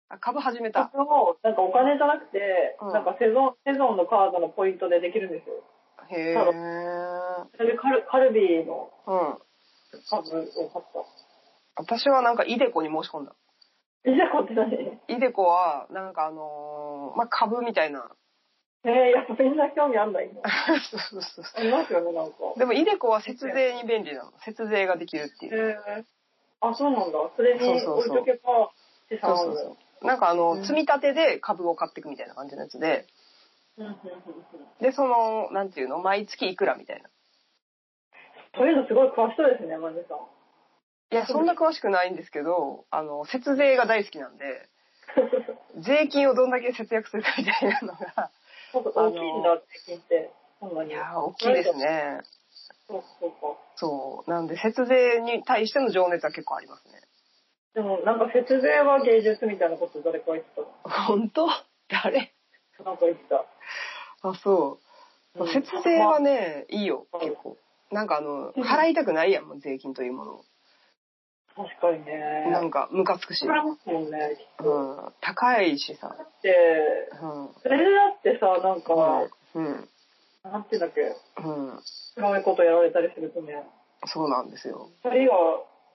[SPEAKER 1] あ、株始めた。
[SPEAKER 2] 株を、なんかお金じゃなくて、
[SPEAKER 1] うん
[SPEAKER 2] なんかセゾン、セゾンのカードのポイントでできるんですよ。
[SPEAKER 1] へえ。うん。
[SPEAKER 2] それでカルカルビーの株を買った。
[SPEAKER 1] 私はなんかイデコに申し込んだ。
[SPEAKER 2] え、じゃあこっち何え
[SPEAKER 1] イデコは、なんかあのーまあ、株みたい な。
[SPEAKER 2] ー、やっぱみんな興味あんないんだ。
[SPEAKER 1] そうそうそう
[SPEAKER 2] ありますよね、なんか。
[SPEAKER 1] でも、イデコは節税に便利なの。節税ができるっていう。
[SPEAKER 2] へーあ、そうなんだ。それに置いとけば、資
[SPEAKER 1] そ
[SPEAKER 2] 産
[SPEAKER 1] う
[SPEAKER 2] を。
[SPEAKER 1] そうそう。なんかあの
[SPEAKER 2] う、ん
[SPEAKER 1] 積み立てで株を買っていくみたいな感じのやつで、
[SPEAKER 2] うんうんうんうん
[SPEAKER 1] で、その、なんていうの、毎月いくらみたいな。
[SPEAKER 2] そういうのすごい詳しそうですね、マ ネさん。
[SPEAKER 1] いや、そんな詳しくないんですけど、あの、節税が大好きなんで、税金をどんだけ節約するかみたいなのが、
[SPEAKER 2] そうか大きいんだ、税金って。そんなに。
[SPEAKER 1] いやー、大きいです。ね。
[SPEAKER 2] そうそうか。
[SPEAKER 1] そう。なんで、節税に対しての情熱は結構ありますね。
[SPEAKER 2] でも、なんか、節税は芸術みたいなこと誰か言ってた。
[SPEAKER 1] 本当誰
[SPEAKER 2] なんか言ってた。
[SPEAKER 1] あ、そう。
[SPEAKER 2] うん
[SPEAKER 1] 節税はね、いいよ、
[SPEAKER 2] うん
[SPEAKER 1] 結構。なんかあの、
[SPEAKER 2] うん
[SPEAKER 1] 払いたくないやん、もう税金というものを。
[SPEAKER 2] 確かにね。
[SPEAKER 1] なんか、ムカつくし。
[SPEAKER 2] 膨らますもんね。
[SPEAKER 1] うん。高いしさ。
[SPEAKER 2] だって、
[SPEAKER 1] うん。
[SPEAKER 2] それでだってさ、なんか、
[SPEAKER 1] うん。
[SPEAKER 2] なんていうんだっけ、
[SPEAKER 1] うん。
[SPEAKER 2] 暗いことやられたりするとね、
[SPEAKER 1] そうなんですよ。
[SPEAKER 2] 二人が、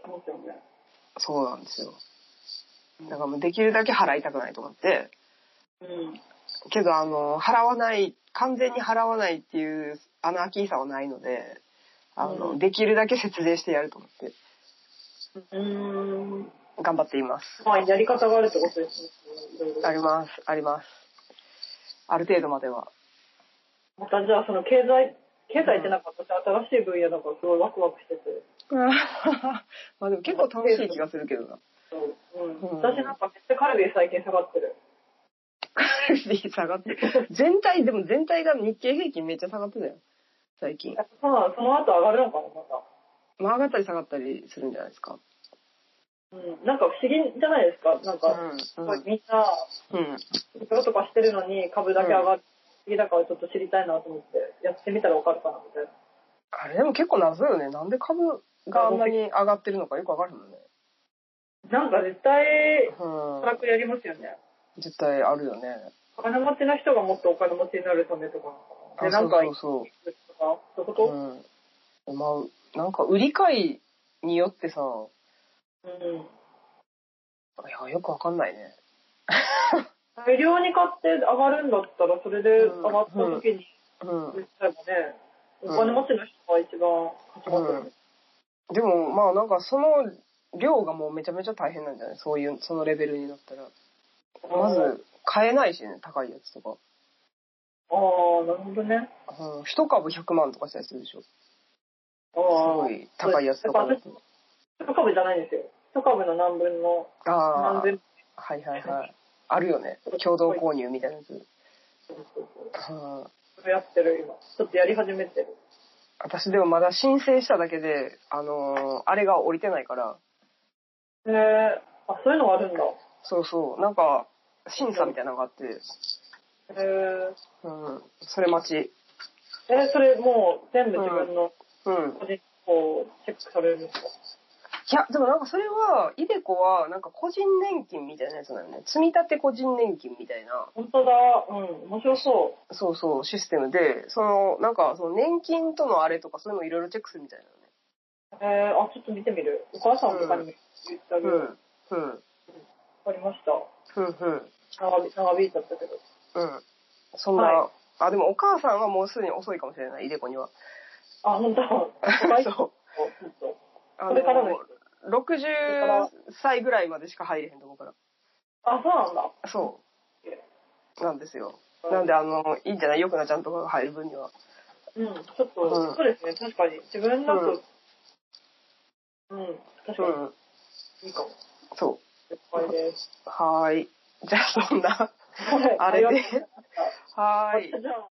[SPEAKER 2] そうですよね。
[SPEAKER 1] そうなんですよ。だからもうできるだけ払いたくないと思って。
[SPEAKER 2] うん。
[SPEAKER 1] けど、あの、払わない、完全に払わないっていう、あの、アキーさはないので、あの、
[SPEAKER 2] うん
[SPEAKER 1] できるだけ節税してやると思って
[SPEAKER 2] うん。
[SPEAKER 1] 頑張っています。
[SPEAKER 2] まあ、やり方があるってことですね。いろいろ
[SPEAKER 1] あります、あります。ある程度までは。
[SPEAKER 2] またじゃあ、その経済、経済ってなんか私新しい分野だからすごいワクワクしてて。
[SPEAKER 1] まあでも結構楽しい気がするけどな。
[SPEAKER 2] うん。
[SPEAKER 1] うん
[SPEAKER 2] 私なんかめっちゃカルビー最近下がってる。
[SPEAKER 1] カルビー下がって、 全体、でも全体が日経平均めっちゃ下がってたよ。最近
[SPEAKER 2] や。っぱさ、その後上がるのかな、また。
[SPEAKER 1] まあ上がったり下がったりするんじゃないですか。
[SPEAKER 2] うん。なんか不思議じゃないですか。なんか、
[SPEAKER 1] う
[SPEAKER 2] す
[SPEAKER 1] ん。
[SPEAKER 2] ご
[SPEAKER 1] う
[SPEAKER 2] い
[SPEAKER 1] ん。
[SPEAKER 2] みんな、
[SPEAKER 1] うん。
[SPEAKER 2] プロとかしてるのに株だけ上がる。不思議だからちょっと知りたいなと思って、やってみたらわかるかな、みたいな。
[SPEAKER 1] あれでも結構謎よね。なんで株があんなに上がってるのかよくわかるもんね。
[SPEAKER 2] なんか絶対、
[SPEAKER 1] う
[SPEAKER 2] 辛くやりますよね。
[SPEAKER 1] ん。絶対あるよね。
[SPEAKER 2] お金持ちの人がもっとお金持ちになるためとか。で、なんか、
[SPEAKER 1] あ
[SPEAKER 2] い
[SPEAKER 1] そ
[SPEAKER 2] く
[SPEAKER 1] うそうそう。
[SPEAKER 2] つとか、そういうこ
[SPEAKER 1] う
[SPEAKER 2] と
[SPEAKER 1] ん、思う。なんか、売り買いによってさ、
[SPEAKER 2] うん。
[SPEAKER 1] いや、よくわかんないね。
[SPEAKER 2] 大量に買って上がるんだったら、それで上がった時に
[SPEAKER 1] う
[SPEAKER 2] 売っちゃえばね、
[SPEAKER 1] うん
[SPEAKER 2] お金持ちの人が一番勝ちますよね。
[SPEAKER 1] ん。でも、まあ、なんか、その量がもうめちゃめちゃ大変なんじゃないそういう、そのレベルになったら。ま
[SPEAKER 2] あー、
[SPEAKER 1] ず、買えないしね、高いやつとか。
[SPEAKER 2] ああ、なるほどね。
[SPEAKER 1] うん、一株100万とかしたりするでしょ。す
[SPEAKER 2] ああ。
[SPEAKER 1] ごい高いやつとかだと。
[SPEAKER 2] 一株じゃないんですよ。一株の何分の、
[SPEAKER 1] ああ
[SPEAKER 2] 何
[SPEAKER 1] ー
[SPEAKER 2] 千、
[SPEAKER 1] はいはいはい。あるよね。共同購入みたいなやつ。うん
[SPEAKER 2] 分やってる今。ちょっとやり始めてる。
[SPEAKER 1] 私でもまだ申請しただけで、あのーあれが降りてないから、
[SPEAKER 2] へえ。あ、そういうのがあるんだ。
[SPEAKER 1] そうそう、なんか、審査みたいなのがあって、
[SPEAKER 2] へえ。
[SPEAKER 1] うん、それ待ち。
[SPEAKER 2] え、それもう全部自分の
[SPEAKER 1] うん。
[SPEAKER 2] 個人こうチェックされるんですか
[SPEAKER 1] いや、でもなんかそれは、イデコは、なんか個人年金みたいなやつなのね。積み立て個人年金みたいな、
[SPEAKER 2] 本当だ。うん。面白そ
[SPEAKER 1] そうそう、システムで、その、なんか、その年金とのあれとかそういうのいろいろチェックするみたいな
[SPEAKER 2] う。へえ。あ、ちょっと見てみる。お母さんとかにも言ってあげる。
[SPEAKER 1] の
[SPEAKER 2] わ
[SPEAKER 1] ね。うん。うん。
[SPEAKER 2] かりました。
[SPEAKER 1] うん。うん。
[SPEAKER 2] 長引長引いちゃったけど。
[SPEAKER 1] うん。そんな、
[SPEAKER 2] は
[SPEAKER 1] あ、でもお母さんはもうすでに遅いかもしれない、イデコには。
[SPEAKER 2] あ、本 当。お母
[SPEAKER 1] そ
[SPEAKER 2] さん
[SPEAKER 1] う。
[SPEAKER 2] ちょっと。
[SPEAKER 1] あの
[SPEAKER 2] これからの。
[SPEAKER 1] 60歳ぐらいまでしか入れへんと思うから。
[SPEAKER 2] あ、そうなんだ。
[SPEAKER 1] そう。なんですよ。なんで、あの、いいんじゃないよくなちゃんとかが入る分には。
[SPEAKER 2] うん、ちょっと、
[SPEAKER 1] うん
[SPEAKER 2] そうですね、確かに。自分だと、うん、確
[SPEAKER 1] う
[SPEAKER 2] か
[SPEAKER 1] ん。
[SPEAKER 2] にいいかも。
[SPEAKER 1] そ
[SPEAKER 2] 了解です。
[SPEAKER 1] う。はーい。じゃあ、そんな、あれ
[SPEAKER 2] はい
[SPEAKER 1] で。はーい。
[SPEAKER 2] じゃあ